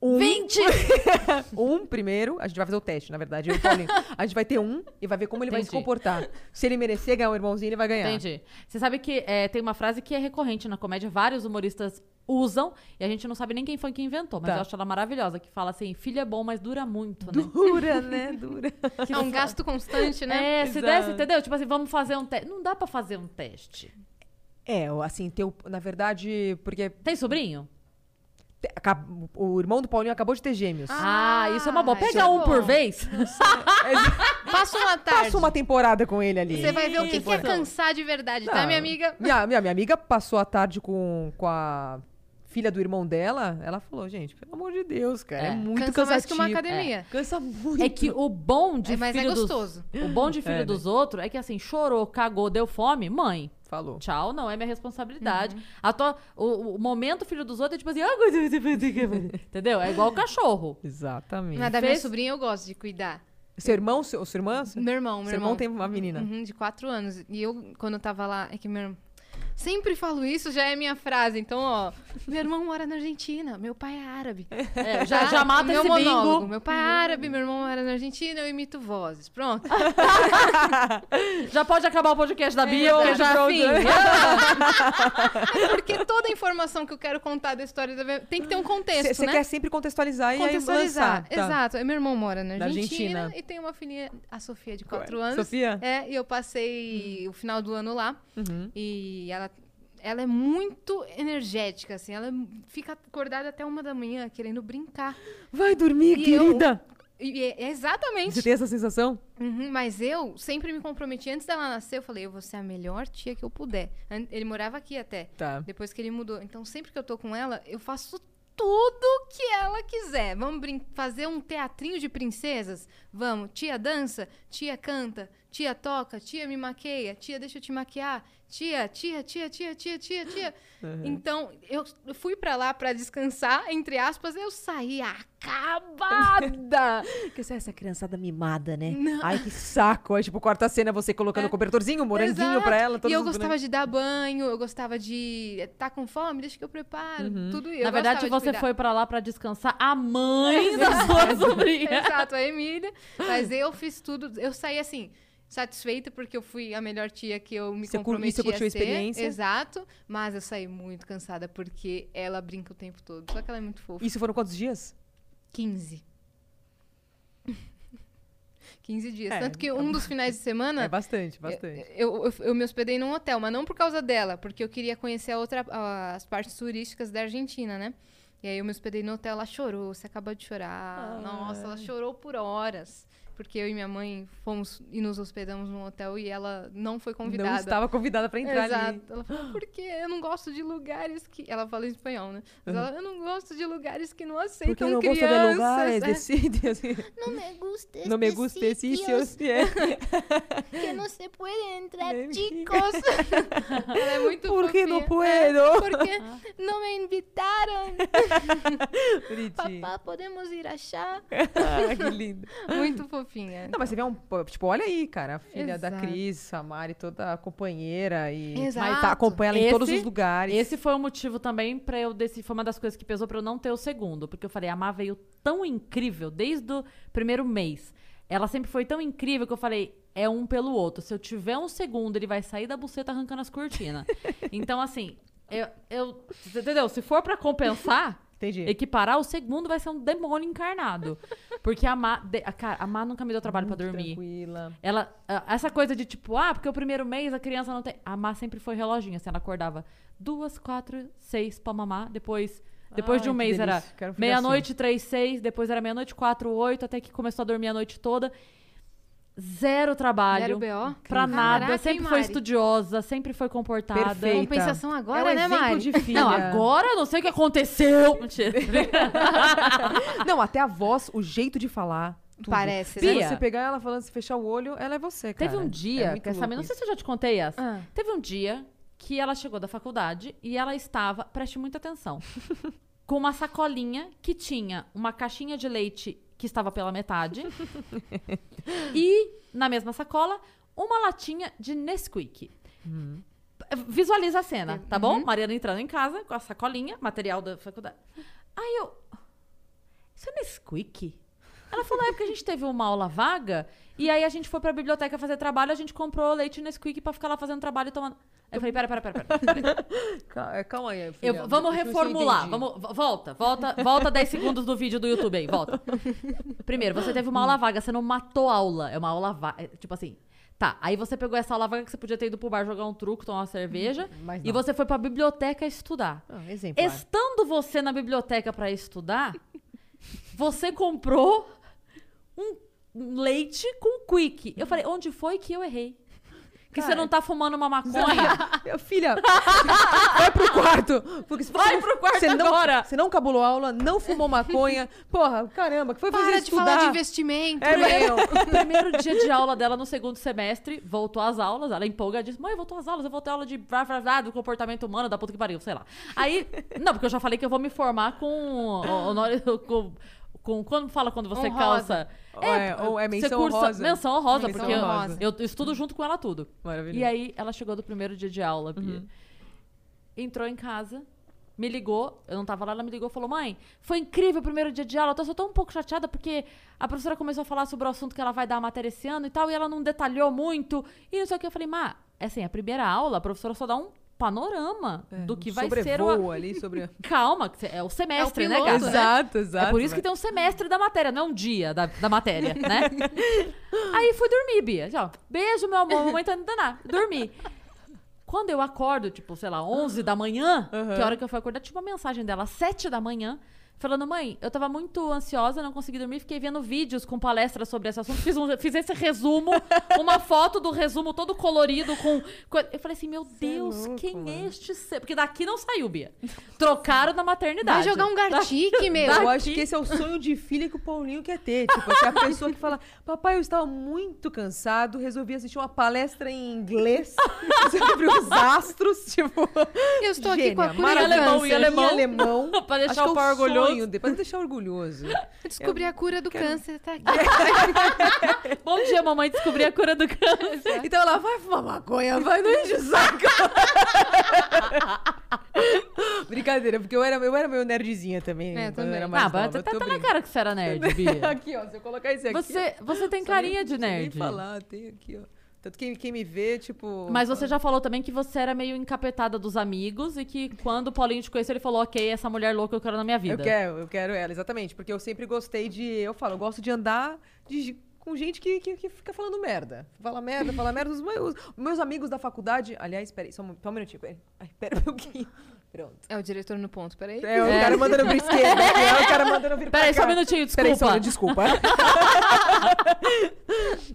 Um,
20!
um primeiro, a gente vai fazer o teste, na verdade, eu e o Paulinho. A gente vai ter um e vai ver como ele vai se
Entendi.
comportar. Se ele merecer ganhar um irmãozinho, ele vai ganhar.
É.
Entendi. Você sabe que é, tem uma frase que é recorrente na comédia, vários humoristas usam, e a gente não sabe nem quem foi que inventou, mas
Tá.
eu acho ela maravilhosa, que fala assim, filho é bom, mas dura muito, né?
Dura, né? Dura.
É um gasto constante, né?
É, se
Exato.
desse, entendeu? Tipo assim, vamos fazer um teste. Não dá pra fazer um teste.
É, assim, teu, na verdade, porque
Tem sobrinho?
te- acab- o irmão do Paulinho acabou de ter gêmeos.
Ah,
Ah,
isso é uma boa.
isso
Pega
é
um
bom.
por vez.
Passa uma tarde.
Passa uma temporada com ele
um
ali.
Você vai ver o que, que é
Isso.
cansar de verdade, tá,
Não.
minha amiga?
Minha, minha, minha amiga passou a tarde com, com a filha do irmão dela. Ela falou, gente, pelo amor de Deus, cara, é,
É.
muito
Cansa mais que uma
cansativo.
academia.
Cansa muito.
É que o bom de
É, mas é
filho dos-
gostoso.
o bom de filho
É, né?
dos outros é que assim, chorou, cagou, deu fome, mãe.
Falou.
Tchau, não é minha responsabilidade.
Uhum.
A tua, o, o momento filho dos outros é tipo assim, "Ah, coisa- coisa- coisa- coisa", entendeu? É igual o cachorro.
Exatamente.
Mas da minha
Fez-
sobrinha eu gosto de cuidar.
Seu irmão, seu, sua irmã? Seu,
Meu irmão, meu
Tá. seu irmão tem uma menina.
Uhum, de quatro anos. E eu, quando eu tava lá, é que meu irmão. Sempre falo isso, já é minha frase. Então, ó, meu irmão mora na Argentina, meu pai é
*laughs*
árabe.
É, já, já mata
meu
esse
monólogo.
bingo.
Meu pai é árabe, meu irmão mora na Argentina, eu imito vozes.
*laughs*
Pronto.
Já pode acabar o podcast da Bia,
exato.
porque já
Pronto. *laughs*
fim.
Porque toda a informação que eu quero contar da história da minha... tem que ter um contexto,
Você
né?
quer sempre contextualizar,
contextualizar.
e aí lançar. Tá.
Exato. Meu irmão mora na
Na
Argentina,
Argentina.
e tem uma filhinha, a Sofia, de quatro anos.
Sofia?
É, e eu passei o final do ano lá.
Hum. Uhum.
E ela, ela é muito energética, assim. Ela fica acordada até uma da manhã querendo brincar.
Vai dormir,
E
querida.
E e é exatamente.
Você tem essa sensação?
Uhum, mas eu sempre me comprometi. Antes dela nascer, eu falei, eu vou ser a melhor tia que eu puder. An- Ele morava aqui até.
Tá.
Depois que ele mudou. Então, sempre que eu tô com ela, eu faço tudo que ela quiser. Vamos brin- fazer um teatrinho de princesas? Vamos. Tia dança, tia canta, tia toca, tia me maqueia, tia deixa eu te maquiar, tia, tia, tia, tia, tia, tia,
*gasps*
tia. Então, eu eu fui pra lá pra descansar, entre aspas, eu saí
*laughs*
acabada.
Porque você é essa criançada mimada, né? Ai, que saco. Aí, tipo, corta a cena, você colocando o cobertorzinho, o moranguinho
É. Exato.
pra ela. né? todos
E eu
os
gostava
bonecos.
de dar banho, eu gostava de... Tá com fome? Deixa que eu preparo.
Uhum.
Tudo eu
Na verdade,
gostava de
você
cuidar. É,
foi pra lá pra descansar a mãe da sua
*laughs*
sobrinha.
Exato, a Emília. Mas eu fiz tudo. Eu saí assim, satisfeita, porque eu fui a melhor tia que eu me
Você cur-
comprometi
isso curtiu a
ser.
experiência?
Exato. Mas eu saí muito cansada, porque ela brinca o tempo todo. Só que ela é muito fofa. *laughs*
Isso foram quantos dias?
15. 15 dias.
É,
Tanto que
é
um dos finais de semana.
É bastante, bastante.
Eu, eu, eu me hospedei num hotel, mas não por causa dela, porque eu queria conhecer a outra, a- as partes turísticas da Argentina, né? E aí eu me hospedei no hotel, ela chorou, você acabou de chorar.
Ah.
Nossa, ela chorou por horas. Porque eu e minha mãe fomos e nos hospedamos num hotel e ela não foi convidada.
Não estava convidada pra entrar
Exato.
ali.
Ela falou, porque eu não gosto de lugares que. Ela fala em espanhol, né? Mas ela, eu não gosto de lugares que não aceitam
Porque eu não gosto
crianças.
de lugares,
É. *laughs*
decide. *laughs* Assim.
No É, me gusta
Não me gusta esse
*laughs*
que no se puede entrar,
Nem-
chicos.
*laughs* Ela é muito
Porque não
fofinha. Ah. *laughs*
puedo.
Porque não me invitaram.
Bonitinho. *laughs*
Papá, podemos ir achar.
Ah, que lindo.
Muito fofinha.
Não, mas você vê um. pô, Tipo, olha aí, cara. A filha da
Exato.
Cris, a Mari, toda companheira. E
Exato.
Tá, acompanha ela em
Esse-
todos os lugares.
Esse foi o motivo também pra eu decidir. Foi uma das coisas que pesou pra eu não ter o segundo. Porque eu falei, a Má veio tão incrível desde o primeiro mês. Ela sempre foi tão incrível que eu falei, é um pelo outro. Se eu tiver um segundo, ele vai sair da buceta arrancando as
*laughs*
cortinas. então, assim, eu. eu- você entendeu? Se for pra compensar.
Entendi.
Equiparar, o segundo vai ser um demônio
*laughs*
encarnado. Porque a Má. de- a- cara, a Má nunca me deu trabalho pra
Muito
dormir.
Tranquila.
Ela, a- essa coisa de tipo, ah, porque o primeiro mês a criança não tem. A Má sempre foi reloginho, assim, ela acordava duas, quatro, seis pra mamar, depois. Depois de
Ai,
um
que
mês era
delícia, quero um filho
meia-noite, três, seis, depois era meia-noite, quatro, oito, até que começou a dormir a noite toda. Zero
Zero
trabalho.
BO?
Pra nada.
Caraca, hein,
sempre foi
Mari?
estudiosa, sempre foi comportada.
Perfeita.
Compensação agora,
é um
né,
exemplo
Mari?
de filha.
Não, agora eu não sei o que
*laughs*
aconteceu. *laughs* Mentira.
Não, até a voz, o jeito de falar. Tudo.
Parece,
Se
Bia.
você pegar ela falando, se fechar o olho, ela é você, cara.
Teve um dia,
muito
quer saber?
louco
Não sei
isso.
se eu já te contei essa.
Ah.
Teve um dia que ela chegou da faculdade e ela estava, preste muita atenção, com uma sacolinha que tinha uma caixinha de leite que estava pela metade e, na mesma sacola, uma latinha de Nesquik. Visualiza a cena, tá bom? Mariana entrando em casa com a sacolinha, material da faculdade. Aí eu. Isso é Nesquik? Ela falou, é porque a gente teve uma aula vaga e aí a gente foi pra biblioteca fazer trabalho, a gente comprou leite Nesquik pra ficar lá fazendo trabalho e tomando. Aí eu falei, pera, pera, pera, pera.
*laughs* Cal- é, Calma aí, filha.
Eu- vamos
Deixa eu ver se eu
reformular.
entendi.
Vamos, vo- volta, volta, volta 10 segundos do vídeo do YouTube aí, volta. *laughs* Primeiro, você teve uma aula vaga, você não matou a aula. É uma aula vaga. Tipo assim. Tá, aí você pegou essa aula vaga que você podia ter ido pro bar jogar um truco, tomar uma cerveja.
mas
e
não.
você foi pra biblioteca estudar.
Ah, exemplar.
Estando você na biblioteca pra estudar, você comprou um um leite com quick. Eu falei, onde foi que eu errei? Que você
Cara.
não tá fumando uma maconha?
Meu filha, vai
*laughs*
pro quarto. Porque se
Vai
você-
pro quarto
você não-
agora.
Você não cabulou aula, não fumou maconha. *laughs* Porra, caramba, que foi fazer
Para de
estudar.
falar de investimento.
É,
né?
*laughs*
meu.
Primeiro dia de aula dela no segundo semestre, voltou às aulas, ela empolga disse: Mãe, voltou às aulas, eu voltei à aula de blá, blá, blá, do comportamento humano, da puta que pariu, sei lá. Aí, não, porque eu já falei que eu vou me formar com. honor- com, com quando fala quando você
Honrosa.
calça.
Ou é- ou é menção honrosa.
Menção honrosa,
Menção
porque eu-
honrosa.
Eu, estudo junto com ela tudo.
Maravilhoso.
E aí, ela chegou do primeiro dia de aula, Bia. Entrou em casa, me ligou, eu não tava lá, ela me ligou e falou: Mãe, foi incrível o primeiro dia de aula, eu tô- só tô um pouco chateada porque a professora começou a falar sobre o assunto que ela vai dar a matéria esse ano e tal, e ela não detalhou muito. E não sei o que. Eu falei: Má, é assim, a primeira aula, a professora só dá um panorama
É,
do que vai ser o.
Sobrevoo
*laughs*
ali sobre...
Calma, que é o semestre, né,
piloto,
gata?
né?
Exato, exato. né?
É por isso que
velho.
tem um semestre da matéria, não é um dia da, da matéria, né?
*laughs*
Aí fui dormir, Bia. Já, ó, Beijo, meu amor, mamãe tá indo danar. Dormi. Quando eu acordo, tipo, sei lá, 11 da manhã, que é a hora que eu fui acordar, tinha uma mensagem dela, às 7 da manhã, falando: Mãe, eu tava muito ansiosa, não consegui dormir, fiquei vendo vídeos com palestras sobre esse assunto, fiz, um- fiz esse resumo, uma foto do resumo todo colorido com. co- Eu falei assim: Meu Deus,
louco,
quem é
mano."
este ser? Porque daqui não saiu, Bia. Trocaram na maternidade.
Vai jogar um gartique, meu.
Eu
tá
acho que esse é o sonho de filha que o Paulinho quer ter. Tipo, assim, a pessoa que fala, papai, eu estava muito cansado, resolvi assistir uma palestra em inglês *laughs* sobre os astros, tipo...
Eu estou aqui com a cura
maravilhosa.
do
alemão,
câncer.
e alemão.
Em alemão.
*laughs* Pra deixar
Acho que
o
é
pau orgulhoso.
Sonho, de- pra não
*laughs*
deixar orgulhoso.
Eu descobri a cura do câncer. Tá aqui.
Bom dia, mamãe. Descobri a cura do *laughs* câncer.
*laughs* Então ela vai fumar maconha, vai, não enche o saco. *laughs* Brincadeira, porque eu era, eu era meio nerdzinha também.
É,
quando
também.
Eu era mais
Ah,
nova,
mas tá,
eu tô
tá na
brincando.
cara que você era nerd, Bia.
*laughs* Aqui, ó, se eu colocar esse aqui...
Você, você tem
ó,
carinha de
não sei nem
nerd.
falar, tem aqui, ó. Tanto que quem me vê, tipo...
Mas você já falou também que você era meio encapetada dos amigos e que quando o Paulinho te conheceu, ele falou: Ok, essa mulher louca eu quero na minha vida.
Eu quero, eu quero ela, exatamente. Porque eu sempre gostei de... Eu falo, eu gosto de andar de... gi- com gente que, que, que fica falando merda. Fala merda, fala merda. Os meus, meus amigos da faculdade. Aliás, peraí, só um, só um minutinho. Peraí. Ai, pera um pouquinho. Pronto.
É o diretor no ponto, peraí.
É, o cara mandando vir esquerda. É o cara mandando vir pra
Peraí, só
cá.
um minutinho, desculpa.
Peraí, só, desculpa.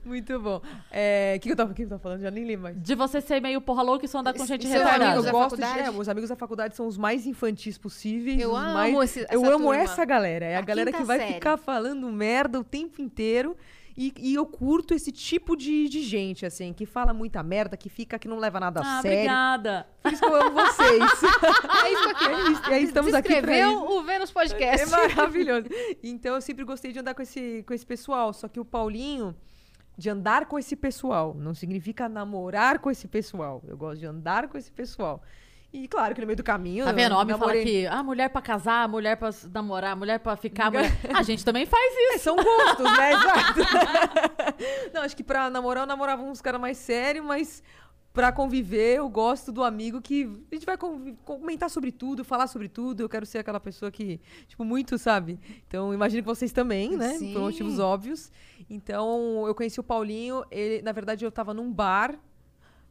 *laughs* Muito bom. É, O que, que, eu tava- o que que eu tava falando? Já nem lembro mais.
De você ser meio porra louca e só andar com
E-
gente
é um
e seus
retardada.
amigos
eu
é da
gosto de,
faculdade?
é, meus amigos da faculdade são os mais infantis possíveis.
Eu
os
amo
mais-
esse- essa
Eu amo
turma.
essa galera. É a,
A
galera que
quinta
vai
série.
ficar falando merda o tempo inteiro. E, e eu curto esse tipo de, de gente, assim, que fala muita merda, que fica, que não leva nada
Ah,
a sério.
obrigada.
Por isso que eu amo vocês.
É isso aqui.
*laughs* É isso, e aí estamos aqui pra
Descreveu
isso.
o Vênus Podcast.
É maravilhoso. Então eu sempre gostei de andar com esse, com esse pessoal. Só que o Paulinho, de andar com esse pessoal, não significa namorar com esse pessoal. Eu gosto de andar com esse pessoal. E claro que no meio do caminho.
Tá vendo?
eu
Homem fala
namorei-
que ah, mulher pra casar, mulher pra s- namorar, mulher pra ficar.
*laughs*
mulher- A gente também faz isso.
É, são gostos, né? Exato. *laughs* não, acho que pra namorar eu namorava uns caras mais sérios, mas pra conviver eu gosto do amigo que a gente vai convi- comentar sobre tudo, falar sobre tudo. Eu quero ser aquela pessoa que, tipo, muito, sabe? Então, imagino que vocês também, né?
Sim.
Por motivos óbvios. Então, eu conheci o Paulinho, ele, na verdade, eu tava num bar.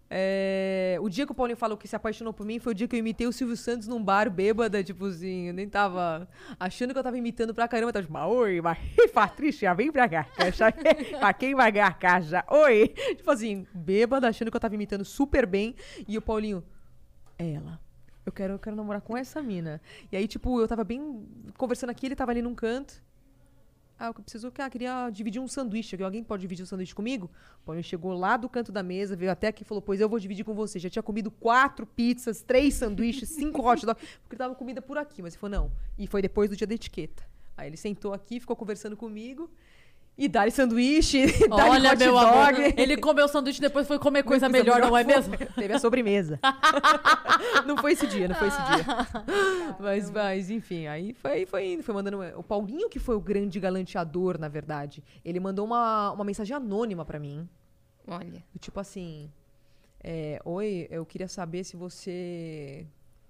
É, o dia que o Paulinho falou que se apaixonou por mim foi o dia que eu imitei o Silvio Santos num bar bêbada, tipo assim, eu nem tava achando que eu tava imitando pra caramba, eu tava tipo, "Ah, oi, mas, *laughs* Patrícia, vem pra cá, essa- *laughs* pra quem vai ganhar casa, oi. Tipo assim, bêbada, achando que eu tava imitando super bem, e o Paulinho, é ela. Eu quero, eu quero namorar com essa mina. E aí, tipo, eu tava bem conversando aqui, ele tava ali num canto. Ah, eu preciso que ah, queria dividir um sanduíche. Alguém pode dividir um sanduíche comigo? O Paulinho chegou lá do canto da mesa, veio até aqui e falou: Pois eu vou dividir com você. Já tinha comido quatro pizzas, três sanduíches, cinco hot dogs, porque tava comida por aqui. Mas ele falou: Não. E foi depois do dia da etiqueta. Aí ele sentou aqui, ficou conversando comigo. E dá-lhe sanduíche, *laughs* dá-lhe
Olha,
hot
meu
dog.
amor. Ele comeu sanduíche e depois foi comer coisa
Coisa
melhor, não é
foi.
mesmo?
*laughs* Teve a *laughs* sobremesa. não foi esse dia, não foi esse dia. *laughs* mas, mas, enfim, aí foi, foi indo, foi mandando. O Paulinho, que foi o grande galanteador, na verdade, ele mandou uma, uma mensagem anônima pra mim.
Olha.
do Tipo assim. é, Oi, eu queria saber se você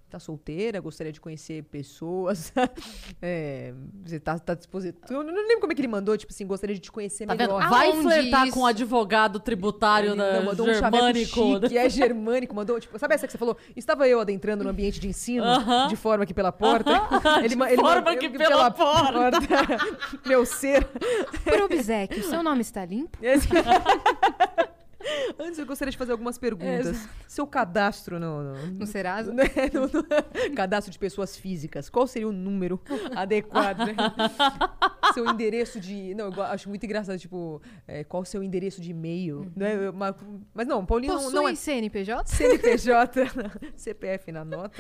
tá solteira, gostaria de conhecer pessoas. *laughs* é, você tá, tá disposto. Eu não lembro como é que ele mandou, tipo assim, gostaria de te conhecer
Tá vendo?
melhor.
Vai
Aonde
flertar
isso?
com o advogado tributário
Ele
da
não, mandou
germânico. né?
um chaveco chique, é germânico, mandou, tipo, sabe essa que você falou? Estava eu adentrando no ambiente de ensino,
Aham.
de forma que pela porta. *laughs*
De
ma-
forma
mandou-
que pela porta. *laughs*
Meu ser.
Por obsequio, seu nome está limpo?
Esse- *laughs* Antes eu gostaria de fazer algumas perguntas. Seu cadastro no- no,
No Serasa?
né, no- no- *laughs* cadastro de pessoas físicas. Qual seria o
*laughs*
número adequado? né? seu endereço de. Não, eu go- acho muito engraçado, tipo, é, qual o seu endereço de e-mail?
Uhum.
Né? Eu- ma- Mas não, Paulinho não-
Possui
não é.
CNPJ?
*laughs* CNPJ, CPF na nota.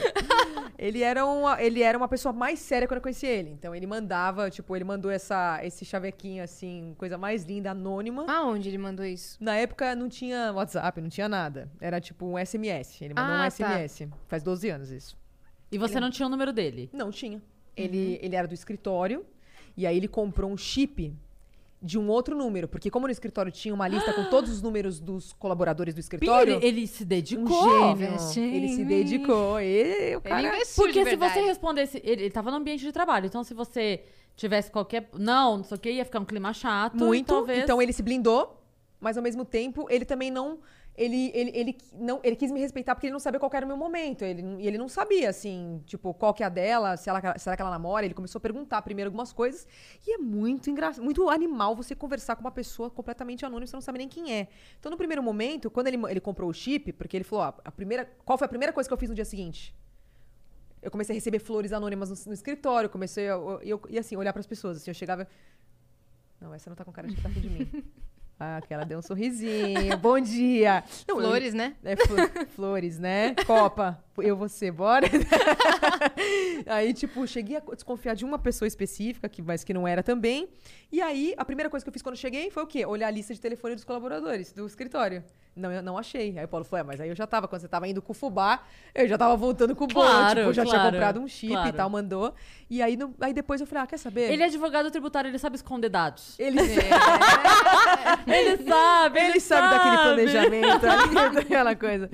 Ele era, uma, ele era uma pessoa mais séria quando eu conheci ele. Então ele mandava, tipo, ele mandou essa, esse chavequinho, assim, coisa mais linda, anônima.
Aonde ele mandou isso?
Na época não tinha WhatsApp, não tinha nada. Era tipo um SMS. Ele mandou
Ah,
um
tá.
SMS. Faz 12 anos isso.
E você não tinha o número dele.
Não tinha.
Uhum.
Ele, ele era do escritório e aí ele comprou um chip de um outro número, porque como no escritório tinha uma lista com todos os números dos colaboradores do escritório,
Ele, ele se
um
dedicou.
gênio, Um
Investe
ele
em
se
mim.
dedicou. E o
Ele
cara é
investiu
Porque
de
se você
verdade.
respondesse. Ele, ele tava no ambiente de trabalho, então se você tivesse qualquer. Não, não sei o que, ia ficar um clima chato.
muito,
e talvez...
então ele se blindou, mas ao mesmo tempo ele também não ele, ele, ele, não, ele quis me respeitar porque ele não sabia qual que era o meu momento. Ele, não- e ele não sabia, assim, tipo, qual que é a dela, se ela, será que ela namora. Ele começou a perguntar primeiro algumas coisas. E é muito engraçado, muito animal você conversar com uma pessoa completamente anônima, você não sabe nem quem é. Então, no primeiro momento, quando ele, ele comprou o chip, porque ele falou, ó, a primeira, qual foi a primeira coisa que eu fiz no dia seguinte? Eu comecei a receber flores anônimas no, no escritório, comecei a, eu, eu- e assim, olhar para as pessoas. Assim, eu chegava. Não, essa não tá com cara de que tá afim de mim. Ah, aquela deu um sorrisinho. Bom dia. Não, eu-
Flores, né?
é, flo- *laughs* flores, né? Copa, eu você, bora? *laughs* aí, tipo, cheguei a desconfiar de uma pessoa específica, que, mas que não era também. E aí, a primeira coisa que eu fiz quando cheguei foi o quê? Olhar a lista de telefone dos colaboradores do escritório. Não, eu não achei. Aí o Paulo falou, é, mas aí eu já tava, quando você tava indo com o fubá, eu já tava voltando com o bolo.
Claro,
tipo, eu já tinha
claro,
comprado um chip e
claro.
tal, mandou. E aí, não- aí depois eu falei, ah, quer saber?
Ele é advogado tributário, ele sabe esconder dados. *laughs*
Ele-
Ele
*laughs*
sabe,
Ele sabe daquele planejamento, *laughs* ali, daquela coisa.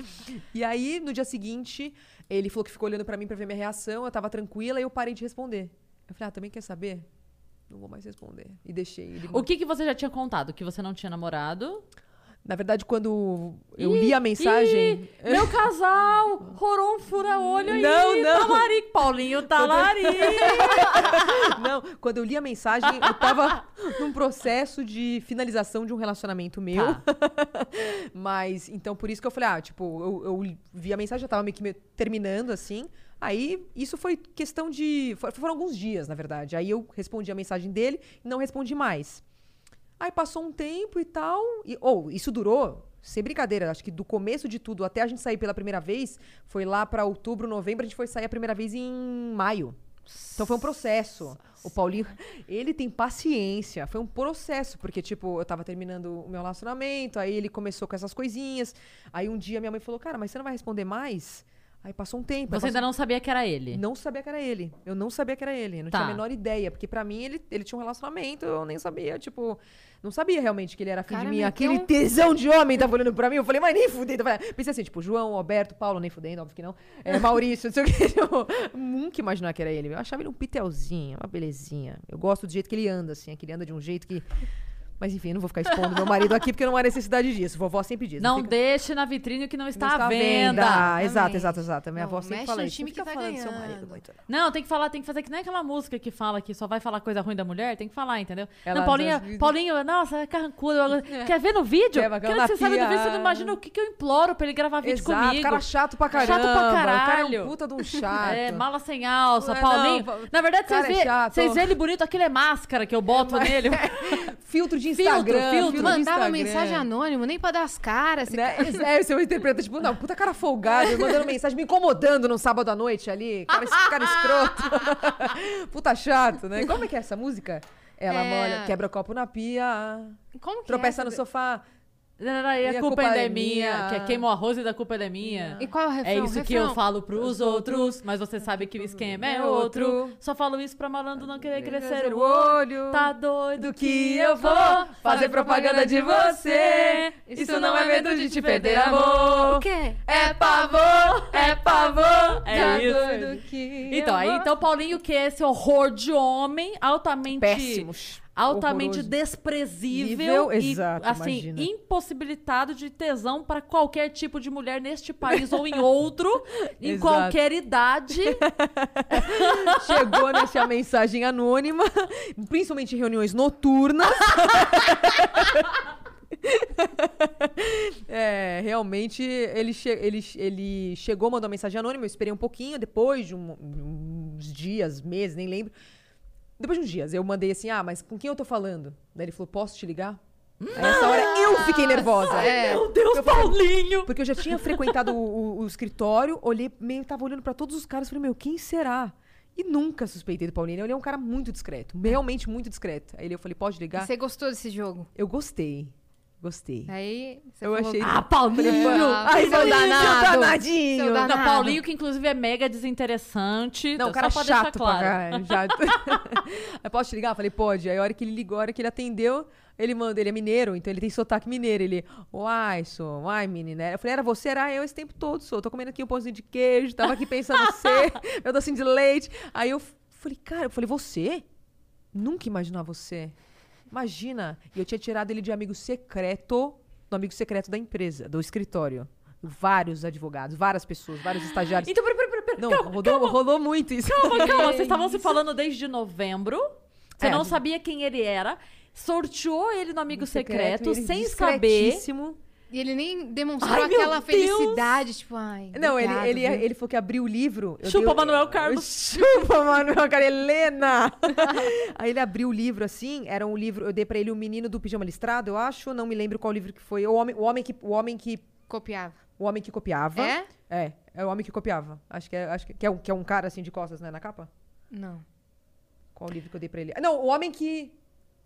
E aí, no dia seguinte, ele falou que ficou olhando pra mim pra ver minha reação, eu tava tranquila e eu parei de responder. Eu falei, ah, também quer saber? não vou mais responder. E deixei ele.
O que, que você já tinha contado? Que você não tinha namorado?
Na verdade, quando eu li a mensagem.
Ih, meu casal! um Roron fura olho aí!
Não, não.
Talarico! tá Paulinho tá
*laughs*
talarico!
Não, quando eu li a mensagem, eu tava *laughs* num processo de finalização de um relacionamento meu. *laughs* Mas, então, por isso que eu falei, ah, tipo, eu, eu vi a mensagem, eu tava meio que me- terminando, assim. Aí, isso foi questão de... fo- Foram alguns dias, na verdade. Aí eu respondi a mensagem dele e não respondi mais. Aí passou um tempo e tal. E, ou, isso durou, sem brincadeira, acho que do começo de tudo até a gente sair pela primeira vez, foi lá pra outubro, novembro, a gente foi sair a primeira vez em maio. Então foi um processo. O Paulinho, *laughs* ele tem paciência. Foi um processo, porque, tipo, eu tava terminando o meu relacionamento, aí ele começou com essas coisinhas. Aí um dia minha mãe falou: Cara, mas você não vai responder mais? Aí passou um tempo. aí
Você
passou
ainda não sabia que era ele.
não sabia que era ele. Eu não sabia que era ele. eu Não
Tá.
tinha a menor ideia. Porque pra mim ele, ele tinha um relacionamento, eu nem sabia, tipo. Não sabia realmente que ele era afim
Cara,
de mim.
meteu
Aquele
um-
tesão de homem tava olhando pra mim. Eu falei, mas nem fudendo. Eu falei- Pensei assim, tipo, João, Alberto, Paulo, nem fudendo, óbvio que não.
*laughs*
É, Maurício, não sei o *laughs* que. Eu nunca imaginar que era ele. Eu achava ele um pitelzinho, uma belezinha. Eu gosto do jeito que ele anda, assim. É que ele anda de um jeito que. Mas enfim, eu não vou ficar expondo meu marido aqui porque não há necessidade disso. Vovó sempre diz.
Não
fica-
deixe na vitrine o que não está, à venda.
Exato,
Exatamente.
Ah, exato, exato. Minha
Não,
avó sempre
mexe
fala
no
isso.
time
Não
que
fica
tá
falando do seu
ganhando.
marido muito, não.
Não, tem que falar, tem que fazer que nem aquela música que fala que só vai falar coisa ruim da mulher, tem que falar, entendeu?
Ela É.
não, Paulinha,
das-
Paulinho, nossa, é carrancudo.
*laughs*
eu- Quer ver no vídeo?
Quer bacana
Quero
na
que você sabe do
pia.
vídeo, você não imagina o que, que eu imploro pra ele gravar vídeo
é Exato,
comigo.
cara chato pra
Chato
caramba.
pra
O cara é
caralho.
um puta de um chato.
É, mala sem alça,
Não é
Paulinho.
não, pa-
Na verdade,
cara
vocês
é
vê-
chato. É,
vocês vê ele bonito, aquilo é máscara que eu boto
*laughs*
nele.
Filtro de
Filtro,
Instagram.
filtro.
de
Mandava
Instagram.
mensagem anônimo, nem pra dar as caras. assim. se-
Né? É, você interpreta, tipo, não, puta cara folgado, mandando mensagem, me incomodando num sábado à noite ali. Cara, esse cara escroto. *laughs* puta chato, né? Como é que é essa música? Ela
É.
molha, quebra copo na pia,
Como que
tropeça
é?
no sofá.
Não, não, não, e a, culpa, ainda é minha. Que é queima o arroz e da culpa ainda é minha.
E qual é o refrão?
É isso que
Refrão.
eu falo pros outros, mas você sabe que o esquema é outro. Só falo isso pra malandro não querer crescer o olho. Tá doido que eu vou fazer propaganda de você. Isso não é medo de te perder, amor.
O quê?
É pavor, é pavor.
Tá
É isso.
doido que
Então,
eu
aí,
vou-
então, Paulinho, que é esse horror de homem altamente
Péssimos.
altamente
Horroroso.
desprezível
Nível,
e
exato,
assim
imagina.
impossibilitado de tesão para qualquer tipo de mulher neste país ou em *laughs* outro, em
Exato.
qualquer idade.
Chegou nessa mensagem anônima, principalmente em reuniões noturnas. É, realmente ele, che- ele, ele chegou, mandou uma mensagem anônima, eu esperei um pouquinho, depois de um- uns dias, meses, nem lembro. Depois de uns dias, eu mandei assim, ah, mas com quem eu tô falando? Daí ele falou, posso te ligar? Nessa hora eu fiquei nervosa.
É.
Meu Deus, Paulinho.
Porque eu já tinha frequentado o, o- o escritório, olhei, meio tava olhando pra todos os caras, falei, meu, quem será? E nunca suspeitei do Paulinho. Ele é um cara muito discreto, realmente muito discreto. Aí ele- eu falei, pode ligar?
Você É. gostou desse jogo?
Eu gostei. Gostei.
Aí você
Eu
falou,
achei.
Ah, Paulinho.
Ah,
Ai,
seu
Paulinho,
danado.
seu danadinho.
Seu
Não,
danado.
Paulinho que inclusive é mega desinteressante.
Não,
Então, Só
o cara é
pra deixar
chato pra
claro.
caralho. Chato.
*laughs*
Aí posso te ligar? *laughs* Eu Falei, pode. Aí a hora que ele ligou, a hora que ele atendeu, ele manda, ele é mineiro, então ele tem sotaque mineiro. Ele, uai, sou, uai, menina. Eu falei, era você, era eu esse tempo todo, sou. Tô comendo aqui um pãozinho de queijo, tava aqui pensando em você, *laughs* meu docinho de leite. Aí eu f- falei, cara, eu falei, você? Nunca imaginar você. Imagina. E eu tinha tirado ele de amigo secreto, do amigo secreto da empresa, do escritório. Vários advogados, várias pessoas, vários estagiários.
Então, peraí, peraí, peraí. peraí.
Não,
calma,
rodou, rolou muito isso. *laughs*
calma, calma. Vocês estavam se falando desde novembro. Você
É,
não
a gente-
sabia quem ele era. Sorteou ele é no amigo secreto,
ele é
sem saber.
discretíssimo.
E ele nem demonstrou
Ai, meu
aquela
Deus.
felicidade, tipo, ai.
Não, ele,
obrigado,
ele, é,
viu?
ele falou que abriu o livro. eu
Chupa,
dei o- *laughs*
Manuel Carlos.
Chupa, Manuel Carlos. Helena! *laughs* Aí ele abriu o livro assim, era um livro. Eu dei pra ele o menino do pijama listrado, eu acho. Não me lembro qual livro que foi. O homem, o homem, que, o homem, que,
copiava.
o homem que copiava.
É?
É, é o homem que copiava. Acho que é, acho que, que é, um, que é um cara assim de costas, né, na capa?
Não.
Qual livro que eu dei pra ele? Ah, Não, o homem que.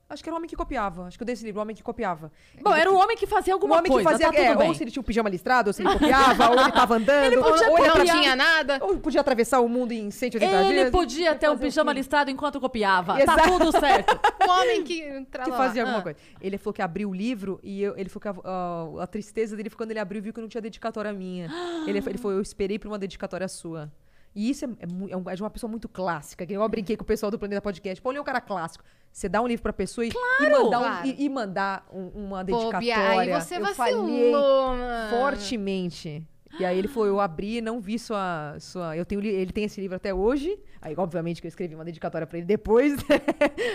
Acho que era o homem que copiava. Acho que eu dei esse livro, o homem que copiava.
Bom, era o homem que fazia
O
alguma
homem
coisa,
que fazia.
tá tudo
é,
bem.
ou se ele tinha o pijama listrado, ou se ele copiava, ou ele
*laughs*
tava andando,
Ele podia
ou, ou ele
Não
copiar.
tava assim,
tinha *laughs* nada.
Ou podia atravessar o mundo em 180
Ele
dias.
podia ter um
fazer o
pijama
quê?
listrado enquanto copiava. Tá
Exato.
tudo certo.
Um homem que.
Que
tralala.
fazia alguma
Ah.
coisa. Ele falou que abriu o livro e eu- ele falou que a, a- a tristeza dele foi quando ele abriu e viu que não tinha dedicatória minha. ele, ele falou, eu esperei por uma dedicatória sua. E isso é, é mu- é um- é de uma pessoa muito clássica. Que eu brinquei com o pessoal do Planeta Podcast. Pô, olha um cara clássico. Você dá um livro pra pessoa e, e mandar, um-
Claro.
e, e mandar um-
Pô,
uma
Bia,
dedicatória.
aí você
eu falhei
vacilou, mano.
fortemente. E aí ele foi, eu abri, não vi sua sua, eu tenho li- ele tem esse livro até hoje. Aí obviamente que eu escrevi uma dedicatória pra ele depois, *laughs* né?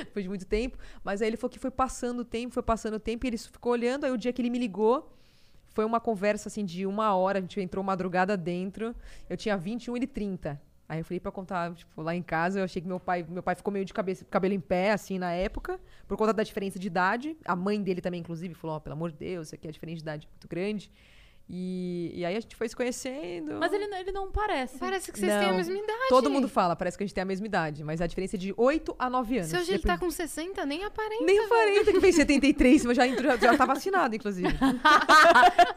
depois de muito tempo, mas aí ele falou que foi passando o tempo, foi passando o tempo e ele ficou olhando, aí o dia que ele me ligou, foi uma conversa assim de uma hora, a gente entrou madrugada dentro. Eu tinha 21 ele 30. Aí eu falei pra contar, tipo, lá em casa, eu achei que meu pai, meu pai ficou meio de cabeça, cabelo em pé, assim, na época, por conta da diferença de idade. A mãe dele também, inclusive, falou, ó, pelo amor de Deus, isso aqui é a diferença de idade muito grande. E, e aí a gente foi se conhecendo.
Mas ele, é não- ele não parece.
Parece que vocês têm a
Não.
mesma idade.
Todo mundo fala, parece que a gente tem a mesma idade, mas a diferença é de 8 a 9 anos.
Se hoje ele
Depois-
tá com 60, nem aparenta. né?
né?
Nem 40, que fez 73, mas já, entrou, já tá
*laughs*
vacinado, inclusive.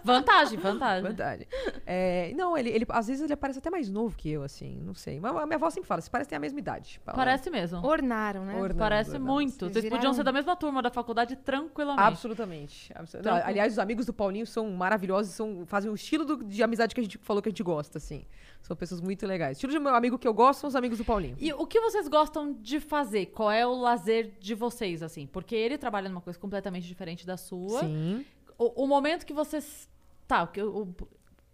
Vantagem, vantagem.
Verdade. É, não, ele, ele- às vezes ele parece até mais novo que eu, assim, não sei. Mas a minha avó sempre fala, você parece que tem a mesma idade. Fala.
Parece mesmo.
Ornaram, né?
Ornaram.
Parece
Verdade.
muito. Vocês
Vocês
podiam
viraram-
ser da mesma turma da faculdade tranquilamente.
Absolutamente. Absolu- Não,
Tranquilo.
aliás, os amigos do Paulinho são maravilhosos, são, fazem o estilo do- de amizade que a gente falou que a gente gosta, assim. São pessoas muito legais. O estilo de meu amigo que eu gosto são os amigos do Paulinho.
E o que vocês gostam de fazer? Qual é o lazer de vocês, assim? Porque ele trabalha numa coisa completamente diferente da sua.
Sim.
O, o momento que vocês. Tá, o que o, o-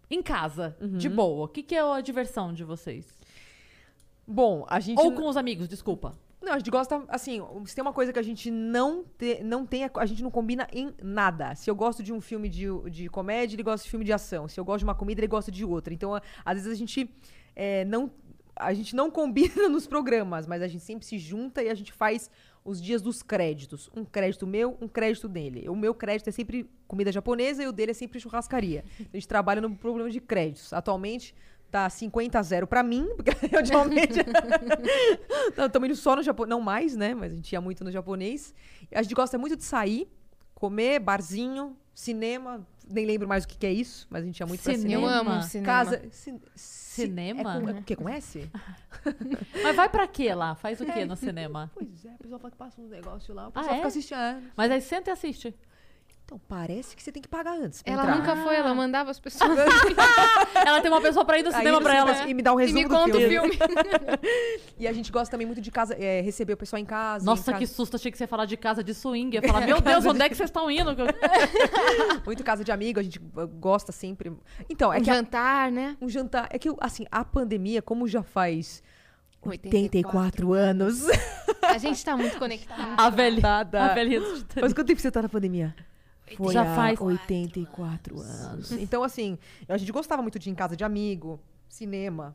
em casa, de boa. O que, que é a diversão de vocês?
Bom, a gente.
Ou com os amigos, desculpa.
Não, a gente gosta, assim, se tem uma coisa que a gente não, te, não tem, a gente não combina em nada. Se eu gosto de um filme de, de comédia, ele gosta de filme de ação. Se eu gosto de uma comida, ele gosta de outra. Então, a- às vezes a gente é, não. A gente não combina *laughs* nos programas, mas a gente sempre se junta e a gente faz os dias dos créditos. Um crédito meu, um crédito dele. O meu crédito é sempre comida japonesa e o dele é sempre churrascaria. A gente trabalha no problema de créditos. Atualmente tá 50 a 0 pra mim, *laughs* porque eu geralmente *laughs* Estamos indo só no japonês. Não mais, né? Mas a gente ia muito no japonês. A gente gosta muito de sair, comer, barzinho, cinema. Nem lembro mais o que, que é isso, mas a gente ia muito pra
Cinema?
Eu
cinema.
amo cinema.
Casa. ci- ci-
Cinema?
É com, é, o quê? Com S?
Mas vai pra quê lá? Faz o *laughs* quê no cinema?
Pois é, o pessoal fala que passa uns negócios lá, o
Ah,
pessoal
é?
fica assistindo. é.
Mas aí senta e assiste.
Então, parece que você tem que pagar antes. pra
Ela
entrar.
nunca foi, ela mandava as pessoas.
Ela tem uma pessoa pra ir no
Aí
cinema
no
pra
cinema
ela.
E me dá um
e
resumo
me
do
conta
filme.
o filme.
*laughs* E a gente gosta também muito de casa, é, receber o pessoal em casa.
Nossa,
em
que
casa,
susto. Achei que você ia falar de casa de swing. Eu ia *laughs* falar, meu Deus, onde é que vocês estão *laughs* indo?
Muito casa de amigo, a gente uh, gosta sempre. Então, *laughs* é
Um
que a-
jantar, né?
um jantar. É que, assim, a pandemia, como já faz
84
anos.
A gente tá muito conectado.
Ah.
A velha.
Nada.
A velhinha do Titanic.
Mas quanto tempo você tá na pandemia? Foi
Já
há
faz-
84 anos. Então, assim, a gente gostava muito de ir em casa de amigo, cinema,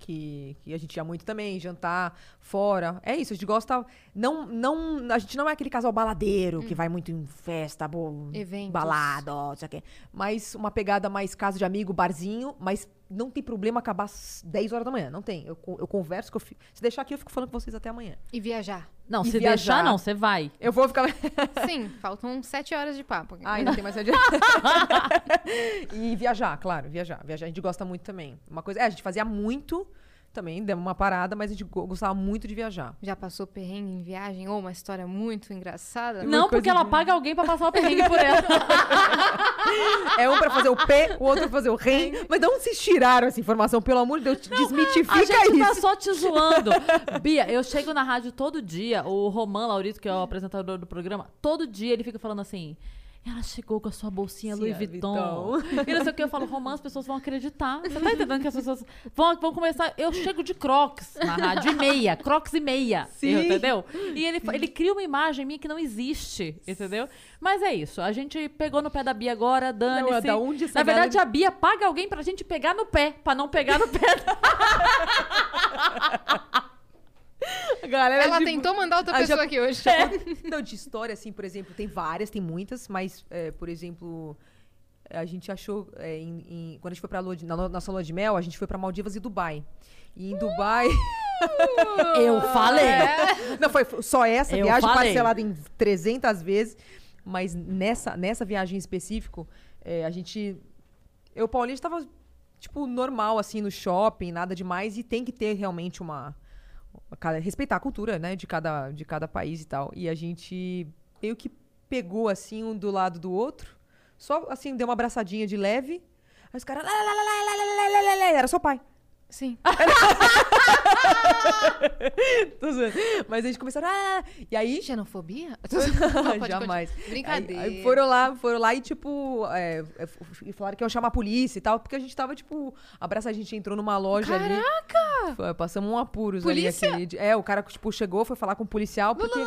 que, que a gente ia muito também, jantar fora. É isso, a gente gosta. Não, não, a gente não é aquele casal baladeiro que vai muito em festa, bo-
Eventos.
balada, ó, não sei o quê. Mas uma pegada mais casa de amigo, barzinho, mas não tem problema acabar às 10 horas da manhã. Não tem. Eu, co- eu converso, que eu fico- se deixar aqui, eu fico falando com vocês até amanhã.
E viajar.
Não,
E
se
viajar.
deixar, não, você vai.
Eu vou ficar.
Sim, faltam sete horas de papo.
Ah, ainda tem mais adiante.
*laughs*
e viajar, claro, viajar. Viajar a gente gosta muito também. Uma coisa, é, a gente fazia muito também, deu uma parada, mas a gente go- gostava muito de viajar.
Já passou perrengue em viagem ou uma história muito engraçada?
Não,
É coisa
porque ela
de-
paga alguém pra passar o perrengue por
*laughs*
ela.
É um pra fazer o P, o outro pra fazer o REM. Mas de onde vocês tiraram essa informação? Pelo amor de Deus, desmitifica
A gente tá
isso.
só te zoando. Bia, eu chego na rádio todo dia, o Roman Laurito, que é o apresentador do programa, todo dia ele fica falando assim. Ela chegou com a sua bolsinha
Sim, é,
Louis
a
Vuitton. E não sei o que, eu falo, Roman, as pessoas vão acreditar. Você tá entendendo que as pessoas vão, vão começar. Eu chego de crocs na rádio e meia, crocs e meia.
Sim.
Entendeu? E ele, fa- ele cria uma imagem minha que não existe, entendeu? Mas é isso. A gente pegou no pé da Bia agora, dane-se.
é da onde
assim.
essa
Na verdade,
galera-
a Bia paga alguém pra gente pegar no pé, pra não pegar no
*laughs*
pé
Galera,
Ela
de-
tentou mandar outra
Ah, já-
pessoa aqui
*laughs*
hoje.
*laughs* É.
Não, de história, assim, por exemplo, tem várias, tem muitas, mas, é, por exemplo, a gente achou. é, em- em- quando a gente foi pra lua de- na no- nossa lua de mel, a gente foi pra Maldivas e Dubai. E em Dubai.
Eu falei.
Não, foi foi só essa
Eu
viagem
falei.
parcelada em 300 vezes. Mas nessa, nessa viagem em específico, é, a gente. Eu, Paulinho, estava, tipo, normal, assim, no shopping, nada demais. E tem que ter realmente uma. uma cada- respeitar a cultura, né, de cada, de cada país e tal. E a gente meio que pegou, assim, um do lado do outro. Só, assim, deu uma abraçadinha de leve. Aí os caras. "Lá, lá, lá, lá, lá, lá, lá, lá, lá", Era só pai. *laughs*
Sim.
Tô zoando. Mas eles começaram. Ah! E aí. *laughs*
Xenofobia?
Jamais. Aí,
Brincadeira.
aí foram lá, foram lá e, tipo, é, é, f- e falaram que iam chamar a polícia e tal, porque a gente tava, tipo, abraça, a gente entrou numa loja ali.
Caraca!
Foi- Passamos um apuros
Polícia?
ali. Aquele, é, o cara, tipo, chegou, foi falar com o policial, porque...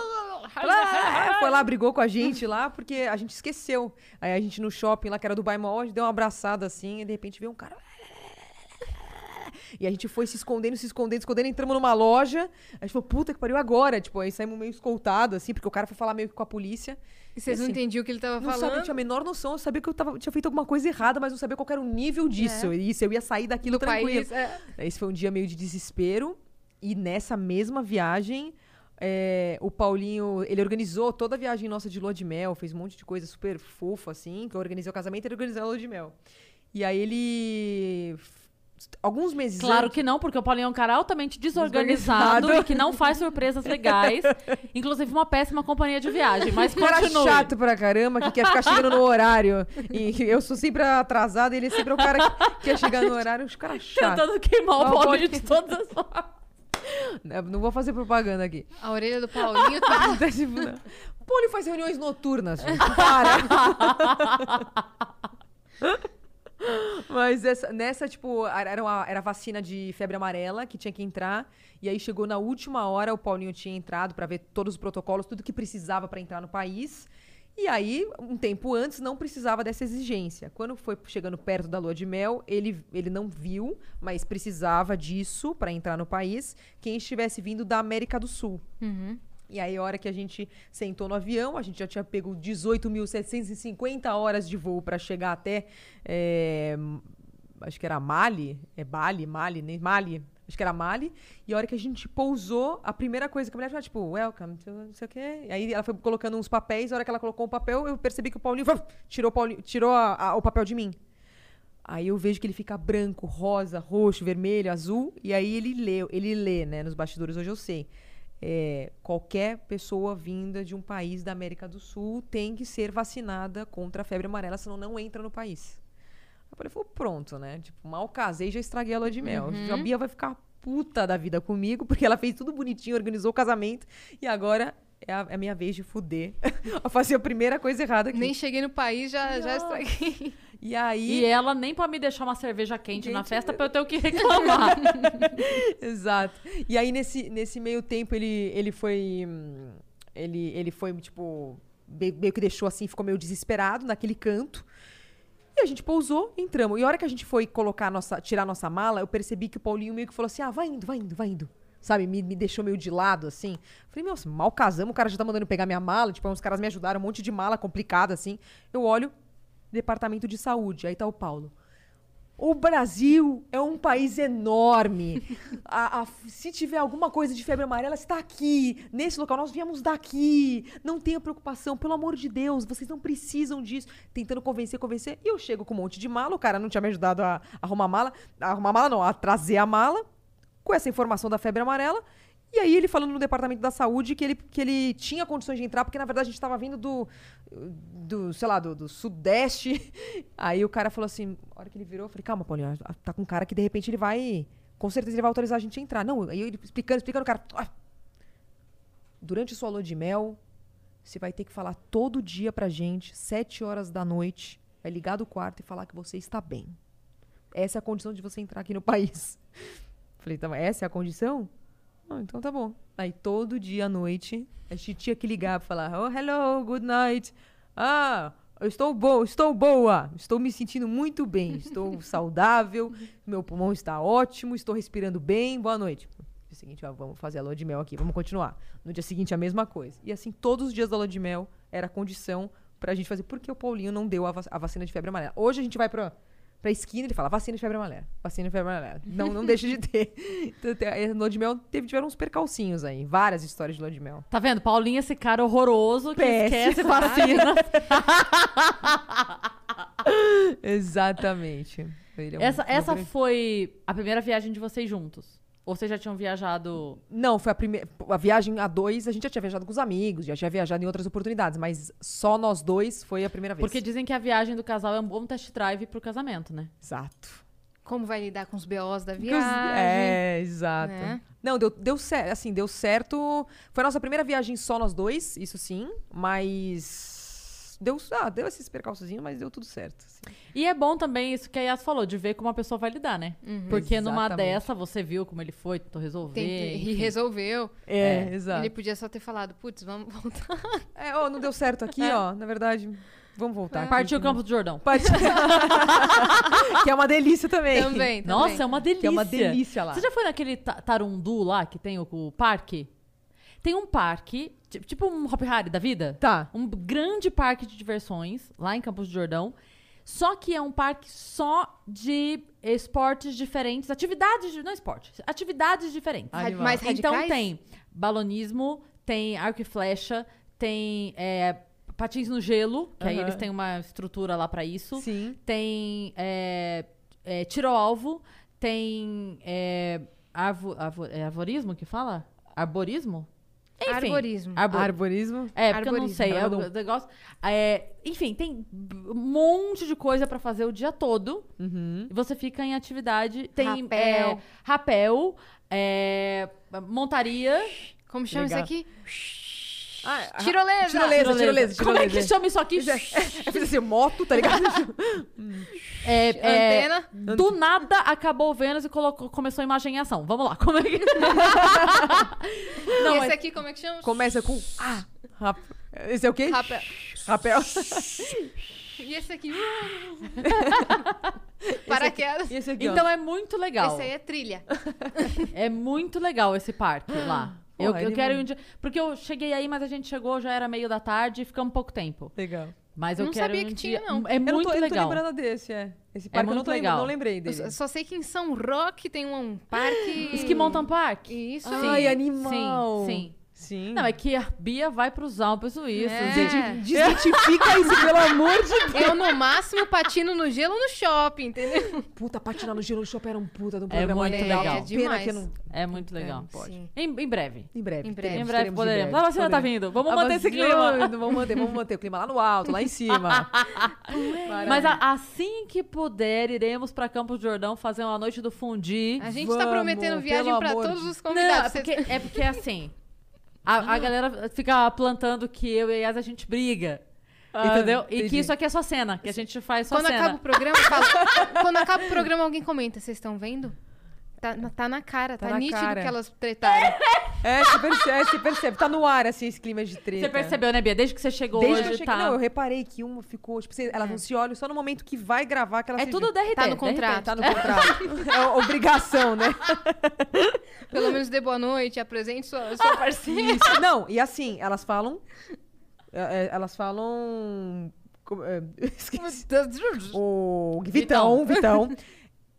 Lá, foi lá, brigou com a gente lá, porque a gente esqueceu. Aí a gente no shopping lá, que era do Baimol, a gente deu uma abraçada assim, e de repente veio um cara... E a gente foi se escondendo, se escondendo, se escondendo, entramos numa loja. A gente falou, puta que pariu agora. Tipo, aí saímos meio escoltado, assim, porque o cara foi falar meio que com a polícia.
E vocês não
Assim,
entendiam o que ele tava
Não sabia,
falando?
tinha a menor noção. Eu sabia que eu tava, tinha feito alguma coisa errada, mas não sabia qual era o nível disso. E Isso, eu ia sair daquilo
É. do
tranquilo.
país. é.
Esse foi um dia meio de desespero. E nessa mesma viagem, é, o Paulinho, ele organizou toda a viagem nossa de lua de mel, fez um monte de coisa super fofa, assim, que eu organizei o casamento e ele organizou a lua de mel. E aí ele... Alguns meses
Claro
antes...
que não, porque o Paulinho é um cara altamente desorganizado
Desorganizado.
e que não faz surpresas legais. Inclusive, uma péssima companhia de viagem.
*laughs*
Mas
cara
continue.
chato pra caramba, que quer ficar chegando no horário. E eu sou sempre atrasada, ele é sempre o cara que quer chegar no horário. Os caras
*laughs*
chatos.
Tentando queimar
Não,
o Paulinho
pode-
de todas as formas.
Né, Não vou fazer propaganda aqui.
A orelha do Paulinho tá...
*laughs* Tá tipo, não. Poli faz reuniões noturnas, *laughs* gente. Para. Mas essa- nessa, tipo, a- era, uma- era a vacina de febre amarela que tinha que entrar. E aí chegou na última hora, o Paulinho tinha entrado pra ver todos os protocolos, tudo que precisava pra entrar no país. E aí, um tempo antes, não precisava dessa exigência. Quando foi chegando perto da lua de mel, ele, ele não viu, mas precisava disso pra entrar no país quem estivesse vindo da América do Sul.
Uhum.
E aí, a hora que a gente sentou no avião, a gente já tinha pego 18.750 horas de voo para chegar até. eh, acho que era Mali. É Bali, Mali, né? Mali. Acho que era Mali. E a hora que a gente pousou, a primeira coisa que a mulher falou, tipo, welcome to não sei o quê. E aí ela foi colocando uns papéis. A hora que ela colocou um papel, eu percebi que o Paulinho *laughs* vum, tirou, o Paulinho- tirou a- a- o papel de mim. Aí eu vejo que ele fica branco, rosa, roxo, vermelho, azul. E aí ele lê, ele lê, né? Nos bastidores hoje eu sei. É, qualquer pessoa vinda de um país da América do Sul tem que ser vacinada contra a febre amarela, senão não entra no país. Aí eu falei, pronto, né? Tipo, mal casei, já estraguei a lua de mel. A Bia vai ficar puta da vida comigo, porque ela fez tudo bonitinho, organizou o casamento. E agora é a, é a minha vez de fuder. *laughs* eu fazer a primeira coisa errada aqui.
Nem cheguei no país, já, já
Nossa.
estraguei.
E aí...
E ela nem pra me deixar uma cerveja quente na
Gente,
festa
eu-
pra eu ter o que
*laughs*
reclamar.
Exato. E aí, nesse, nesse meio tempo, ele, ele foi. hum, Ele, ele foi, tipo. be- Meio que deixou assim, ficou meio desesperado naquele canto. E a gente pousou, entramos. E a hora que a gente foi colocar a nossa, tirar a nossa mala, eu percebi que o Paulinho meio que falou assim: ah, vai indo, vai indo, vai indo. Sabe, me, me deixou meio de lado, assim. Falei, meu, mal casamos, o cara já tá mandando pegar minha mala. Tipo, uns caras me ajudaram, um monte de mala complicada, assim. Eu olho, departamento de saúde, aí tá o Paulo. O Brasil é um país enorme. A- a- se tiver alguma coisa de febre amarela, está aqui. Nesse local, nós viemos daqui. Não tenha preocupação, pelo amor de Deus, vocês não precisam disso. Tentando convencer, convencer. E eu chego com um monte de mala, o cara não tinha me ajudado a arrumar a mala. A arrumar a mala, não, a trazer a mala. Com essa informação da febre amarela. E aí ele falando no departamento da saúde que ele, que ele tinha condições de entrar, porque na verdade a gente estava vindo do, do, sei lá, do, do sudeste. *laughs* Aí o cara falou assim, a hora que ele virou, eu falei, calma, Paulinho, ah, tá com um cara que de repente ele vai, com certeza ele vai autorizar a gente a entrar. Não, aí ele explicando, explicando, o cara... "Ah, Durante sua lua de mel, você vai ter que falar todo dia pra gente, sete horas da noite, vai ligar do quarto e falar que você está bem. Essa é a condição de você entrar aqui no *laughs* país. Falei, então, essa é a condição? Ah, então tá bom. Aí todo dia à noite, a gente tinha que ligar pra falar, oh, hello, good night. Ah, eu estou boa, estou boa, estou me sentindo muito
*laughs*
bem, estou saudável, meu pulmão está ótimo, estou respirando bem, boa noite. No dia seguinte, ó, vamos fazer a lua de mel aqui, vamos continuar. No dia seguinte, a mesma coisa. E assim, todos os dias da lua de mel era a condição pra gente fazer, porque o Paulinho não deu a, vac- a vacina de febre amarela. Hoje a gente vai pra, pra esquina, ele fala, vacina de febre amarela, vacina de febre amarela. Não, não deixa de
*laughs*
ter. Então, te- a lua de mel teve, tiveram uns percalcinhos aí, várias histórias de lua de mel.
Tá vendo? Paulinho é esse cara horroroso que
Péssimo.
esquece
*laughs*
vacina.
Exatamente. Ele é um-
essa
um
essa
grande-
foi a primeira viagem de vocês juntos. Ou vocês já tinham viajado.
Não, foi a primeira. A viagem a dois, a gente já tinha viajado com os amigos, já tinha viajado em outras oportunidades, mas só nós dois foi a primeira vez.
Porque dizem que a viagem do casal é um bom test drive pro casamento, né?
Exato.
Como vai lidar com os BOs da
Porque os-
viagem?
É, exato.
né?
Não, deu, deu certo. Assim, deu certo. Foi a nossa primeira viagem só nós dois, isso sim. Mas. Deu, ah, deu esses percalçozinhos, mas deu tudo certo. assim.
E é bom também isso que a Yas falou, de ver como a pessoa vai lidar, né? Porque numa
Uhum. Exatamente.
dessa você viu como ele foi, tentou resolver.
Tem que- e
enfim.
resolveu.
É,
Ele
exato.
podia só ter falado, putz, vamos *laughs* voltar.
É, ó, não deu certo aqui, ó. Na verdade, vamos voltar.
Partiu
*laughs* campo.
Campos do Jordão.
que é uma delícia também.
Também, também.
Nossa, é uma delícia.
Que é uma delícia lá.
Você já foi naquele ta- Tarundu lá que tem o, o parque? Tem um parque, ti- tipo um Hop Harry da vida.
Tá.
Um grande parque de diversões lá em Campos do Jordão. Só que é um parque só de esportes diferentes, atividades, de- não esportes, atividades diferentes.
Ra- mais radicais?
Então tem balonismo, tem arco e flecha, tem é, patins no gelo, que aí
Aham.
eles têm uma estrutura lá pra isso.
Sim.
Tem é, é, tiro ao alvo, tem é, arvo, arvo- é arvorismo que fala? Arborismo? Enfim,
Arborismo.
arbor-
Arborismo.
é, porque eu não
Arborismo.
sei. É
Arborismo.
o negócio. É, enfim, tem b- um monte de coisa pra fazer o dia todo.
Uhum.
E você fica em atividade. Tem
Rapel.
é, rapel, é, montaria.
Como chama isso
Legal.
aqui?
Ah,
Tirolesa!
Tirolesa, tirolesa,
Como é que
tirolesa.
chama isso aqui?
Eu fiz assim, moto, tá ligado?
*laughs* É, é,
Antena.
Do nada acabou o Vênus e colocou, começou a imagem em ação. Vamos lá, como é que.
e
Não,
esse
é-
aqui, como é que chama?
Começa com. Ah, rap... Esse é o quê?
Rapel.
Rapel.
E esse
*laughs*
aqui? *laughs* Paraquedas.
E esse aqui, ó.
Então é muito legal.
Esse aí é trilha.
É muito legal esse parque lá.
Pô,
eu,
ele
eu
é
quero ir um
muito-
dia. Porque eu cheguei aí, mas a gente chegou, já era meio da tarde e ficamos pouco tempo.
Legal.
Mas eu
Não
quero.
sabia
ir um
que tinha,
dia-
não.
É
eu não
muito
tô, eu não tô
legal.
lembrando desse, é. Esse parque eu não
muito
tô lem-
legal.
não lembrei
Eu
dele.
só- só sei que em São Roque tem um
*gasps*
parque.
Esquimontão Park?
Isso.
um Ai, é.
Sim,
animal.
sim.
Sim.
Não, é que a Bia vai pros Alpes suíços.
É.
*laughs* Gente,
Desmitifica isso, pelo amor de Deus.
Eu, no máximo, patino no gelo no shopping, entendeu?
Puta, patinar no gelo do shopping era um puta de um
É
programa
muito
legal.
legal.
É
Pena
demais.
que eu não...
é muito legal.
não pode.
Sim.
Em, em breve.
É, Em breve. Ah,
Em breve.
Em breve poderemos. A vacina tá vindo. Vamos
A
manter esse
vacina-
clima.
Vamos manter, vamos manter o clima lá no alto, lá em
*laughs*
cima.
Mas a- assim que puder, iremos pra Campos do Jordão fazer uma noite do fundi.
A gente tá
Vamos,
prometendo viagem
pelo
pra
amor
todos
de-
os
Não, é
convidados. Vocês-
porque, é porque assim. A, a galera fica plantando que eu e a Yas a gente briga.
Ah,
entendeu? E que
entendi.
isso aqui é só cena, que a gente faz só
Quando
cena.
acaba o programa, fala- *laughs* quando acaba o programa, alguém comenta. Vocês estão vendo? Tá, na- tá na cara, tá,
Tá na
nítido
cara.
que elas tretaram.
É, se percebe, se percebe. Tá no ar, assim, esse clima de treta.
Você percebeu, né, Bia? Desde que você chegou
Desde que eu
hoje,
cheguei,
tá.
Não, eu reparei que uma ficou, tipo, você- elas não se olham só no momento que vai gravar que elas
É
se
tudo DRT.
Tá no
DRT.
contrato.
Tá
*laughs*
no contrato. é obrigação, né?
Pelo menos dê boa noite, apresente sua,
*laughs*
sua parceira.
Isso. Não, e assim, elas falam. é, é, Elas falam. como- é, *laughs* Esqueci. O Vitão, Vitão.
*laughs*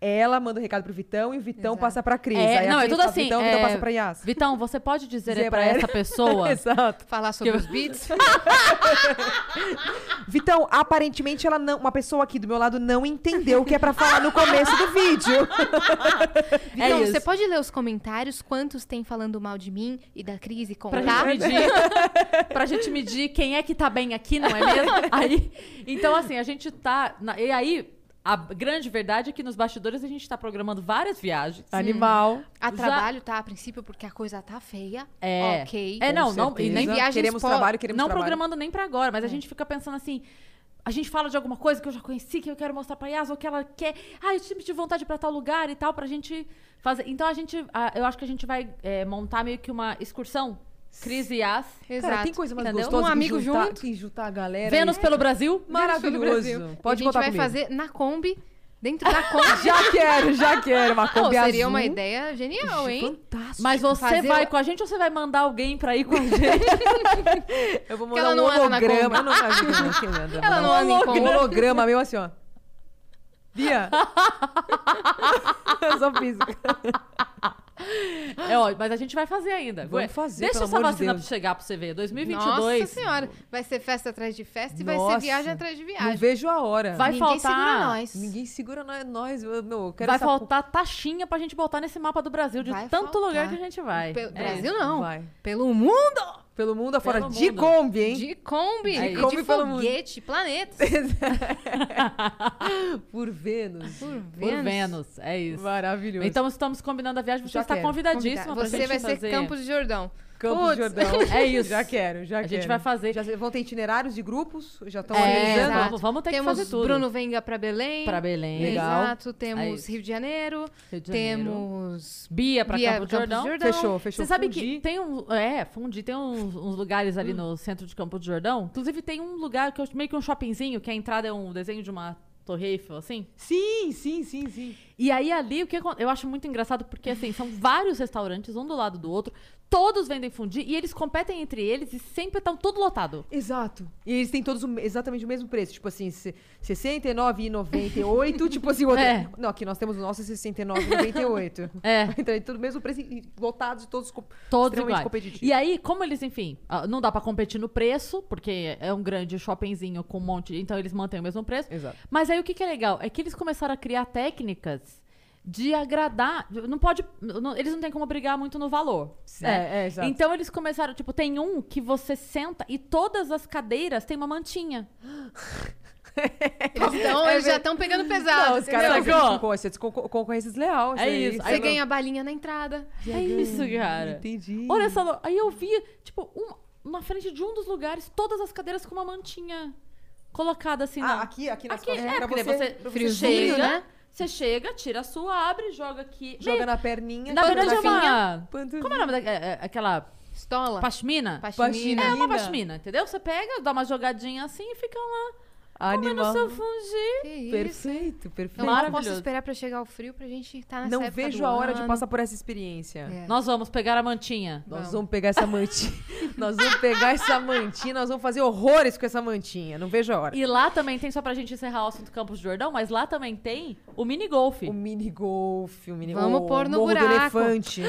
Ela manda o recado pro Vitão e o Vitão
Exato.
passa pra Cris.
É,
Aí a
não, é
Cris
tudo
fala pro
assim,
Vitão, o
é,
Vitão passa pra Yas.
Vitão, você pode dizer
Dizer
pra É
pra
essa *laughs* pessoa?
*laughs* Exato.
Falar sobre os beats.
Vitão, aparentemente ela não, uma pessoa aqui do meu lado não entendeu o que é pra falar no começo
*laughs*
do vídeo.
É
Então,
isso.
você pode ler os comentários, quantos tem falando mal de mim e da crise e
Pra
contar?
gente, medir, pra gente medir quem é que tá bem aqui, não é *laughs* mesmo? Aí, então, assim, a gente tá. na- e aí, a grande verdade é que nos bastidores a gente tá programando várias viagens.
Animal.
*laughs* A
Já-
trabalho, tá? A princípio, porque a coisa tá feia.
É.
Ok.
É, não, não. E
certeza.
nem
viagens
Queremos
pós-
trabalho, queremos
não
trabalho.
programando nem pra agora, mas a gente fica pensando assim. A gente fala de alguma coisa que eu já conheci, que eu quero mostrar pra Yas, ou que ela quer. Ah, eu sempre tive vontade pra tal lugar e tal, pra gente fazer. Então a gente. ah, eu acho que a gente vai eh, montar meio que uma excursão. Cris e Yas.
Exato.
Cara, tem coisa mais
Entendeu?
gostosa
Um
que
amigo
juntar,
junto.
que juntar a galera.
Vênus
e-
pelo Brasil.
*laughs* Maravilhoso.
Pode
Pode
a gente
contar
vai
comigo.
fazer na Kombi, dentro da Kombi.
*laughs* Já quero, já quero. um Uma
Pô,
*laughs* Kombi
seria
azul.
uma ideia genial, hein?
Fantástico.
Mas você
Fazer-
vai com a gente ou você vai mandar alguém pra ir com a gente?
Eu vou
Porque
mandar
ela não
um
anda na
*laughs*
Kombi.
holograma. Eu não imagino quem anda.
Ela não anda em
um
Kombi.
holograma. Um holograma meu assim, ó. *laughs* Bia. Eu sou física.
é, ó, mas a gente vai fazer ainda.
Vamos fazer,
Deixa
pelo
essa
amor de
vacina
Deus.
chegar pra você ver.
Nossa
2022.
senhora. Vai ser festa atrás de festa e vai
Nossa.
ser viagem atrás de
Não
viagem.
vejo a hora.
Vai
Ninguém
faltar-
segura nós.
Ninguém segura nós. nós eu, meu, eu quero
vai
essa
faltar taxinha pra gente botar nesse mapa do Brasil, de
Vai
tanto
faltar.
lugar que a gente vai.
Pelo
É.
Brasil não.
Vai.
Pelo mundo!
Pelo mundo afora.
Pelo
de
mundo.
Kombi, hein?
De Kombi,
De
e
Kombi
de
pelo mundo.
foguete, planetas.
*laughs* Por Vênus.
Por
*laughs* Por
Vênus.
Vênus, é isso.
Maravilhoso.
Então estamos combinando a viagem, você
Já
está
quero.
convidadíssima pra
Você
gente
vai ser
fazer.
Campos de Jordão. Putz.
Campos do *laughs* Jordão.
É isso.
Já quero, já
A
quero.
gente vai fazer.
Já se- vão ter itinerários de grupos? Já estão
É,
organizando?
vamos, vamos ter
temos
que fazer tudo.
Bruno Venga pra Belém.
Pra Belém,
Legal. É
Exato, temos
isso.
Rio de Janeiro,
Rio de Janeiro.
*laughs*
temos
Bia pra
Bia-
Campo do Jordão.
Fechou, fechou.
Você sabe
Fundi.
que tem um. É, fundi, tem uns, uns lugares
Hum.
ali no centro de Campo do Jordão. Inclusive, tem um lugar que é meio que um shoppingzinho, que a entrada é um desenho de uma torre Eiffel, assim.
Sim, sim, sim, sim.
E aí ali, o que acon- eu acho muito engraçado, porque assim, são vários restaurantes, um do lado do outro, todos vendem fundi e eles competem entre eles e sempre estão tudo lotado.
Exato. E eles têm todos o- exatamente o mesmo preço. Tipo assim, se- R$ 69,98. *laughs* tipo assim, o outro.
É.
Não, aqui nós temos o nosso R$ 69,98.
*laughs* É,
*laughs* Então, é tudo o mesmo preço e e lotados, todos co-
todos
extremamente
iguais.
competitivos.
E aí, como eles, enfim, ah, não dá pra competir no preço, porque é um grande shoppingzinho com um monte, então eles mantêm o mesmo preço.
Exato.
Mas aí o que, que é legal? É que eles começaram a criar técnicas de agradar. Não pode. não- eles não têm como brigar muito no valor. né?
É, é, exato.
Então eles começaram, tipo, tem um que você senta e todas as cadeiras têm uma mantinha.
Eles, tão- eles já estão pegando pesado.
É Não, os
entendeu?
caras
Sacou?
fazem isso com coisa, isso é con- concorrência desleal.
É
aí.
isso.
Você ganha a balinha na entrada.
É isso, cara.
Entendi.
Olha assim, só, Lu, aí eu vi, tipo, um, na frente de um dos lugares, todas as cadeiras com uma mantinha colocada assim
Ah,
na.
aqui, aqui nas
Aqui,
costas.
é,
pra
porque
você,
você, você
pra você
Friozinho,
chega,
né?
Você chega, tira a sua, abre, joga aqui.
Joga na perninha. tá
na
joga
verdade é
perninha.
uma.
Pantufinha.
Como é o nome daquela. É, é, aquela
Estola.
pashmina?
Pashmina.
É uma
Pashmina.
pashmina, entendeu? Você pega, dá uma jogadinha assim e fica lá comendo
Animal.
seu É fungi.
Que isso.
É, Perfeito, perfeito.
Eu mal posso
Maravilhoso.
esperar pra chegar o frio pra gente estar nessa
Não
época
vejo
do
a hora de
ano.
passar por essa experiência.
É.
Nós vamos pegar a mantinha.
Nós
Vamos.
vamos pegar
*laughs*
essa mantinha. nós vamos pegar essa mantinha, nós vamos fazer horrores com essa mantinha. Não vejo a hora.
E lá também tem, só pra gente encerrar o assunto Campos do Jordão, mas lá também tem o mini golfe.
O mini golfe, o mini
Vamos
o
pôr no
morro do
buraco.
elefante.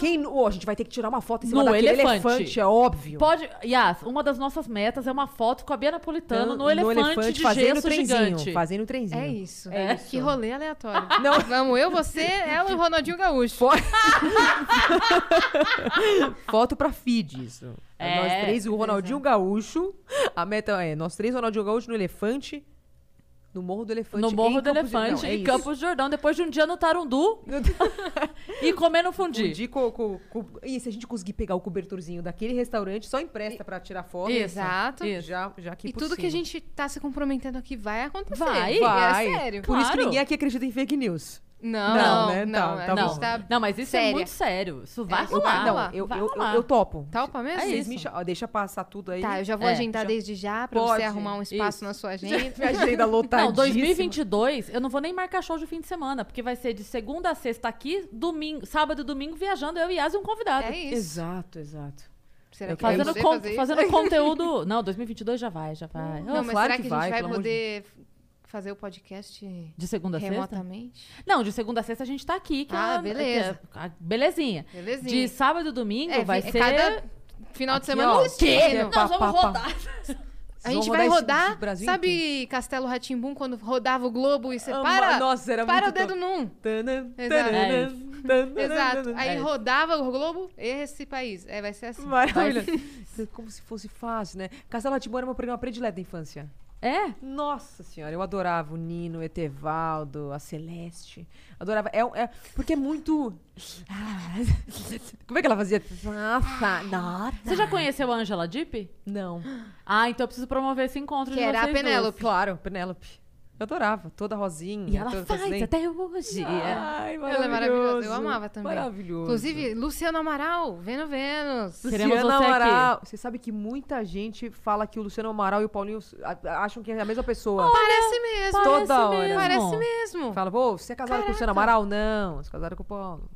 Quem, oh, a gente vai ter que tirar uma foto em cima
No
daquele
elefante.
elefante, é óbvio.
Pode, Yas, uma das nossas metas é uma foto com a Bia Napolitano no, elefante, de
Então, fazendo o
gesso
trenzinho,
gigante.
fazendo o trenzinho.
É isso.
É
Que
isso.
rolê aleatório.
*laughs* Não.
Vamos, eu, você, ela e o Ronaldinho Gaúcho.
Foto pra feed, isso.
É,
nós três e o Ronaldinho Gaúcho. A meta é nós três, Ronaldinho Gaúcho no elefante. No Morro do Elefante.
No
em
Morro do
Campos de-
Elefante,
Não, é
em
isso. *laughs*
Campos do Jordão, depois de um dia no Tarundu e comendo fundi.
Fundi com- com- com- E se a gente conseguir pegar o cobertorzinho daquele restaurante, só empresta pra tirar foto. assim.
Exato.
Isso.
Já, já que é
E tudo que a gente tá se comprometendo aqui vai acontecer.
Vai,
vai.
É sério.
Por isso que
Claro.
ninguém aqui acredita em fake news.
Não,
Não,
não,
né?
não.
Tá,
a
tá
gente
não,
bom.
tá-
não, mas isso é
séria.
muito sério. Isso vai
isso
Eu,
rolar.
não, eu,
vai
eu, eu,
rolar.
eu topo.
Tá opa mesmo?
É
Vocês
isso.
me cha- ó, deixa passar tudo aí. *laughs*
Tá, eu já vou
É,
agendar
já-
desde já pra
Pode.
você arrumar um espaço
Isso.
na sua agenda.
Minha agenda lotadíssima.
Não, 2022, eu não vou nem marcar show de fim de semana, porque vai ser de segunda a sexta aqui, domingo, sábado e domingo viajando, eu e Yas e um convidado.
É isso.
Exato, exato.
Será
Eu
que vai
Fazendo,
poder
con-
fazer isso? *laughs*
fazendo conteúdo. Não, 2022 já vai, já vai.
Não, mas
claro
será
que
que, a
vai,
gente vai
pelo amor de
poder f- fazer o podcast
De segunda a sexta?
remotamente?
Não, de segunda a sexta a gente tá aqui. Que
Ah,
é a-
beleza.
que é a- belezinha.
Belezinha.
De sábado e domingo
É,
vai
vi- é
ser.
cada final de
Aqui,
semana
ó,
um
o quê?
destino.
Pá,
Nós vamos
pá, pá.
rodar.
A gente
Vamos
vai
esse- esse
rodar,
Brasil
sabe
inteiro.
Castelo Ratimbum quando rodava o globo e você
Ama-
para,
Nossa, era
para o
muito
dedo
top.
num.
Tanã,
Exato.
tanã,
É
tanã,
Exato.
tanã.
Aí
É.
rodava o globo, esse país. É, vai ser assim.
Maravilhoso. *laughs* Como se fosse fácil, né? Castelo Atimor era meu programa predileto da infância.
*laughs* É?
Nossa senhora, eu adorava o Nino, o Etevaldo, a Celeste. Adorava. É, é- porque é muito. *laughs* Como é que ela fazia? Nossa, nossa.
Você já conheceu a Angela Deep?
Não.
Ah, então eu preciso promover esse encontro
Que
de
era a
vocês duas.
Penélope.
Claro, Penélope. Eu adorava, toda rosinha.
E ela
toda
faz
presidente.
até hoje.
Ai,
Ela é maravilhosa. Eu amava também.
Maravilhoso.
Inclusive, Luciano Amaral, Vendo Vênus.
Queremos
Luciano
você aqui.
Amaral. Você sabe que muita gente fala que o Luciano Amaral e o Paulinho a- a- acham que é a mesma pessoa.
Parece mesmo.
toda
É. Parece mesmo.
hora.
Parece mesmo.
Tá Fala, pô, você é casado com o Luciano Amaral? Não, você é casado com o Paulo.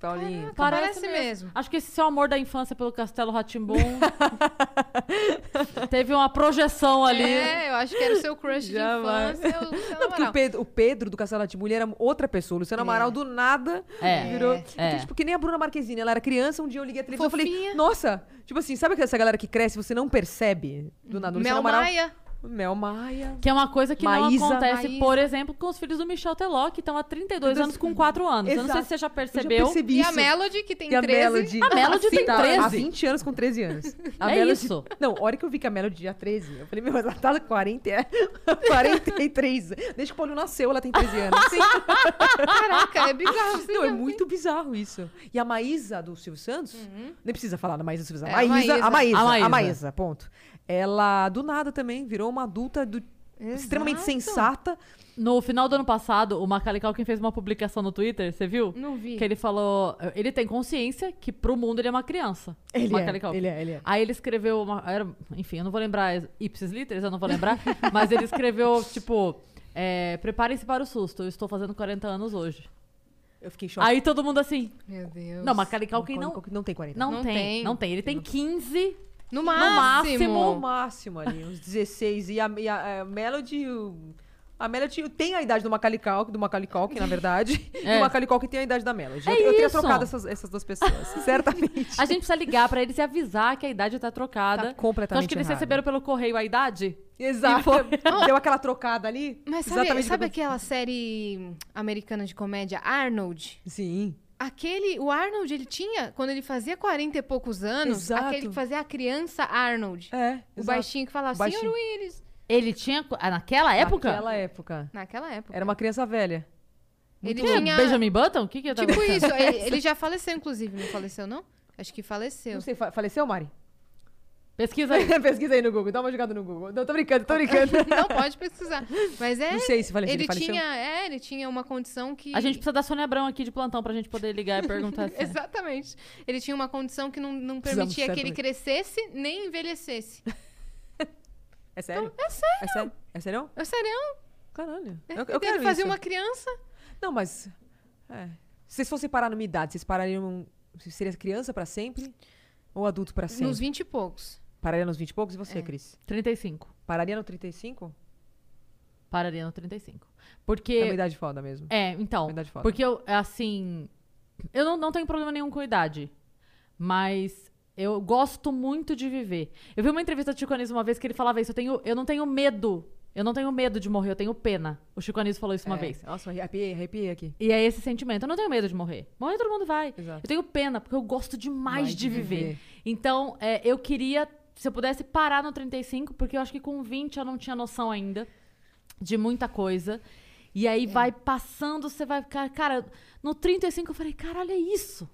Paulinho.
Caraca. Parece mesmo.
Acho que esse seu amor da infância pelo Castelo Ratimbum
*laughs*
teve uma projeção ali.
É, eu acho que era o seu crush
Jamais.
de infância, o Luciano
Não, porque o
Amaral.
Pedro, o Pedro do Castelo de Mulher era outra pessoa. O Luciano Amaral, do nada,
É.
virou.
É.
Então, tipo, que nem a Bruna Marquezine. Ela era criança, um dia eu liguei a televisão e falei,
Fofinha.
nossa, tipo assim, sabe essa galera que cresce e você não percebe do nada? O Luciano
Mel
Amaral.
Maia.
Mel Maia.
Que é uma coisa que
Maísa,
não acontece,
Maísa.
por exemplo, com os filhos do Michel Teló, que estão há 32 anos com 4 anos. Eu não sei se
Exato.
você já
Eu já
percebeu.
percebi
E
isso.
a Melody, que tem
E a
13.
Melody.
A Melody tem
tá,
13.
Há 20 anos com 13 anos. A
É
Melody-
isso.
Não, a hora que eu vi que a Melody tinha 13, eu falei, meu, ela tá 40, e- *laughs* 43. Desde que o Paulinho nasceu, ela tem 13
*laughs*
anos.
Caraca, é bizarro. Você
*laughs* Não, é
viu?
muito bizarro isso. E a Maísa do Silvio Santos, nem precisa falar da Maísa do Silvio Santos.
Uhum. É, a
Maísa, a Maísa, a Maísa,
Maísa.
ponto. Ela, do nada também, virou uma adulta do- extremamente
Exato.
sensata.
No final do ano passado, o Macaulay Culkin fez uma publicação no Twitter, você viu?
Não vi.
Que ele falou... Ele tem consciência que pro mundo ele é uma criança.
Ele
Macaulay
é,
Culkin.
ele é, ele é.
Aí ele escreveu uma. Era, enfim, eu não vou lembrar as- ipsis literis, eu não vou lembrar. *laughs* mas ele escreveu, tipo. É, Preparem-se para o susto, eu estou fazendo 40 anos hoje.
Eu fiquei chocada.
Aí todo mundo assim.
Meu Deus.
Não, Macaulay Culkin
Macaulay
não,
Culkin não tem 40.
não,
Não
tem,
tem.
Não tem. Ele tem 15.
No
máximo.
No
máximo.
máximo ali, uns 16. E a, e a- a Melody... o- A Melody tem a idade do Macaulay Culkin, do Macaulay Culkin, na verdade. *laughs* E
É.
o Macaulay Culkin tem a idade da Melody. eu,
É
eu teria
isso.
trocado essas, essas duas pessoas, certamente.
A gente precisa ligar pra eles e avisar que a idade tá trocada.
Tá completamente
Então acho que eles
errado.
receberam pelo correio a idade.
*laughs* Exato. *laughs* Deu aquela trocada ali.
Mas sabe,
Exatamente o que
sabe
eu-
aquela série americana de comédia, Arnold?
Sim.
Aquele, o Arnold, ele tinha, quando ele fazia 40 e poucos anos,
Exato.
aquele que fazia a criança Arnold.
É.
o baixinho que falava,
Baixinho.
senhor Willis.
Ele tinha. ah, Naquela época?
Naquela época.
Naquela época.
Era uma criança velha.
Ele
Que é,
tinha.
Benjamin Button? O que que eu tava
Tipo
pensando?
isso, ele,
*laughs*
ele já faleceu, inclusive, não faleceu, não? Acho que faleceu. *laughs*
Não sei, fa- faleceu, Mari? *laughs*
Pesquisa aí.
Pesquisa aí no Google, dá uma jogada no Google. Não, tô brincando, tô brincando.
*laughs* Não pode pesquisar. Mas é.
Não sei se faleceu,
ele
ele faleceu.
tinha, é, ele tinha uma condição que.
A gente precisa da Sônia Abrão aqui de plantão pra gente poder
*laughs*
ligar e perguntar assim.
Exatamente. Ele tinha uma condição que não, não
Precisamos
permitia que ele
sempre.
crescesse nem envelhecesse.
É sério?
É sério.
É sério? É sério?
É sério.
Caralho. Eu, eu
Ele
quero
fazia
isso.
uma criança.
Não, mas... É. Se vocês fossem parar numa idade, vocês parariam... Seria criança pra sempre? Ou adulto pra sempre?
Nos É. 20 e poucos.
Pararia nos 20 e poucos? E você, Cris?
35.
Pararia no 35?
Pararia no 35. Porque.
É uma idade foda mesmo.
É, então.
Uma idade foda.
Porque eu, assim. Eu não, não tenho problema nenhum com idade. Mas eu gosto muito de viver. Eu vi uma entrevista do Chico Anísio uma vez que ele falava isso. Eu, tenho, eu não tenho medo. Eu não tenho medo de morrer, eu tenho pena. O Chico Anísio falou isso uma
É.
vez.
Nossa, arrepiei, arrepiei aqui.
E é esse sentimento. Eu não tenho medo de morrer. Morrer todo mundo vai.
Exato.
Eu tenho pena, porque eu gosto demais
Mais
de
de
viver.
viver.
Então, é, eu queria, se eu pudesse parar no 35, porque eu acho que com 20 eu não tinha noção ainda de muita coisa. E aí vai passando, você vai ficar. Cara, no 35 eu falei, caralho, é isso.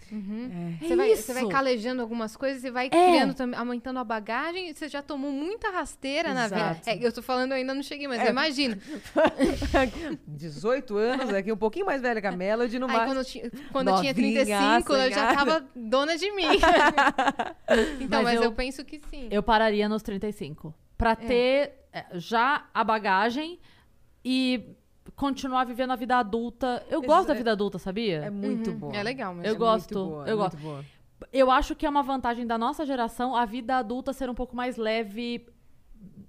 É
Você vai,
isso.
você vai calejando algumas coisas, você vai
É.
criando, também- aumentando a bagagem, e você já tomou muita rasteira na vida.
Exato. É.
É, eu tô falando, eu ainda não cheguei, mas eu imagino.
18 anos, aqui um pouquinho mais velha que a Melody, no
É. Aí
máximo.
quando eu, tinha, quando eu tinha
Novinha,
35, eu já
assanhada.
tava dona de
*laughs*
mim. então, mas,
Mas
eu,
eu-
penso que sim.
Eu pararia nos 35. Pra ter é, já a bagagem e continuar vivendo a vida adulta. Eu gosto da vida adulta, sabia?
É muito
Uhum,
boa.
É legal, mas
Eu
É
gosto,
muito boa, é
eu
muito
gosto.
boa.
Eu acho que é uma vantagem da nossa geração a vida adulta ser um pouco mais leve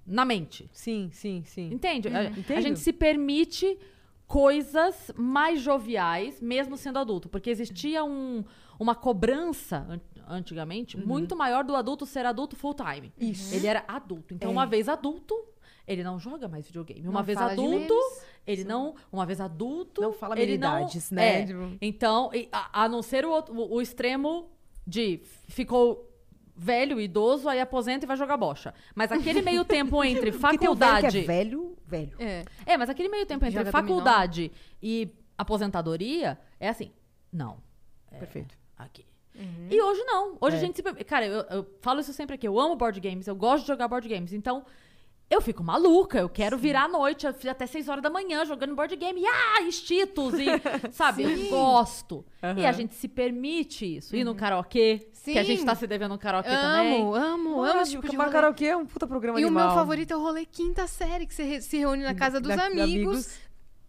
na mente.
Sim, sim,
Uhum.
sim.
Entende? A, a
Uhum. Entendo.
gente se permite coisas mais joviais, mesmo sendo adulto. Porque existia um- uma cobrança an- antigamente
Uhum.
muito maior do adulto ser adulto full time.
Isso.
é
Ele era adulto. Então,
É.
uma vez adulto, ele não joga mais videogame. Uma
Não
vez
fala de
adulto,
memes.
ele não. Uma vez adulto.
Não fala
ele não-
amenidades, né?
É.
Tipo-
Então, e a, a não ser o, outro- o- o extremo de ficou velho, idoso, aí aposenta e vai jogar bocha. Mas aquele meio
*laughs*
tempo entre
Porque tem o velho que
faculdade.
é velho, velho.
É.
É, mas aquele meio tempo entre
Joga dominó.
faculdade e aposentadoria é assim. Não,
É.
Perfeito.
aqui. E hoje não. Hoje a gente se. permite- Cara, eu, eu falo isso sempre aqui. Eu amo board games, eu gosto de jogar board games. Então, eu fico maluca. Eu quero virar à noite eu fico até 6 horas da manhã jogando board game. E, ah, e cheetos,
*laughs*
e. Sabe? Eu gosto. E a gente se permite isso. Ir no karaokê.
Uhum. Sim.
Que a gente tá se devendo um karaokê também.
Amo, amo, amo. esse
Lógico,
tipo de
mas
rolê.
karaokê é um puta programa
E o
animal. Hum,
meu favorito é o rolê quinta série, que você re- se reúne na casa dos
Da- da
amigos,
amigos.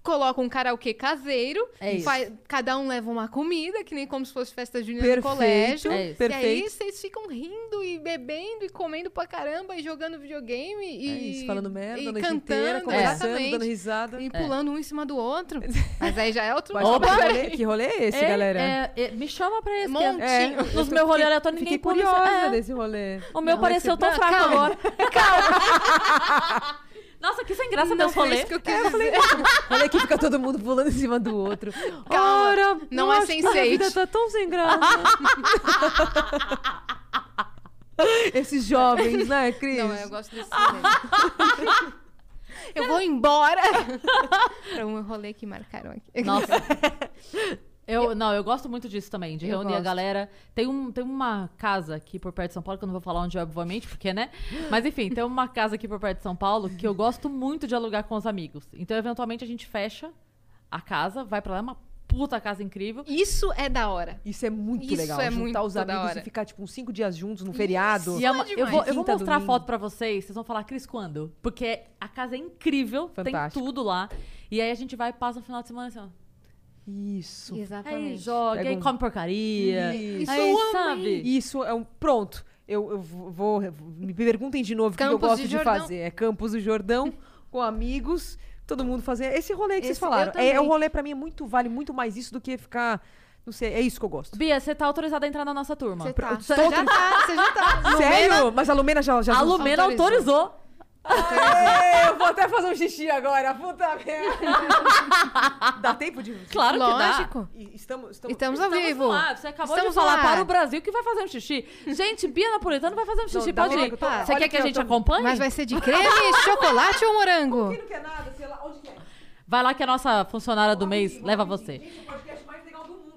coloca um karaokê caseiro,
É isso.
faz- cada um leva uma comida, que nem como se fosse festa junina
Perfeito,
no colégio.
é isso.
E aí
perfeito.
vocês ficam rindo e bebendo e comendo pra caramba e jogando videogame e
É isso, falando merda
e
a noite
cantando,
inteira, conversando,
exatamente.
dando risada.
E
É.
pulando um em cima do
*laughs*
outro. Mas aí já é outro
Mas que rolê, que rolê é esse,
É,
galera?
é, é, me chama pra esse. que é-
Um Monte.
É,
Sim,
eu
Nos
tô-
meus rolês
fiquei-
aleatórios, ninguém
Fiquei
publica.
curiosa
É. tá-
desse rolê.
O meu
Não,
*laughs* pareceu
esse-
tão
não,
fraco
calma.
agora. Nossa, que sem graça
Não
meus
foi
rolês.
isso que eu quis
É, eu falei, *laughs* olha aqui fica todo mundo pulando em cima do outro.
Calma,
Ora,
não
eu
é
acho que minha
sense8.
vida tá tão sem graça. Esses jovens, né, Cris?
Não, eu gosto desse desenho. Eu vou embora *laughs* para um rolê que marcaram aqui.
Nossa. *laughs* Eu, não, eu gosto muito disso também, de
Eu
reunir a
gosto.
galera. Tem, um, tem uma casa aqui por perto de São Paulo, que eu não vou falar onde é, obviamente, porque, né? Mas enfim, tem uma casa aqui por perto de São Paulo que eu gosto muito de alugar com os amigos. Então, eventualmente, a gente fecha a casa, vai pra lá, é uma puta casa
*laughs*
incrível.
Isso é da hora.
Isso é muito
Isso
legal.
é
juntar
muito
os
da
amigos
hora.
e ficar, tipo, uns cinco dias juntos no feriado.
E é uma- eu,
demais.
vou, eu vou
Quinta,
mostrar a
domingo.
foto pra vocês, vocês vão falar, Cris, quando? Porque a casa é incrível,
Fantástico.
tem tudo lá. E aí a gente vai e passa o final de semana assim, ó.
Isso.
Aí
Exatamente.
joga,
Pega
aí
um-
come porcaria.
Isso.
É
Aí, sabe?
Isso é um. Pronto. Eu, eu vou. Me perguntem de novo o que eu
Campos
gosto
do
de
Jordão.
fazer. É Campos do Jordão com amigos. Todo mundo fazer. Esse rolê que vocês
Esse-
falaram.
eu
É, é o
também.
rolê pra mim é muito, vale muito mais isso do que ficar. Não sei, é isso que eu gosto.
Bia, você tá autorizada a entrar na nossa turma.
Você tá.
Todo-
Já tá, você já tá.
*laughs* Sério? Mas a Lumena já. já
A Lumena autorizou.
autorizou.
Aê, eu vou até fazer um xixi agora, puta merda. Dá tempo de.
Claro que dá.
Lógico.
E- Estamos, estamos,
Estamos ao
Estamos
vivo.
no ar. Você acabou
Estamos
de falar
no ar.
para o Brasil que vai fazer um xixi. Gente, Bia Napolitano vai fazer um xixi.
dá
pode
logo,
ir.
tô-
tá.
Você
olha
quer que
que
a
eu
gente
tô-
acompanhe?
Mas vai ser de
*laughs*
creme, chocolate ou morango?
Quem não quer nada, sei lá, onde quer.
Vai lá que a nossa funcionária do mês leva você.
Gente, o podcast mais legal do mundo.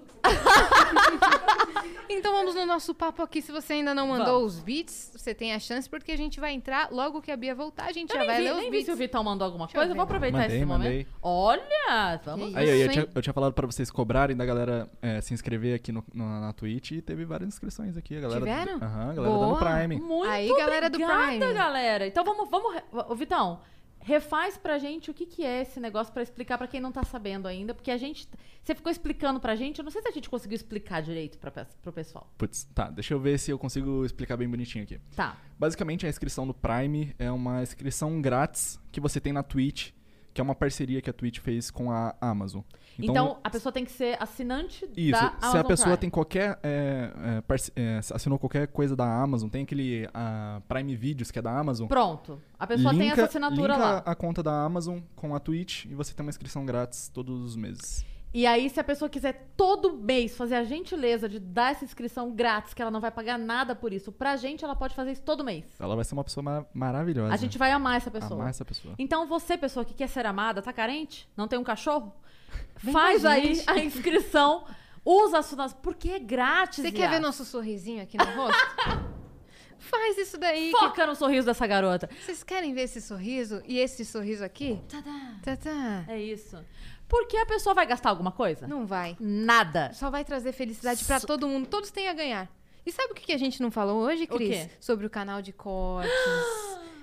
Então vamos no nosso papo aqui. Se você ainda não mandou os beats, você tem a chance, porque a gente vai entrar logo que a Bia voltar, a gente
Eu
já vai
nem vi,
ler os
nem vi
beats.
se o Vitão mandou alguma
eu
coisa. Eu vou
ver.
aproveitar
Mandei,
esse
mandei.
momento. Olha, vamos.
Que
Aí, aí, eu,
isso,
tinha,
hein?
eu tinha falado pra vocês cobrarem da galera eh, se inscrever aqui no, no- na Twitch e teve várias inscrições aqui. A galera,
Tiveram?
Aham, a galera
Boa.
dando Prime.
Muito
Aí, galera do
obrigada,
Prime.
galera. Então vamos, vamos, re- ô, Vitão, refaz pra gente o que que é esse negócio pra explicar pra quem não tá sabendo ainda, porque a gente você ficou explicando pra gente, eu não sei se a gente conseguiu explicar direito para pro pessoal.
Putz, tá, deixa eu ver se eu consigo explicar bem bonitinho aqui.
Tá.
Basicamente, a inscrição do Prime é uma inscrição grátis que você tem na Twitch, que é uma parceria que a Twitch fez com a Amazon.
Então, a pessoa tem que ser assinante
Isso,
da
se
Amazon
a pessoa
Prime.
tem qualquer. eh, eh, parce- eh, assinou qualquer coisa da Amazon, tem aquele ah, Prime Videos que é da Amazon.
Pronto. A pessoa tem essa assinatura
linka
lá.
a conta da Amazon com a Twitch e você tem uma inscrição grátis todos os meses.
E aí, se a pessoa quiser todo mês fazer a gentileza de dar essa inscrição grátis, que ela não vai pagar nada por isso, pra gente ela pode fazer isso todo mês.
Ela vai ser uma pessoa ma- maravilhosa.
A gente vai amar essa pessoa.
é. Amar essa pessoa.
Então você, pessoa que quer ser amada, tá carente? Não tem um cachorro?
Vem
Faz
com a
aí
gente.
a inscrição. Usa a sua... Porque é grátis,
Você quer ver
viado.
nosso sorrisinho aqui no
*laughs*
rosto? Faz isso daí. que-
Foca no sorriso dessa garota.
Vocês querem ver esse sorriso e esse sorriso aqui? Tá, tá.
É isso. Porque a pessoa vai gastar alguma coisa?
Não vai.
Nada.
Só vai trazer felicidade pra todo mundo. Todos têm a ganhar. E sabe o que que a gente não falou hoje,
O
Cris?
quê?
Sobre o canal de
*gasps*
cortes.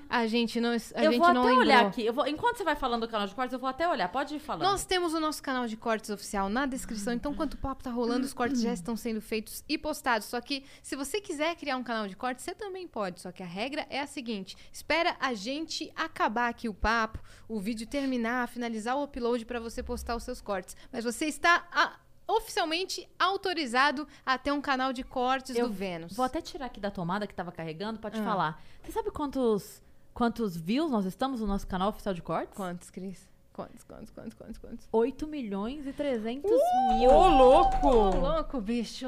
A gente não, a
eu
gente
vou até
não lembrou.
olhar aqui. Eu vou... Enquanto você vai falando do canal de cortes, eu vou até olhar. Pode ir falando.
Nós temos o nosso canal de cortes oficial na descrição, então enquanto o papo tá rolando, os cortes já estão sendo feitos e postados. Só que se você quiser criar um canal de cortes, você também pode. Só que a regra é a seguinte: espera a gente acabar aqui o papo, o vídeo terminar, finalizar o upload para você postar os seus cortes. Mas você está a- oficialmente autorizado a ter um canal de cortes
Eu
do Vênus.
Vou até tirar aqui da tomada que tava carregando pra te
Ah.
falar. Você sabe quantos, quantos views nós estamos no nosso canal oficial de cortes?
Quantos, Cris? Quantos, quantos, quantos, quantos, quantos?
8 milhões e 300
Uh!
mil.
Ô,
Ô,
louco!
louco, bicho!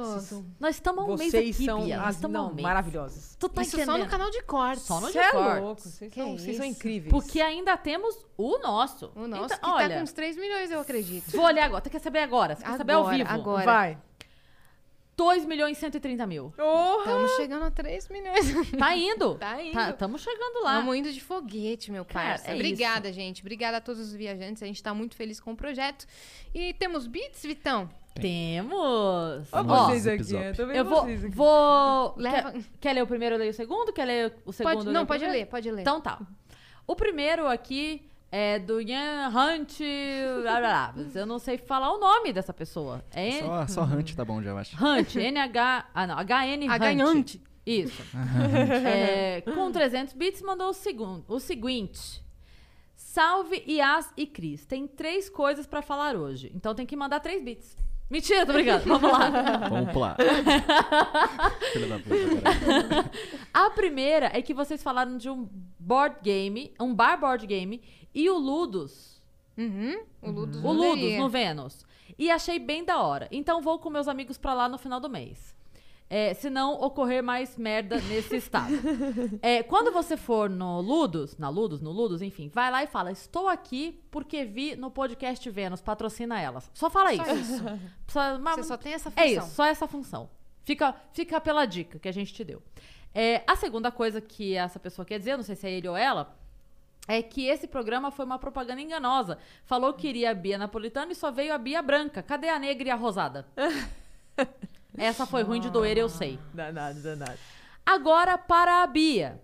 Nós estamos há um mês
Vocês
aqui,
são
Bia. Nós
as
estamos há
não,
um mês.
maravilhosas.
Tu tá
Isso
entendendo?
só no canal de cortes.
Só no
Você é
cortes.
louco, vocês
Que
são, vocês são
isso?
incríveis.
Porque ainda temos o nosso.
O nosso
Então,
que
olha,
tá com uns 3 milhões, eu acredito.
Vou olhar agora. Tu quer saber agora? Você quer saber ao
Agora,
vivo?
agora.
Vai.
2 milhões e 130 mil.
Oh,
Estamos chegando a 3 milhões. *laughs*
Tá indo.
Tá indo.
Estamos chegando lá.
Estamos indo de foguete, meu
Cara,
parça.
é
Obrigada, gente. Obrigada a todos os viajantes. A gente tá muito feliz com o projeto. E temos beats, Vitão?
Temos.
ó,
Ó,
vocês aqui.
episódio.
Eu, tô vendo
eu vou...
vocês aqui.
vou...
Leva-
Quer, quer ler o é? primeiro, eu leio o segundo? Quer ler o segundo?
Pode,
eu
não,
leio o
pode
primeiro?
ler, pode ler.
um Então tá. O primeiro aqui é do Ian Hunt. blá, blá, blá. Eu não sei falar o nome dessa pessoa. É
Só, só Hunt tá bom já, eu
*laughs*
acho.
Hunt, NH. Ah, não, HN
a
Hunt.
ganhante.
Isso. É, com 300 bits, mandou o, segundo, o seguinte. Salve Yas e Cris. Tem três coisas pra falar hoje. Então tem que mandar três bits. Mentira, tô brincando. *laughs* Vamos lá.
Vamos
*laughs*
pular. Filha da puta, cara.
A primeira é que vocês falaram de um board game, um bar board game, e o Ludus.
Uhum. O Ludus.
O
não
Ludus,
daria.
no Vênus. E achei bem da hora. Então vou com meus amigos pra lá no final do mês. É, se não ocorrer mais merda nesse
*laughs*
estado. É, quando você for no Ludus, na Ludus, no Ludus, enfim, vai lá e fala: Estou aqui porque vi no podcast Vênus, patrocina elas. Só fala isso.
Só isso.
Só- mas-
Você só tem essa função.
é isso, só essa função. Fica, fica pela dica que a gente te deu. É, a segunda coisa que essa pessoa quer dizer, não sei se é ele ou ela, é que esse programa foi uma propaganda enganosa. Falou que iria a Bia Napolitano e só veio a Bia Branca. Cadê a negra e a rosada? essa foi ruim de doer, eu sei.
Danado, danado.
Agora para a Bia.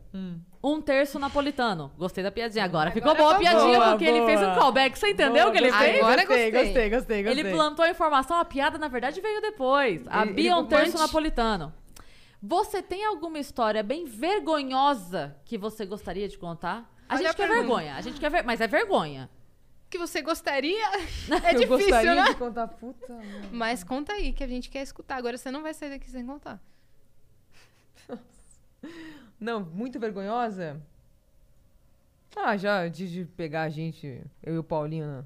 Um terço napolitano. Gostei da piadinha. Agora, ficou
Agora
boa a
ficou
piadinha
boa,
porque ele
boa.
fez um callback. Você entendeu o que ele
gostei.
fez?
Agora
Agora
gostei,
gostei.
gostei, gostei, gostei.
Ele plantou a informação, a piada, na verdade, veio depois. A
Ele-
Bia é
ele
um terço
romante.
napolitano. Você tem alguma história bem vergonhosa que você gostaria de contar? A
Olha
gente
a
quer
pergunta.
vergonha, a gente quer ver, mas é vergonha.
que você
*laughs*
gostaria.
É
difícil,
gostaria
né?
de contar puta. mano.
Mas conta aí, que a gente quer escutar. Agora você não vai sair daqui sem contar.
Não, muito vergonhosa. Ah, já de, de pegar a gente, eu e o Paulinho,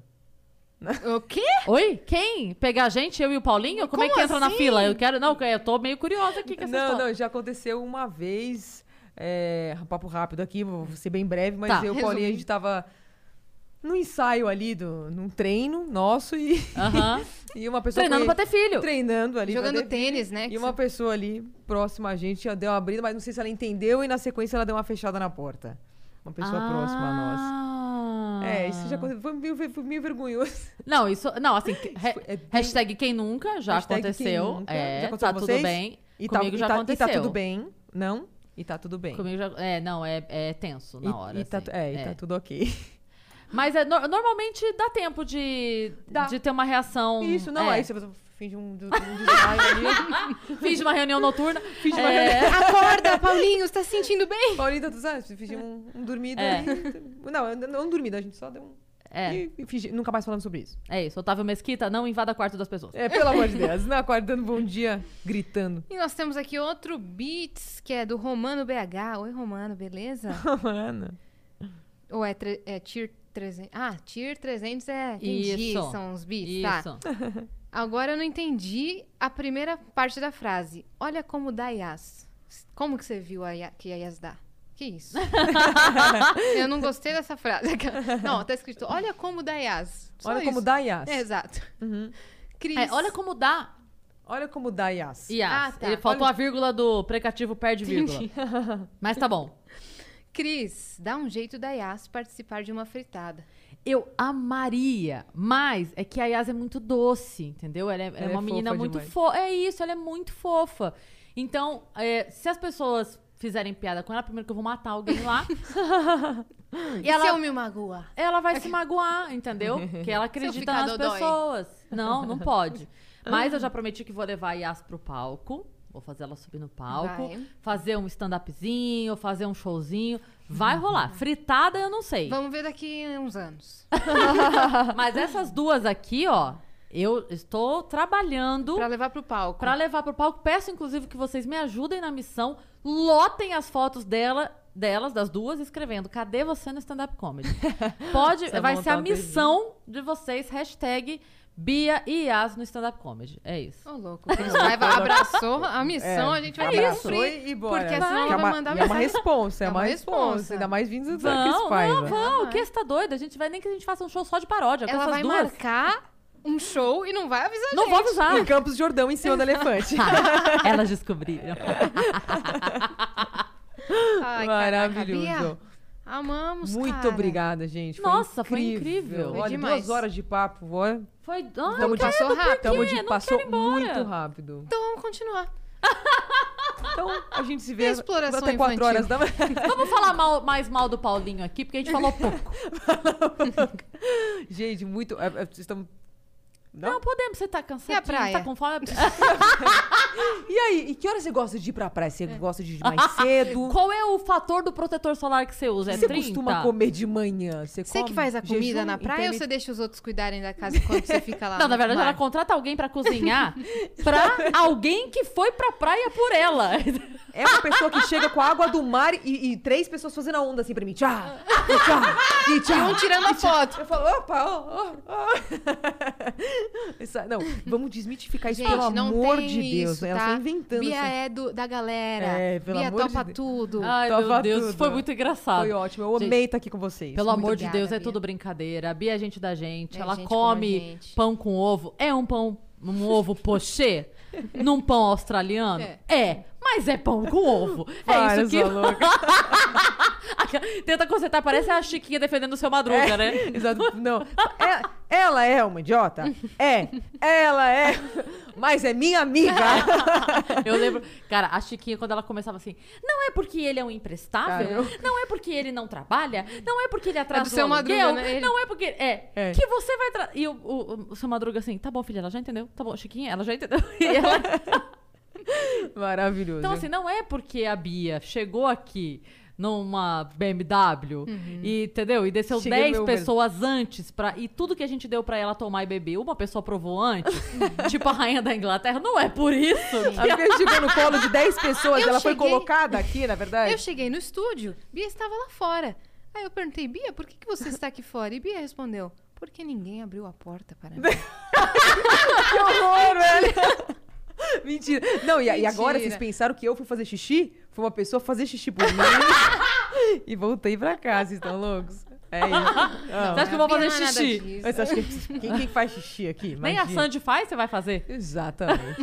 né?
O quê?
Oi? Quem? Pegar a gente, eu e o Paulinho? Como, é que
Como
entra na
assim?
fila? Eu quero, não, eu tô meio curiosa aqui com é essa
Não,
história.
não, já aconteceu uma vez. É, papo rápido aqui, vou ser bem breve, mas
Tá.
eu e o Paulinho, a gente tava no ensaio ali, do, num treino nosso e, *laughs*
Aham.
e uma pessoa.
Treinando
foi-
pra ter filho.
Treinando ali. pra
Jogando
ter-
tênis, né?
E uma pessoa ali próxima a gente já deu uma abrida, mas não sei se ela entendeu e na sequência ela deu uma fechada na porta. Uma pessoa
Ah.
próxima a nós.
nós.
É, isso já aconteceu. Foi meio, ver- foi meio vergonhoso.
Não, isso. Não, assim, re-
é bem-
hashtag quem nunca já
Hashtag quem
aconteceu.
nunca.
É,
Já aconteceu
tá
com
tudo
vocês?
bem.
E tá-
Comigo
e
já
tá,
aconteceu.
E tá tudo bem, não? E tá tudo bem.
Comigo já. É, não, é, é
tipo,
tenso na
E-
hora.
e tá,
assim.
tu- é, e tá tudo ok.
Mas é no- normalmente dá tempo de,
Dá.
de ter uma reação.
Então,
*laughs* Isso, não,
é. Ah,
aí você finge um, du- um desmaio
*laughs*
ali. *laughs*
Fiz uma reunião noturna.
Finge uma
É.
reunião.
Acorda, Paulinho, você tá se sentindo bem?
Paulinho, tá tudo, sabe? Você finge um, um dormido
É.
ali. Não, eu não dormido, a gente só deu um.
É,
E, e fingi- nunca mais falando sobre isso.
é isso. Otávio Mesquita, não invada quarto das pessoas.
É, pelo amor de Deus. Não acorda dando bom dia, gritando. *laughs*
E nós temos aqui outro Beats, que é do Romano BH. Oi, Romano,
*laughs*
beleza?
Mano.
Ou é, tre- é Tier 300? Ah, Tier 300 é... Entendi,
Isso.
são os Beats, tá.
Isso.
Agora eu não entendi a primeira parte da frase. Olha como dá Yas. Como que você viu a Ia- que a Yas dá? Que
*laughs*
isso? eu não gostei dessa frase. *laughs* Não, tá escrito, olha como dá Yas. Só
Olha como
isso.
dá Yas.
É, exato. Cris.
É, olha como dá.
Olha como dá Yas.
Ias.
Ah, tá.
Ele faltou a vírgula do precativo
*laughs*
perde vírgula. Mas tá bom.
Cris, dá um jeito da Yas participar de uma fritada.
Eu amaria, mas é que a Yas é muito doce, entendeu? Ela é, ela é
Ela é
uma menina
fofa
muito
demais.
fofa. É isso, ela é muito fofa. Então, é, se as pessoas fizerem piada com ela, primeiro que eu vou matar alguém lá. e
Se eu
ela,
me magoa?
ela vai se magoar, entendeu? Porque ela acredita
ficar
nas
dodói.
pessoas. Não, não pode. Mas eu já prometi que vou levar a Yas pro palco. Vou fazer ela subir no palco.
Vai.
Fazer um stand-upzinho, fazer um showzinho. Vai rolar. Fritada eu não sei.
Vamos ver daqui a uns anos.
Mas essas duas aqui, ó, eu estou trabalhando
Pra levar pro palco.
pra levar pro palco. Peço, inclusive, que vocês me ajudem na missão. Lotem as fotos dela, delas, das duas, escrevendo. Cadê você no
*laughs*
stand-up comedy? Pode,
é
Você
vai
monta
ser a
tá
uma tese.
missão de vocês. Hashtag Bia e Yas no stand-up comedy. É isso.
Ô, louco. Cris Paiva abraçou a missão, a gente vai ter que
abraçou
cumprir.
Um e bora.
é porque senão ela
é
vai
uma,
mandar
e é uma
mensagem-
responsa, é
É
uma
uma
responsa.
responsa.
Ainda mais vindo da Cris
Vamos, vamos,
Paiva.
vamos. Que você tá doida? A gente vai nem que a gente faça um show só de paródia. com
Ela
essas
vai
duas.
marcar um show e não vai avisar a
Não
gente.
vou
*laughs*
avisar.
Em Campos do Jordão, em cima do elefante.
Elas descobriram.
*laughs*
Ai,
Maravilhoso.
Caraca, Bia, amamos,
Muito
cara.
obrigada, gente. Foi
Nossa, foi incrível. Foi
Olha,
É demais.
duas horas de papo. Olha,
Foi. ah, Ai,
Tamo de- passou rápido.
Por
tamo
quê?
de,
Não
passou
quero ir embora.
muito rápido.
Então vamos continuar.
Então, a gente se vê
E a exploração
até quatro
infantil?
horas da manhã.
Vamos falar mal- mais mal do Paulinho aqui, porque a gente falou pouco.
*laughs* Gente, muito. é- é- Vocês estão.
Não, podemos, você
E
tá
a
*laughs*
cansado,
praia?
tá com fome.
E aí, e que horas você gosta de ir pra praia? Você
É.
gosta de ir
*laughs*
mais cedo?
Qual é o fator do protetor solar que você usa? É
você
30?
costuma comer de manhã? Você,
Você que
come
faz a
jejum
comida na praia ou você
intermitente?
deixa os outros cuidarem da casa enquanto você fica lá?
Não,
no
na verdade,
bar?
ela contrata alguém pra
*laughs*
cozinhar pra alguém que foi pra praia por ela.
*laughs* É uma pessoa que chega com a água do mar e, e três pessoas fazendo a onda assim pra mim.
*laughs*
Tchau, e tchau, e tchau.
E um tirando a foto.
Eu falo, opa, ó, ó, ó. *laughs* Essa- Não, vamos desmitificar isso,
Gente,
pelo
não
amor
tem
de Deus.
isso,
Ela
tá?
tá inventando
Bia
assim.
é do, da galera.
É, pelo
Bia
amor de
topa
Deus.
tudo.
Ai,
Tava
meu Deus,
tudo.
foi muito
é-
engraçado.
Foi ótimo, eu amei estar aqui com vocês. *laughs*
Pelo
Muito
amor de
obrigada,
Deus, é
Bia.
tudo brincadeira. A Bia é gente da gente.
É
ela
gente como a
come
gente.
pão com ovo. É um pão, um ovo
*laughs*
pochê? Num pão australiano?
É.
É. mas é pão com ovo. é
Para,
isso que.
sua louca.
*laughs* Tenta consertar, parece a Chiquinha defendendo o seu Madruga, né?
É, Exato, não. É- ela é
*laughs*
uma idiota? É. Ela é. Mas é
*laughs*
minha amiga.
*laughs* Eu lembro. Cara, a Chiquinha, quando ela começava assim, não é porque ele é um imprestável,
Cara, eu-
não é porque ele não trabalha, não é porque ele atrasa
seu
o aluguel,
Madruga, né? Ele-
não é porque. É,
É.
que você vai. Tra... E o, o, o seu Madruga assim, tá bom, filha, ela já entendeu, tá bom, Chiquinha, ela já entendeu. *laughs* E ela
Maravilhoso.
Então, assim, não é porque a Bia chegou aqui numa BMW, e, entendeu? E desceu
Cheguei no
10
meu Uber.
pessoas antes pra, e tudo que a gente deu pra ela tomar e beber, uma pessoa provou antes, tipo a rainha da Inglaterra, não é por isso.
A Bia chegou no colo de 10 pessoas,
Eu
ela foi
cheguei-
colocada aqui, na verdade.
Eu cheguei no estúdio, Bia estava lá fora. Aí eu perguntei, Bia, por que, que você está aqui fora? E Bia respondeu, porque ninguém abriu a porta
*laughs*
para mim.
Que horror, velho! *laughs* Mentira. Não, e, e agora
Mentira.
vocês pensaram que eu fui fazer xixi? Foi uma pessoa fazer xixi por mim. *laughs* e voltei pra cá, vocês estão loucos? É isso.
Você acha que eu vou
Bia
fazer
não é nada
xixi?
disso.
Mas você acha
*laughs*
que quem, quem faz xixi aqui?
Nem a
Imagina.
Sandy faz, você vai fazer?
*laughs* Exatamente.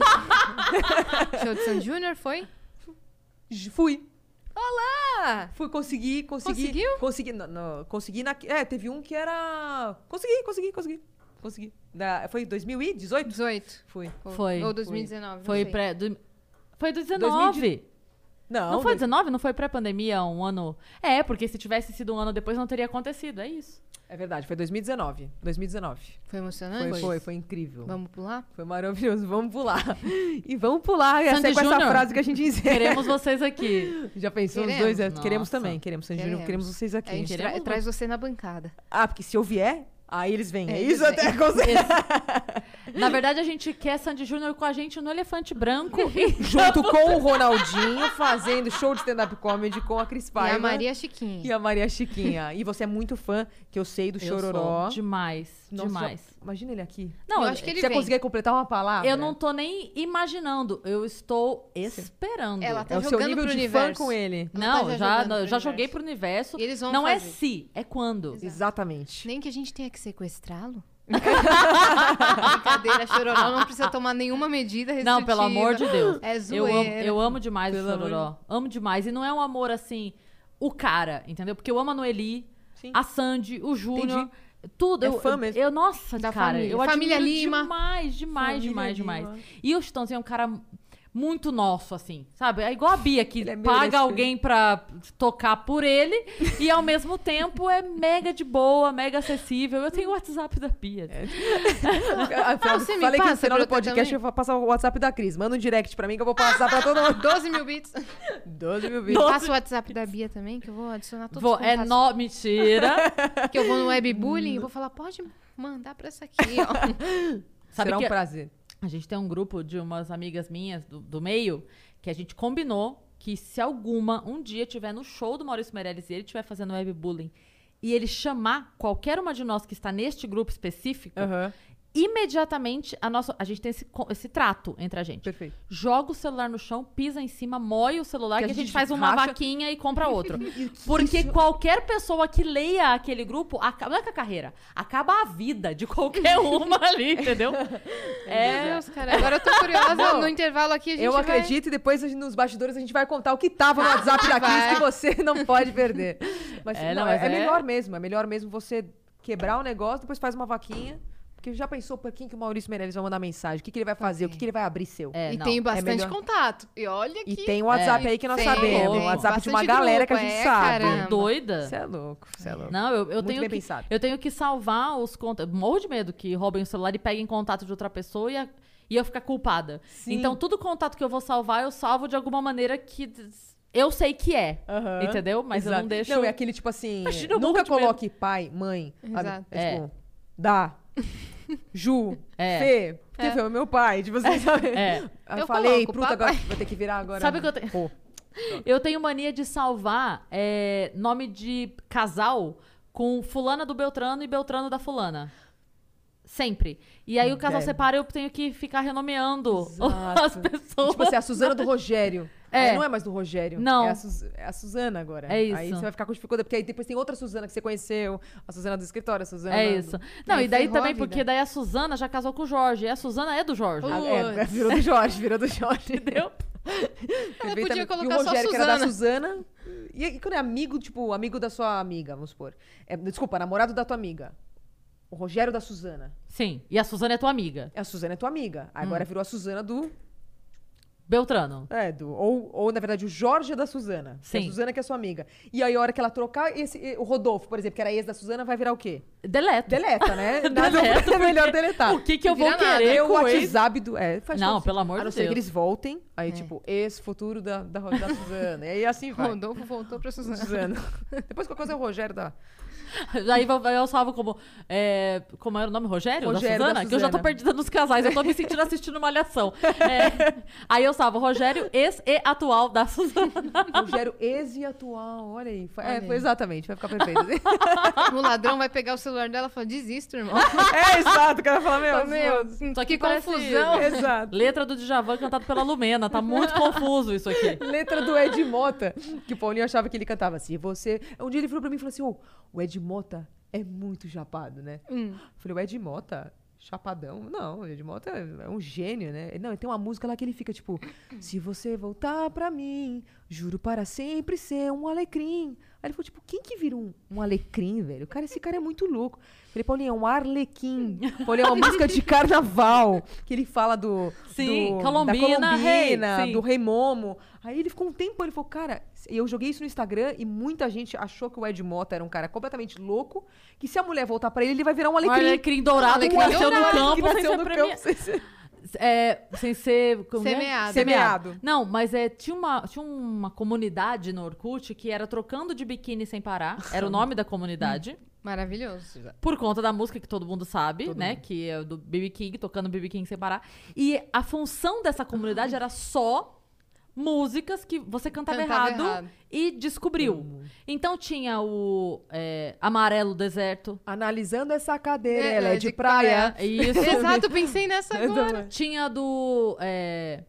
Show de San Júnior foi?
J- Fui.
Ah,
Fui, consegui, consegui.
Conseguiu?
Consegui. na- na- consegui na. É, teve um que era. Consegui, consegui, consegui. Consegui. Da, foi 2018?
18.
Fui.
Ou-
Foi.
Ou 2019. não
Foi
sei.
pré... do- Foi do 19.
Não,
Não foi
dois-
19? Não foi pré-pandemia, um ano... É, porque se tivesse sido um ano depois não teria acontecido, é isso.
É verdade, foi 2019. 2019.
Foi emocionante?
Foi, foi, foi, incrível.
Vamos pular?
Foi maravilhoso, vamos pular. *laughs* E vamos pular, essa
Sandy
é com essa
Júnior.
frase que a gente
*laughs*
encerra.
Queremos vocês aqui.
*laughs* Já pensou os
Queremos,
dois? é, Queremos
nossa.
também, queremos Sandy Júnior,
Queremos.
queremos vocês
A gente
aqui.
tra-
Queremos,
traz você na bancada.
Ah, porque se eu vier, aí eles vêm. É,
É,
isso
eles
até consegue.
Na verdade, a gente quer Sandy Júnior com a gente no Elefante Branco. E
*laughs*
Junto com o *laughs* Ronaldinho, fazendo show de stand-up comedy com a Cris Paiva.
E a Maria Chiquinha.
né? E a Maria Chiquinha. E você é muito fã, que eu sei, do
Eu
Chororó.
sou demais,
Nossa,
demais.
já- Imagina ele aqui.
Não,
Eu
eu,
acho que é. ele
Você
vem.
conseguir completar uma palavra?
eu não tô nem imaginando, eu estou esperando.
Ela tá
É o seu
jogando
nível
pro
de fã
universo.
com ele.
Não,
Ela tá já
já,
jogando
não,
pro
eu já
universo.
joguei pro universo.
E eles vão
não é
fazer.
se, é quando.
Exatamente.
Nem que a gente tenha que
*laughs*
sequestrá-lo. *laughs* Brincadeira, Chororó não precisa tomar nenhuma medida restritiva.
Não, pelo amor de Deus.
É
Eu amo,
zoeira.
eu amo demais
Pelo
o
amor de-
Chororó. Amo demais. E não é um amor assim, o cara, entendeu? Porque eu amo a Noeli,
Sim.
a Sandy, o Júnior. Tudo.
É
eu,
fã
eu-
mesmo.
Eu, nossa,
Da
cara.
família.
Eu admiro
Família Lima.
demais, demais,
Família
demais,
Lima.
demais. E o Chitãozinho é um cara muito nosso, assim, sabe? É igual a Bia, que
Ele é meio
paga
desse-
alguém pra tocar por ele e, ao mesmo tempo, é mega de boa, mega acessível. Eu tenho o WhatsApp da Bia.
Ah, fa-
você me
Falei que no
passa
final
pra
do podcast
também?
eu vou passar o WhatsApp da Cris. Manda um direct pra mim que eu vou passar pra todo *laughs* mundo.
12 mil bits.
12 mil vídeos.
Passa o WhatsApp da Bia também, que eu vou adicionar todos
Vou-
os
é
contatos. Hum.
nó, mentira.
Que eu vou no webbullying e vou falar, pode mandar pra essa aqui, ó.
Sabe
Será
que-
um prazer.
A gente tem um grupo de umas amigas minhas do, do meio que a gente combinou que se alguma um dia tiver no show do Maurício Meirelles e ele estiver fazendo webbullying e ele chamar qualquer uma de nós que está neste grupo específico,
Aham,
imediatamente a nossa a gente tem esse, co- esse trato entre a gente.
perfeito.
Joga o celular no chão, pisa em cima, moe o celular, que, a, gente faz uma
racha.
vaquinha e *laughs* compra outro. Porque qualquer pessoa que leia aquele grupo, acaba, não é com a carreira, acaba a vida de *laughs* qualquer uma ali, *laughs* entendeu?
*laughs*
É,
Meu Deus, cara. Agora eu tô curiosa.
É. Não,
no intervalo aqui a gente
Eu
vai-
acredito e depois a gente- nos bastidores a gente vai contar o que tava no WhatsApp da Cris
Vai.
que você *laughs* não pode perder. Mas
É,
não,
não,
Ah, é,
mas
é
é-
melhor mesmo. É melhor mesmo você quebrar o negócio, depois faz uma vaquinha. Porque já pensou pra quem que o Maurício Meirelles vai mandar mensagem? O que, que ele vai fazer? O que, que ele vai abrir seu?
É,
E
não.
tem bastante
melhor.
contato. E olha que...
E tem o WhatsApp aí que é. nós
Tem,
sabemos.
tem.
O WhatsApp de uma
Bastante
galera que a
grupo,
gente
é,
sabe.
caramba.
Doida?
Você é louco, você é louco.
Não, eu, eu
Muito
tenho
bem
que,
pensado.
Eu tenho que salvar os contatos. Morro de medo que roubem o celular e peguem contato de outra pessoa e, a- e eu ficar culpada.
Sim.
Então, todo contato que eu vou salvar, eu salvo de alguma maneira que des- eu sei que é.
Aham.
Entendeu? Mas eu
Exato.
não deixo.
Não, é aquele tipo assim.
Imagina, eu morro
nunca
de medo.
coloque pai, mãe. ami-
Exato.
É tipo.
*laughs*
Dá. Ju,
É.
Fê, porque
É.
foi o meu pai, tipo assim, sabe?
É.
Eu,
Eu
falei,
coloco,
pronto,
papai.
agora vai ter que virar agora. um
Sabe o que eu tenho?
Pô. *laughs*
Eu tenho mania de salvar é, nome de casal com fulana do Beltrano e Beltrano da fulana. Sempre. E aí o casal
Entendo.
separa e eu tenho que ficar renomeando
Hum, Exato.
*laughs* as pessoas.
Tipo assim, a Suzana do Rogério.
É.
Aí não é mais do Rogério.
Não.
É a, Suz- é a Suzana agora.
É isso.
Aí você vai ficar com dificuldade, porque aí depois tem outra Suzana que você conheceu. A Suzana do escritório, a Suzana.
É
do-
isso. Não,
Aí
e daí
ferrou a
também,
vida.
porque daí a Suzana já casou com o Jorge. E a Suzana é do Jorge.
Ah,
Putz.
é, virou do Jorge, virou do
*laughs*
Jorge.
Entendeu?
Ela
podia
e o
colocar só
Rogério, que era da
Suzana.
Suzana. E, e quando é amigo, tipo, amigo da sua amiga, vamos supor. É, desculpa, namorado da tua amiga. O Rogério da Suzana.
Sim. E a Suzana é tua amiga.
A Suzana é tua amiga.
Hum.
Aí Agora virou a Suzana do.
Beltrano.
É, do. Ou, ou, na verdade, o Jorge é da Suzana. Que é A
Sim.
Suzana que é sua amiga. E aí, a hora que ela trocar, esse, e- o Rodolfo, por exemplo, que era ex da Suzana, vai virar o quê?
Deleto.
Deleta,
*laughs*
né?
Deleto,
é melhor
porque-
deletar.
O que que eu
Vira
vou
nada.
querer
Aí o
com *laughs* ex?
WhatsApp do. É, faz
Não,
todo sentido.
pelo amor
A
de
não ser que
Deus. É.
eles voltem. Aí, tipo, ex-futuro da, da, da Suzana. E aí assim vai.
Rodolfo voltou pra Suzana.
Suzana. né? *laughs* Depois qualquer coisa é o Rogério da.
Aí eu- eu salvo como. é, como era o nome? Rogério?
Rogério,
da, Suzana?
da
Que eu já tô
Suzana.
perdida nos casais. Eu tô me sentindo assistindo Malhação.
*laughs*
É, aí eu salvo Rogério, ex e atual da Suzana.
Rogério ex e atual, olha aí. Fa- é,
Olha aí.
foi exatamente, vai ficar perfeito.
*laughs* O ladrão vai pegar o celular dela e fala, desisto, irmão.
*laughs* é, exato, o cara fala,
Fala,
meu,
Meu,
meu.
Só que
que
parece-
confusão.
Exato.
Letra do Djavan cantada pela Lumena. Tá muito confuso isso aqui.
Letra do Ed Mota, que o Paulinho achava que ele cantava assim. Você. Um dia ele falou pra mim e falou assim: "Ô, o Ed Mota é muito chapado, né?
Hum.
Falei, o Ed Mota, chapadão. Não, o Ed Mota é um gênio, né? Não, ele tem uma música lá que ele fica tipo: Se você voltar pra mim, juro para sempre ser um alecrim. Aí ele falou, tipo, quem que vira um, um alecrim, velho? Cara, esse cara é muito louco. Falei, Paulinho, é um arlequim. Paulinho, é uma música de carnaval. Que ele fala do...
Sim,
do- da
Colombina, rei,
Colombina,
sim.
do Rei Momo. Aí ele ficou um tempo, ele falou, cara... E eu joguei isso no Instagram e muita gente achou que o Ed Mota era um cara completamente louco, que se a mulher voltar pra ele, ele vai virar um alecrim. Um
Alecrim, alecrim dourado
Alecrim
que nasceu no
dourado
campo
que
sem
nasceu
ser
no
premia-
campo, sem ser-
É, sem ser... como é?
Semeado.
Semeado.
Não, mas é, tinha, uma, tinha uma comunidade no Orkut que era trocando de biquíni sem parar. Era o nome da
*laughs*
comunidade.
Maravilhoso.
Por conta da música que todo mundo sabe, né? Que é do B.B. King, tocando B.B. King sem parar. E a função dessa
Ah.
comunidade era só músicas que você cantava,
Cantava
errado,
errado. Hum.
e descobriu. Então tinha o é,
*laughs*
Amarelo Deserto.
Analisando essa cadeira,
É,
ela é de, praia. é
Isso.
Exato, pensei nessa
Eu
agora.
também.
Tinha do. é,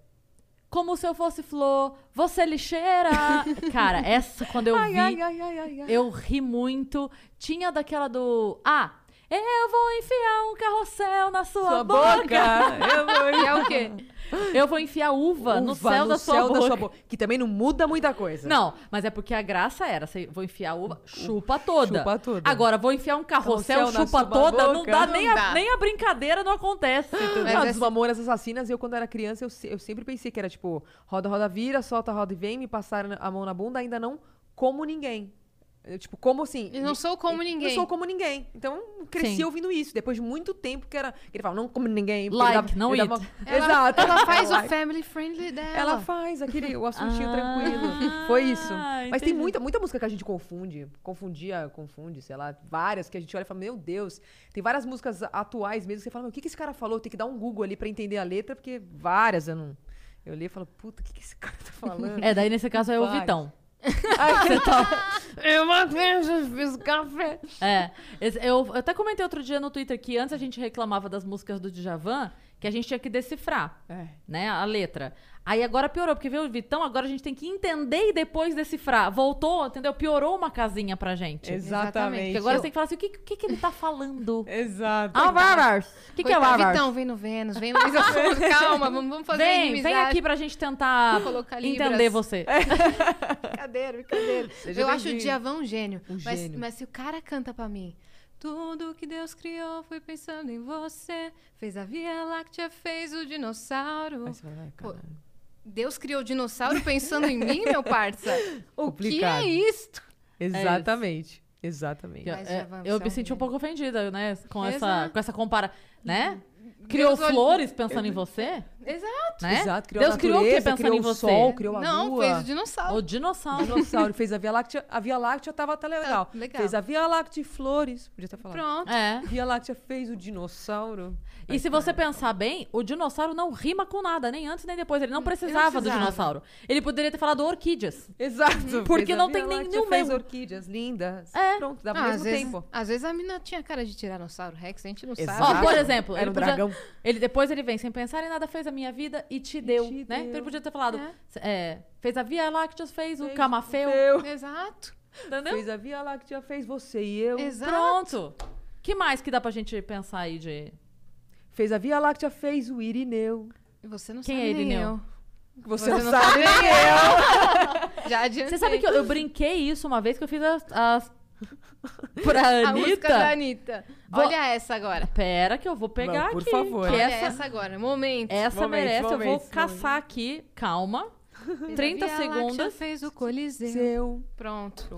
como se eu fosse flor, você
*laughs*
lixeira. Cara, essa quando eu vi.
Ai, ai, ai, ai, ai, ai.
Eu ri muito. Tinha daquela do. Ah! Eu vou enfiar um carrossel na sua,
Sua
boca.
*laughs* Eu vou-
E é o quê?
Eu vou enfiar uva, no
Uva
céu, da, sua
céu
boca.
boca. Que também não muda muita coisa.
Não, mas é porque a graça era, você vou enfiar uva, chupa toda.
Chupa toda.
Agora, vou enfiar um carrossel,
Carrossel na
chupa
sua
toda, não
boca.
dá,
Não
nem, a,
dá.
nem a brincadeira não acontece. entendeu?
Mas
Mas ah,
é-
dos Mamonas Assassinas, eu quando era criança, eu, se- eu sempre pensei que era tipo, roda, roda, vira, solta, roda e vem, me passaram a mão na bunda, ainda não como ninguém. Eu, tipo, como assim?
Eu não sou como ninguém.
Não sou como ninguém. Então, cresci
Sim.
ouvindo isso. Depois de muito tempo que era. que ele falava, não como ninguém. porque
Like,
ele dava-
não
ele
it.
dava-
Ela,
Exato.
Ela faz o
Like.
family friendly dela.
Ela faz aquele o assuntinho
Ah,
tranquilo. Foi isso. Mas tem
entendi.
muita, muita música que a gente confunde. Confundia, confunde, sei lá, várias que a gente olha e fala, meu Deus. Tem várias músicas atuais mesmo que você fala, meu, o que, que esse cara falou? Tem que dar um Google ali pra entender a letra, porque várias eu não. Eu li e falo, puta, o que, que esse cara tá
*laughs*
falando?
É, daí nesse caso é o
Vai.
Vitão.
Aí você tá. Eu matei, fiz café.
É. Esse- Eu, eu até comentei outro dia no Twitter que antes a gente reclamava das músicas do Djavan, que a gente tinha que decifrar.
É.
né? A letra. Aí agora piorou, porque veio o Vitão, agora a gente tem que entender e depois decifrar. Voltou, entendeu? Piorou uma casinha pra gente. Porque
Exatamente.
agora você tem que falar assim, o que, o que, que ele tá
*laughs*
falando?
Exato.
Ah, Barbars! O que, que é
Coitado,
Barbars?
Vitão, vem no Vênus, vem no Luiz
*laughs*
Afonso. Calma, vamos, vamos fazer
Vem,
inimizade.
vem aqui pra gente tentar
Colocar libras.
entender você.
brincadeira, brincadeira. *laughs* Seja
Eu acho o
bem-vindo.
Djavan um gênio.
Um
mas,
gênio.
mas se o cara canta pra mim... Tudo que Deus criou foi pensando em você. Fez a Via Láctea, fez o dinossauro.
Aí você fala, ai,
Pô,
caralho.
Deus criou o dinossauro pensando em mim, meu parça? O que
*laughs* Complicado.
é isto?
Exatamente. Exatamente.
Eu,
Mas
é,
Djavan,
eu
você é
me
um
senti um
gênio.
pouco ofendida, né? Com essa,
Exato.
com essa compara... Né? Criou
Deus olha-
flores pensando em você?
Exato.
né?
Exato, criou
Deus
a
criou o quê
natureza,
pensando
criou
em
o
você?
sol, criou a
Não,
lua.
fez o dinossauro.
O dinossauro.
dinossauro fez a Via Láctea. A Via Láctea tava até legal.
Tá, legal.
Fez a Via Láctea e flores. Podia ter falado.
Pronto.
É.
Via Láctea fez o dinossauro.
E se você pensar bem, o dinossauro não rima com nada, nem antes nem depois. Ele não precisava, do
precisava.
dinossauro. Ele poderia ter falado orquídeas.
Exato.
Uhum. Porque
fez a
não
Via
tem nenhum
Láctea, fez
mesmo.
orquídeas lindas.
É.
Pronto, dava
Ah,
ao
às,
mesmo
vezes,
tempo.
às vezes a mina tinha cara de Tiranossauro Rex, a gente não
Exato.
Ó,
sabe.
por exemplo,
Era
ele,
um
podia-
dragão.
ele depois ele vem sem pensar em nada, fez a minha vida e te deu,
te
né?
deu.
Então ele podia ter falado,
É.
é, fez a Via Láctea, fez o
Fez o
camafeu,
Exato.
entendeu?
Fez a Via Láctea, fez você e eu.
Exato.
Pronto. Que mais que dá pra gente pensar aí de
Fez a Via Láctea, fez o Irineu.
E você não
Quem
sabe
é
nem
Irineu?
Você,
Você não
não sabe nem eu.
eu. Já adiantei.
Você sabe que eu, eu brinquei isso uma vez que eu fiz as. as... Pra
A música da
Anitta.
Anitta.
Ó.
Olha essa agora.
Pera que eu vou pegar
Não, por
aqui.
favor.
Que
Olha
essa,
essa, agora. Momento.
essa
Momento,
merece. eu vou
momento,
caçar aqui. Calma.
Via
30
Láctea
segundos.
fez o Coliseu.
Seu.
Pronto.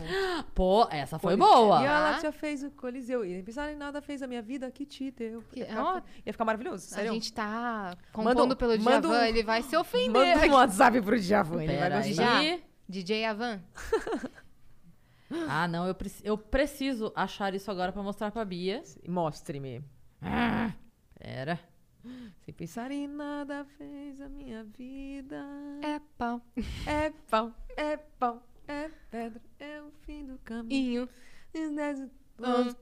Pô, essa foi
Coliseu.
boa.
E a
Tá.
Láctea fez o Coliseu. E nem pensar em nada, fez a minha vida que te deu.
Que-
ia, ficar,
ó.
ia ficar maravilhoso,
A
sério.
gente tá
Manda
compondo
um-
pelo
manda
Djavan,
um-
ele vai se ofender.
Manda
aqui.
um WhatsApp pro Djavan, ele vai
Pera
gostar.
aí.
gostar. DJ Avan.
Ah, não. Eu, preci- eu preciso achar isso agora pra mostrar pra Bia.
Mostre-me.
Pera.
Sem pensar em nada, fez a minha vida.
É pau.
É pau, é pau, é pedra, é o fim do caminho.
Inho.
Hum.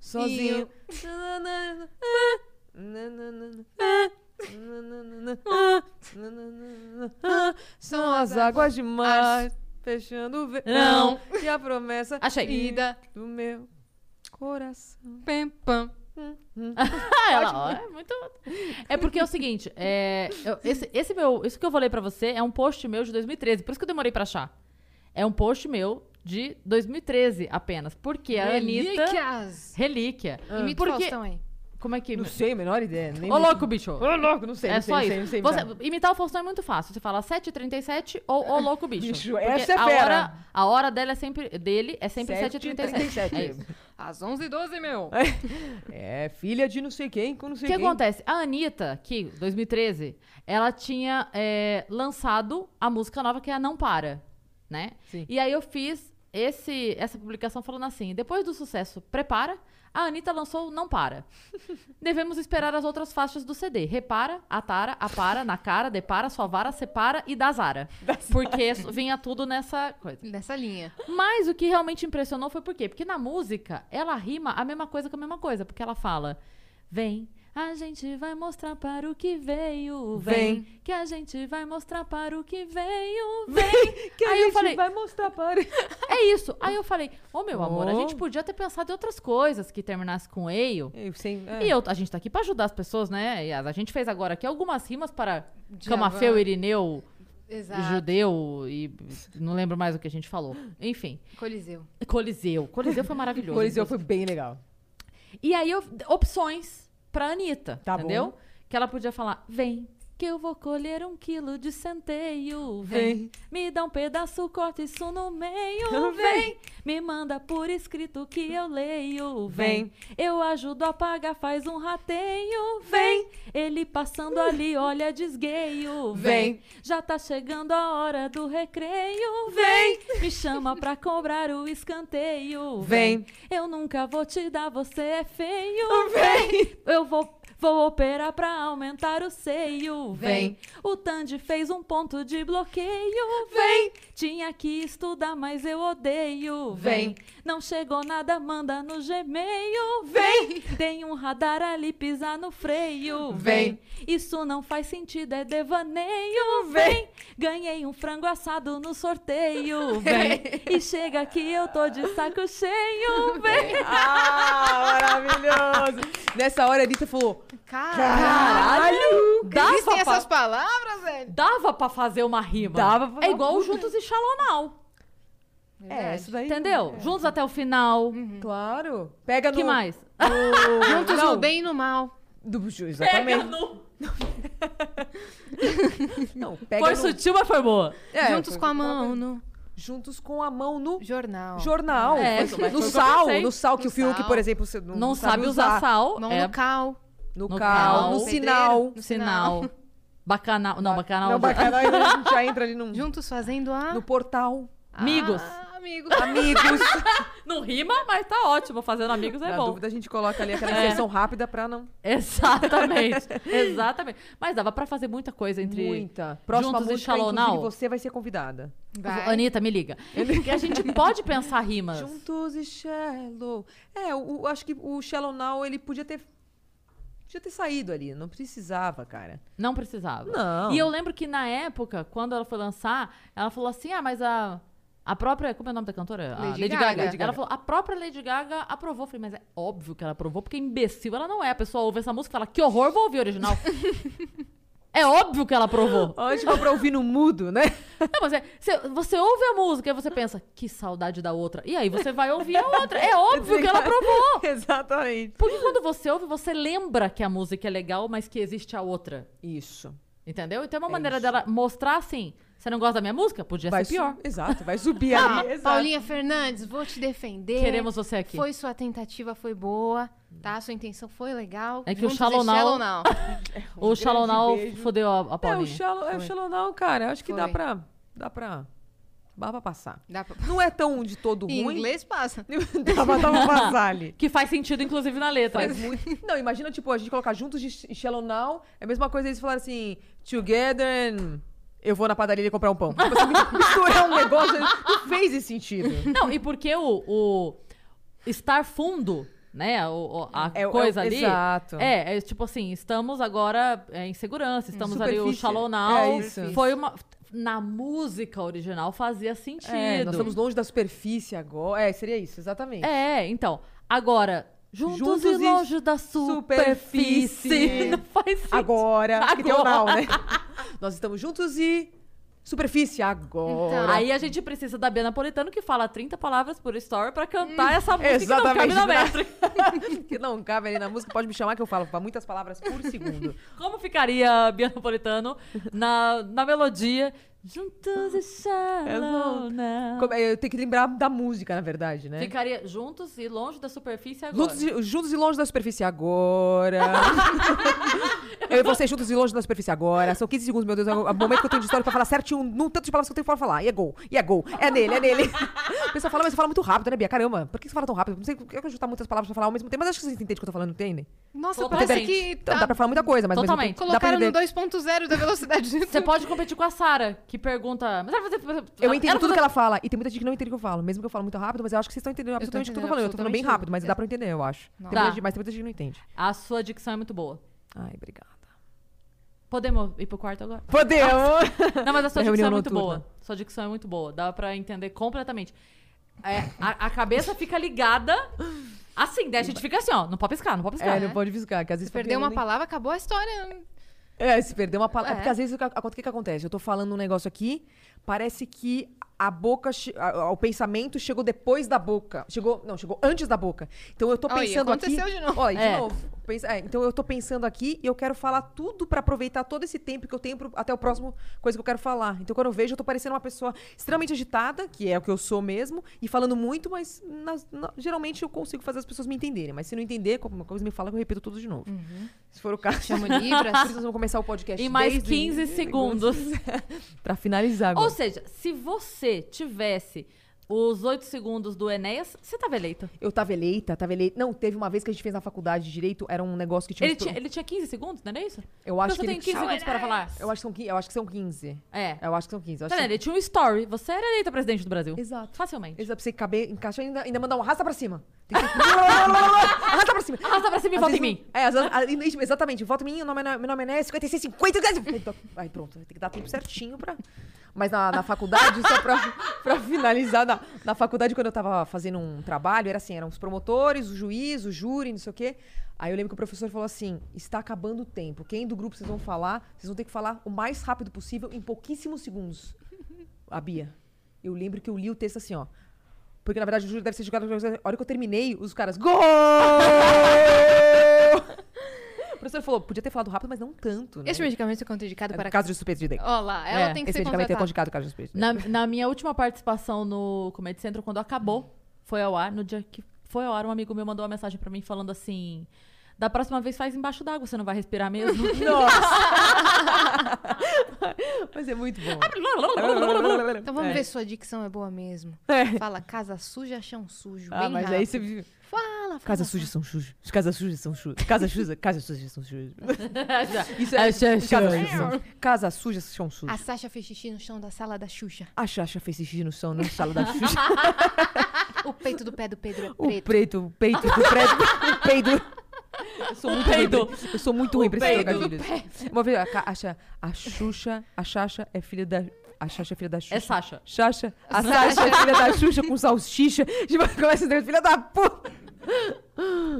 Sozinho. *laughs* São as águas de mar, fechando o verão. E a promessa
Achei.
Ida.
do meu coração.
Pem, pam.
Ah, ela, ó, é muito. É porque é o seguinte, é, eu- esse, esse meu, isso que eu vou ler pra você é um post meu de 2013, por isso que eu demorei pra achar. É um post meu de 2013 apenas, porque é a Anitta
Relíquias.
relíquia.
Imita Ah. o
Porque-
Faustão aí.
Como é que
Não sei, menor ideia. nem
Ô
me-
louco, bicho.
Ô louco, não sei.
é
não sei,
só
não sei,
isso.
não sei,
Você-
não sei.
imitar o Faustão é muito fácil. Você fala 7h37 ou ô louco, bicho.
Bicho,
Porque
essa é
a
fera.
hora, a hora dela é sempre, dele é sempre 7h37. É isso.
Às 11h12, meu.
É, filha de não sei quem com não
O
sei
que
quem.
acontece? A Anitta, que 2013, ela tinha é, lançado a música nova que é a Não Para, né?
Sim.
E aí eu fiz esse, essa publicação falando assim: depois do sucesso Prepara, a Anitta lançou o Não
*laughs*
Para. Devemos esperar as outras faixas do CD: Repara, Atara, Apara, Na Cara, Depara, Sovara, Separa e Dazara. Porque vinha tudo nessa coisa.
Nessa linha.
Mas o que realmente impressionou foi por quê? Porque na música, ela rima a mesma coisa com a mesma coisa. Porque ela fala: Vem, a gente vai mostrar para o que veio. Vem, que a gente vai mostrar para o que veio. Vem.
Que
Aí
a
eu
gente
falei:
vai mostrar para
*laughs* É isso. Aí eu falei: Ô meu amor, a
Oh.
gente podia ter pensado em outras coisas que terminasse com eio.
Eu sem- é.
E eu, a gente tá aqui pra ajudar as pessoas, né? E a a gente fez agora aqui algumas rimas para
Djavan.
Camafeu, Irineu,
Exato.
Judeu e não lembro mais o que a gente falou. Enfim.
Coliseu.
Coliseu. Coliseu foi maravilhoso.
Coliseu foi bem legal.
E aí, eu- opções pra Anitta,
Tá
entendeu?
bom.
Que ela podia falar, vem... Que eu vou colher um quilo de centeio. Vem, me dá um pedaço, corta isso no meio. Vem, me manda por escrito que eu leio. Vem, eu ajudo a pagar, faz um rateio. Vem, ele passando ali, olha desgueio. Vem, já tá chegando a hora do recreio. Vem, me chama pra cobrar o escanteio.
Vem.
eu nunca vou te dar, você é feio. Vem, eu vou. Vou operar pra aumentar o seio. Vem. O Tandy fez um ponto de bloqueio. Vem. Tinha que estudar, mas eu odeio. Vem. Não chegou nada, manda no Gmail. Vem. Tem um radar ali, pisar no freio. Vem. Isso não faz sentido, é devaneio. Vem. Ganhei um frango assado no sorteio. *laughs* Vem. E chega que eu tô de saco cheio. Vem.
Ah, maravilhoso! *laughs* Nessa hora a Anitta falou:
Cara,
Caralho!
existem
Dava pra,
essas palavras, velho?
dava pra fazer uma rima.
Dava pra-
É igual o Juntos e Xalonal.
É, isso daí.
Entendeu? Juntos até o final. O
Claro. Pega no.
que mais?
no-
Juntos
não,
no bem e no mal.
Do, exatamente.
no...
Não, pega
Foi
no-
sutil, mas foi boa.
É,
Juntos
foi-
com a mão no
Juntos com a mão no
jornal.
jornal.
É,
Foi-
mas
no
foi o que eu
sal.
pensei.
No sal, que
No
o Fiuk,
sal.
por exemplo, você não,
Não, sabe usar, sal.
Mão
é,
no cal.
No,
No
cal,
cal,
no
no
sinal.
pedreiro.
No sinal. Bacanal. Não, bacanal.
Não,
já-
bacanal ainda a gente já entra ali num,
Juntos fazendo a...
no portal.
Amigos.
Ah, amigos.
*laughs*
Amigos.
Não rima, mas tá ótimo. Fazendo amigos é
Na
bom.
dúvida a gente coloca ali aquela inserção rápida pra não...
*laughs*
*laughs*
Exatamente. Exatamente. Mas dava pra fazer muita coisa entre.
Muita. Próxima
Juntos e
música,
Shallow
inclusive,
Now?
você vai ser convidada.
Vai.
Anitta, me liga. Porque
*laughs*
a gente pode pensar rimas.
Juntos e Shallow. É, o, o- acho que o Shallow Now, ele podia ter... Podia ter saído ali. Não precisava, cara.
Não precisava.
Não.
E eu lembro que na época, quando ela foi lançar, ela falou assim: ah, mas a. A própria. Como é o nome da cantora? a
Lady
Lady
Gaga.
Gaga.
Lady
Ela
Gaga.
falou, a própria Lady Gaga aprovou. Eu falei, mas é óbvio que ela aprovou, porque imbecil ela não é. A pessoa ouve essa música e fala, que horror, vou ouvir a original.
*laughs*
é óbvio que ela aprovou.
Ótimo pra ouvir no mudo, né?
Não, mas é, você, você ouve a música e você pensa, que saudade da outra. E aí você vai ouvir a outra. É *laughs* óbvio que ela aprovou.
*laughs* Exatamente.
Porque quando você ouve, você lembra que a música é legal, mas que existe a outra.
Isso.
Entendeu? Então é uma maneira dela mostrar assim: você não gosta da minha música? Podia
Vai
ser é pior. Ah,
su- Exato, vai subir
*laughs*
ali. Exato.
Tá, Paulinha Fernandes, vou te defender.
Queremos você aqui.
Foi sua tentativa, foi boa, tá? Sua intenção foi legal.
É que o
Juntos e
Shallow Now-
Shallow
*laughs*
Now.
o
um grande
Shalonal
beijo.
fodeu a, a
É, o
Paulinha.
Shallow, é o
Foi.
Shallow Now, cara. Acho que dá
Foi.
pra. Dá pra. Dá pra passar.
Dá pra...
Não é tão de todo
Em
ruim.
inglês passa.
*laughs* dá pra, um dá pra passar ali.
que faz sentido, inclusive, na letra.
Faz muito. *laughs* Não, imagina, tipo, a gente colocar juntos de Sh- Shallow Now. É a mesma coisa eles falarem assim, together and. Eu vou na padaria e comprar um pão. Tipo assim, *laughs* misturar um negócio. Não fez esse sentido.
Não, e porque o, o estar fundo, né? o- o- a
É o- é o-
coisa ali.
exato.
É, é tipo assim, estamos agora é, em segurança, estamos ali o
superfície.
Shallow
É
Now.
isso.
foi uma. Na música original fazia sentido.
É, nós estamos longe da superfície agora. É, seria isso, exatamente.
É, então. Agora, juntos,
Juntos
e
e
longe da superfície.
superfície.
*laughs* Não faz sentido.
Agora, que tem o
Agora.
now, né? *laughs* Nós estamos juntos e superfície agora.
Aí a gente precisa da Bia Napolitano que fala 30 palavras por story pra cantar essa música que
Hum. exatamente.
não cabe na métrica.
Então. que não cabe ali na música, pode me chamar que eu falo pra muitas palavras por *laughs* segundo.
Como ficaria a Bia Napolitano na, na melodia? Juntos e
É
shallow now.
Como- Eu tenho que lembrar da música, na verdade, né?
Ficaria juntos e longe da superfície agora.
Juntos e, juntos e longe da
*laughs*
superfície agora. eu e vocês juntos e longe da superfície agora. São 15 segundos, meu Deus. É o momento que eu tenho de história pra falar certinho num tanto de palavras que eu tenho pra falar. E é gol, e é gol. É nele, é nele. O pessoal fala, mas você fala muito rápido, né, Bia? Caramba, por que você fala tão rápido? Não sei por que eu juntar muitas palavras pra falar ao mesmo tempo. Mas acho que vocês entendem o que eu tô falando, entendem?
Nossa,
Totalmente.
parece que
Então
tá-
dá pra falar muita coisa, mas ao mesmo
Totalmente.
tempo dá pra
colocaram no
entender.
2.0 da velocidade
*laughs*
de
Você pode competir com a Sara, que pergunta. Mas ela vai
Eu entendo tudo que ela fala. E tem muita gente que não entende o que eu falo. Mesmo que eu falo muito rápido, mas eu acho que vocês estão entendendo absolutamente o que eu tô
entendendo
falando. Eu tô falando bem
absolutamente
rápido, mas
tudo.
dá pra entender, eu acho. Tem
Tá.
muita gente- mas tem muita gente que não entende.
A sua dicção é muito boa.
Ai, obrigada.
Podemos ir pro quarto agora?
Podemos!
Não, mas a sua dicção
Na
é
reunião
muito
noturna.
boa. Sua dicção é muito boa. Dá pra entender completamente. É, a, a cabeça fica ligada. Assim, daí a gente fica assim, ó. Não pode piscar, não pode piscar.
É, não pode né? viscar, que às vezes
Perdeu Né? uma
nem-
palavra, acabou a história.
É, se perder uma palavra.
É.
Porque às vezes o que, aco- o que que acontece? Eu tô falando um negócio aqui, parece que a boca, che- a- o pensamento chegou depois da boca. Chegou, não, chegou antes da boca. Então eu tô
Olha,
pensando
aconteceu
aqui.
de novo.
Olha,
É.
de novo. Pensa- é, então eu tô pensando aqui e eu quero falar tudo pra aproveitar todo esse tempo que eu tenho pro- até o próximo coisa que eu quero falar. Então quando eu vejo, eu tô parecendo uma pessoa extremamente agitada, que é o que eu sou mesmo, e falando muito, mas nas- na- geralmente eu consigo fazer as pessoas me entenderem. Mas se não entender, alguma coisa me fala que eu repito tudo de novo. Se for o caso.
Chama o Libras.
*laughs* Por isso nós vamos começar o podcast
Em mais
desde
15 segundos.
Pra finalizar agora.
Ou seja, se você tivesse os 8 segundos do Enéas, você tava eleito.
Eu tava eleita, tava eleita. Não, teve uma vez que a gente fez na faculdade de direito, era um negócio que tinha.
Ele
uns pro-
tinha, ele tinha 15 segundos, não era isso?
Eu
Então
acho que
você
ele...
tem 15 segundos para falar.
Eu acho que são 15, eu acho que são 15.
É.
Eu acho que são 15. Eu acho
Tá
que
vendo?
são...
Ele tinha um story. Você era eleita presidente do Brasil.
Exato.
Facilmente.
Exato, pra você caber, encaixar e ainda, ainda mandar um arrasta pra cima. Tem que... *laughs* arrasta pra cima.
Arrasta pra cima e
Às
volta em
vezes
mim.
não- É, às vezes- ah, isso, exatamente. Vota em mim, o nome é- meu nome é 5650. Aí pronto, tem que dar tempo certinho pra. Mas na, na faculdade, só pra, *laughs* pra finalizar, na, na faculdade, quando eu tava fazendo um trabalho, era assim: eram os promotores, o juiz, o júri, não sei o quê. Aí eu lembro que o professor falou assim: está acabando o tempo. Quem do grupo vocês vão falar, vocês vão ter que falar o mais rápido possível, em pouquíssimos segundos. A Bia. Eu lembro que eu li o texto assim, ó. Porque, na verdade, o júri deve ser julgado... A hora que eu terminei, os caras... Gol! o professor falou, podia ter falado rápido, mas não tanto, né?
Este medicamento é contraindicado
É,
para...
Caso de suspeito de dengue.
Olha lá, ela
É,
tem que
Esse
ser
medicamento é
contratada.
conjugado caso de suspeito de dengue.
Na, na minha última participação no Comedy Central, quando acabou, foi ao ar, no dia que foi ao ar, um amigo meu mandou uma mensagem pra mim falando assim: Da próxima vez faz embaixo d'água, você não vai respirar *laughs* mesmo?
Nossa! Mas é muito *laughs* bom.
Então vamos
É.
ver se sua dicção é boa mesmo. Fala casa suja, chão sujo.
*laughs* Ah,
bem
mas
rápido.
aí você. vive-
Fala, fala.
Casa suja são chujas. Casa suja são chujas. Casa suja, casa suja são chujas. Isso
Ah,
é.
isso é
casa,
sujo.
suja são, casa suja são
A
chujas.
Sasha fez xixi no chão da sala da Xuxa.
A Xaxa fez xixi no chão na sala da Xuxa.
O peito do pé do Pedro é
O
preto.
preto, o peito do *laughs* preto, o peido. Eu sou muito ruim
peido.
pra- Eu sou muito ruim pra esses
peido do
trocadilhos. Uma vez, a, Ca- a, Xa- a Xuxa, a Xaxa é filha da... A Xaxa é filha da Xuxa.
É Sasha.
Xaxa, a
Sasha.
Sasha é filha da Xuxa com *laughs* salsicha. Tipo, começa a ter filha da puta.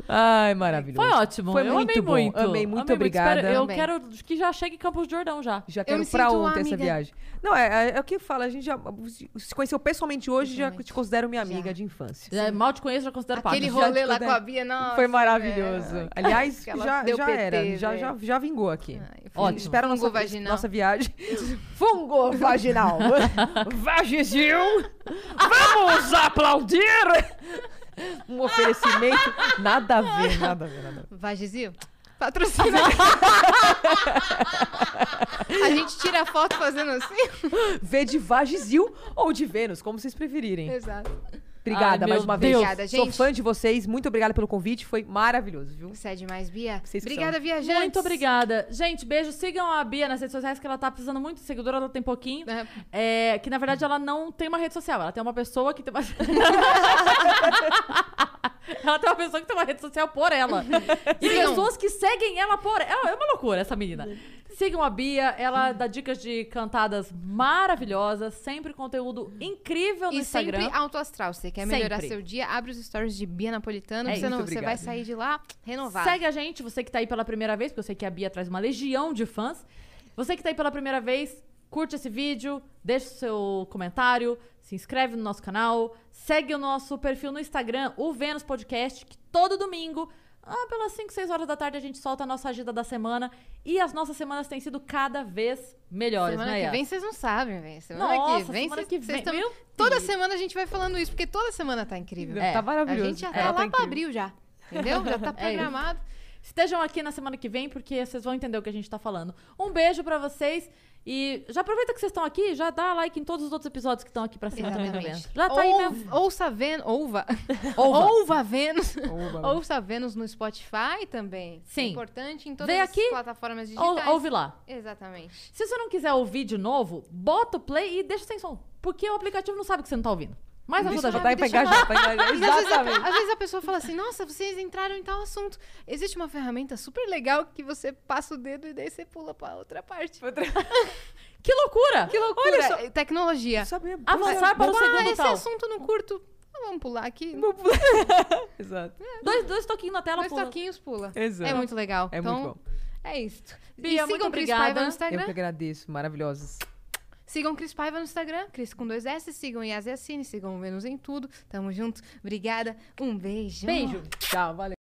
Ai, maravilhoso.
Foi ótimo.
Foi
eu
muito
amei
bom.
muito.
Amei, muito obrigada.
Espero- eu
Também.
quero que já chegue em Campos de Jordão já.
Já
Eu
quero
me
pra
sinto
ontem essa
amiga.
viagem. Não, é, é, é o que fala, a gente já se conheceu pessoalmente hoje, já
Pessoalmente.
te considero minha
Já.
amiga de infância.
Já- mal te conheço, já considero
Aquele
pago.
já
rolê
te
lá
contei.
com a Bia, nossa. é.
Foi maravilhoso.
velho.
Aliás,
que ela
já,
deu
já
PT,
era, já,
velho.
já, já vingou aqui.
Ai, foi
Ótimo.
um
Espera a nossa,
fungo vaginal.
nossa viagem.
*laughs*
Fungo vaginal. Vagizil. Vamos aplaudir. Um oferecimento. Nada a ver, nada a ver, nada a ver.
Vai, Gizil? Patrocina. a gente tira a foto fazendo
*laughs*
assim.
Vê de Vagizil ou de Vênus, como vocês preferirem.
Exato.
Obrigada
Ai,
mais
meu
uma
Deus.
vez.
Obrigada,
Sou
gente.
fã de vocês. Muito obrigada pelo convite. Foi maravilhoso, viu?
Você é demais, Bia.
Vocês que
Obrigada, viajantes.
Muito obrigada. Gente, beijo. Sigam a Bia nas redes sociais, que ela tá precisando muito de seguidor, ela tem pouquinho.
É.
É, que na verdade ela não tem uma rede social, ela tem uma pessoa que tem uma. *laughs* ela tem uma pessoa que tem uma rede social por ela. E
Sigam.
pessoas que seguem ela por ela. É uma loucura essa menina. Sigam a Bia, ela dá dicas de cantadas maravilhosas, sempre conteúdo incrível no
E
Instagram.
sempre alto astral. Você quer melhorar
Sempre.
seu dia, abre os stories de Bia Napolitano.
É
que você,
isso,
não, você
obrigado.
vai sair de lá renovado.
Segue a gente, você que tá aí pela primeira vez, porque eu sei que a Bia traz uma legião de fãs. Você que tá aí pela primeira vez, curte esse vídeo, deixa o seu comentário, se inscreve no nosso canal, segue o nosso perfil no Instagram, o Vênus Podcast, que todo domingo, ah, pelas 5, 6 horas da tarde, a gente solta a nossa agenda da semana. E as nossas semanas têm sido cada vez melhores,
Semana
né?
que
Yas?
vem vocês não sabem, velho. Semana
Nossa,
que vem
semana
vocês
que
vocês
vem.
tão-
Meu
Toda
Deus.
semana a gente vai falando isso, porque toda semana tá incrível.
É,
Tá maravilhoso.
A gente já tá
Ela
lá pra
incrível.
abril já. Entendeu? Já tá
*laughs* É isso.
programado.
Estejam aqui na semana que vem, porque vocês vão entender o que a gente tá falando. Um beijo pra vocês. E já aproveita que vocês estão aqui, já dá like em todos os outros episódios que estão aqui pra cima também do
Exatamente.
Vênus. Já tá aí
Ou-
mesmo.
Ouça Vênus.
*laughs*
Ouva.
Ouva.
Ouva Vênus.
Oba.
*laughs* Ouça Vênus no Spotify também. É
Sim.
importante em todas
Vem
as
aqui,
plataformas
Ou,
digitais.
ouve lá.
Exatamente.
Se você não quiser ouvir de novo, bota o play e deixa sem som. Porque o aplicativo não sabe que você não tá ouvindo. Mas ajuda a
Deixa
gente.
tá pra
deixa
engajar, pra engajar.
*laughs* E às vezes, a,
Exatamente.
às vezes a pessoa fala assim, nossa, vocês entraram em tal assunto. Existe uma ferramenta super legal que você passa o dedo e daí você pula pra outra parte.
Que loucura!
Que loucura!
Olha só.
É Tecnologia.
Isso mesmo.
Avançar para
ah,
o um segundo
esse
tal.
assunto eu não curto. Ah, Vamos pular aqui.
Exato.
Dois, dois toquinhos na tela,
Dois
pula.
toquinhos pula.
Exato.
É muito legal.
É
então,
muito bom.
É isso.
Bia,
e
muito
sigam Cris Paiva
obrigada.
no
Eu que
Instagram.
agradeço. Maravilhosos.
Sigam Cris Paiva no Instagram. Cris com dois S. Sigam Yas Yassine. Sigam o Vênus em tudo. Tamo junto. Obrigada. Um beijo.
Beijo.
Tchau, valeu.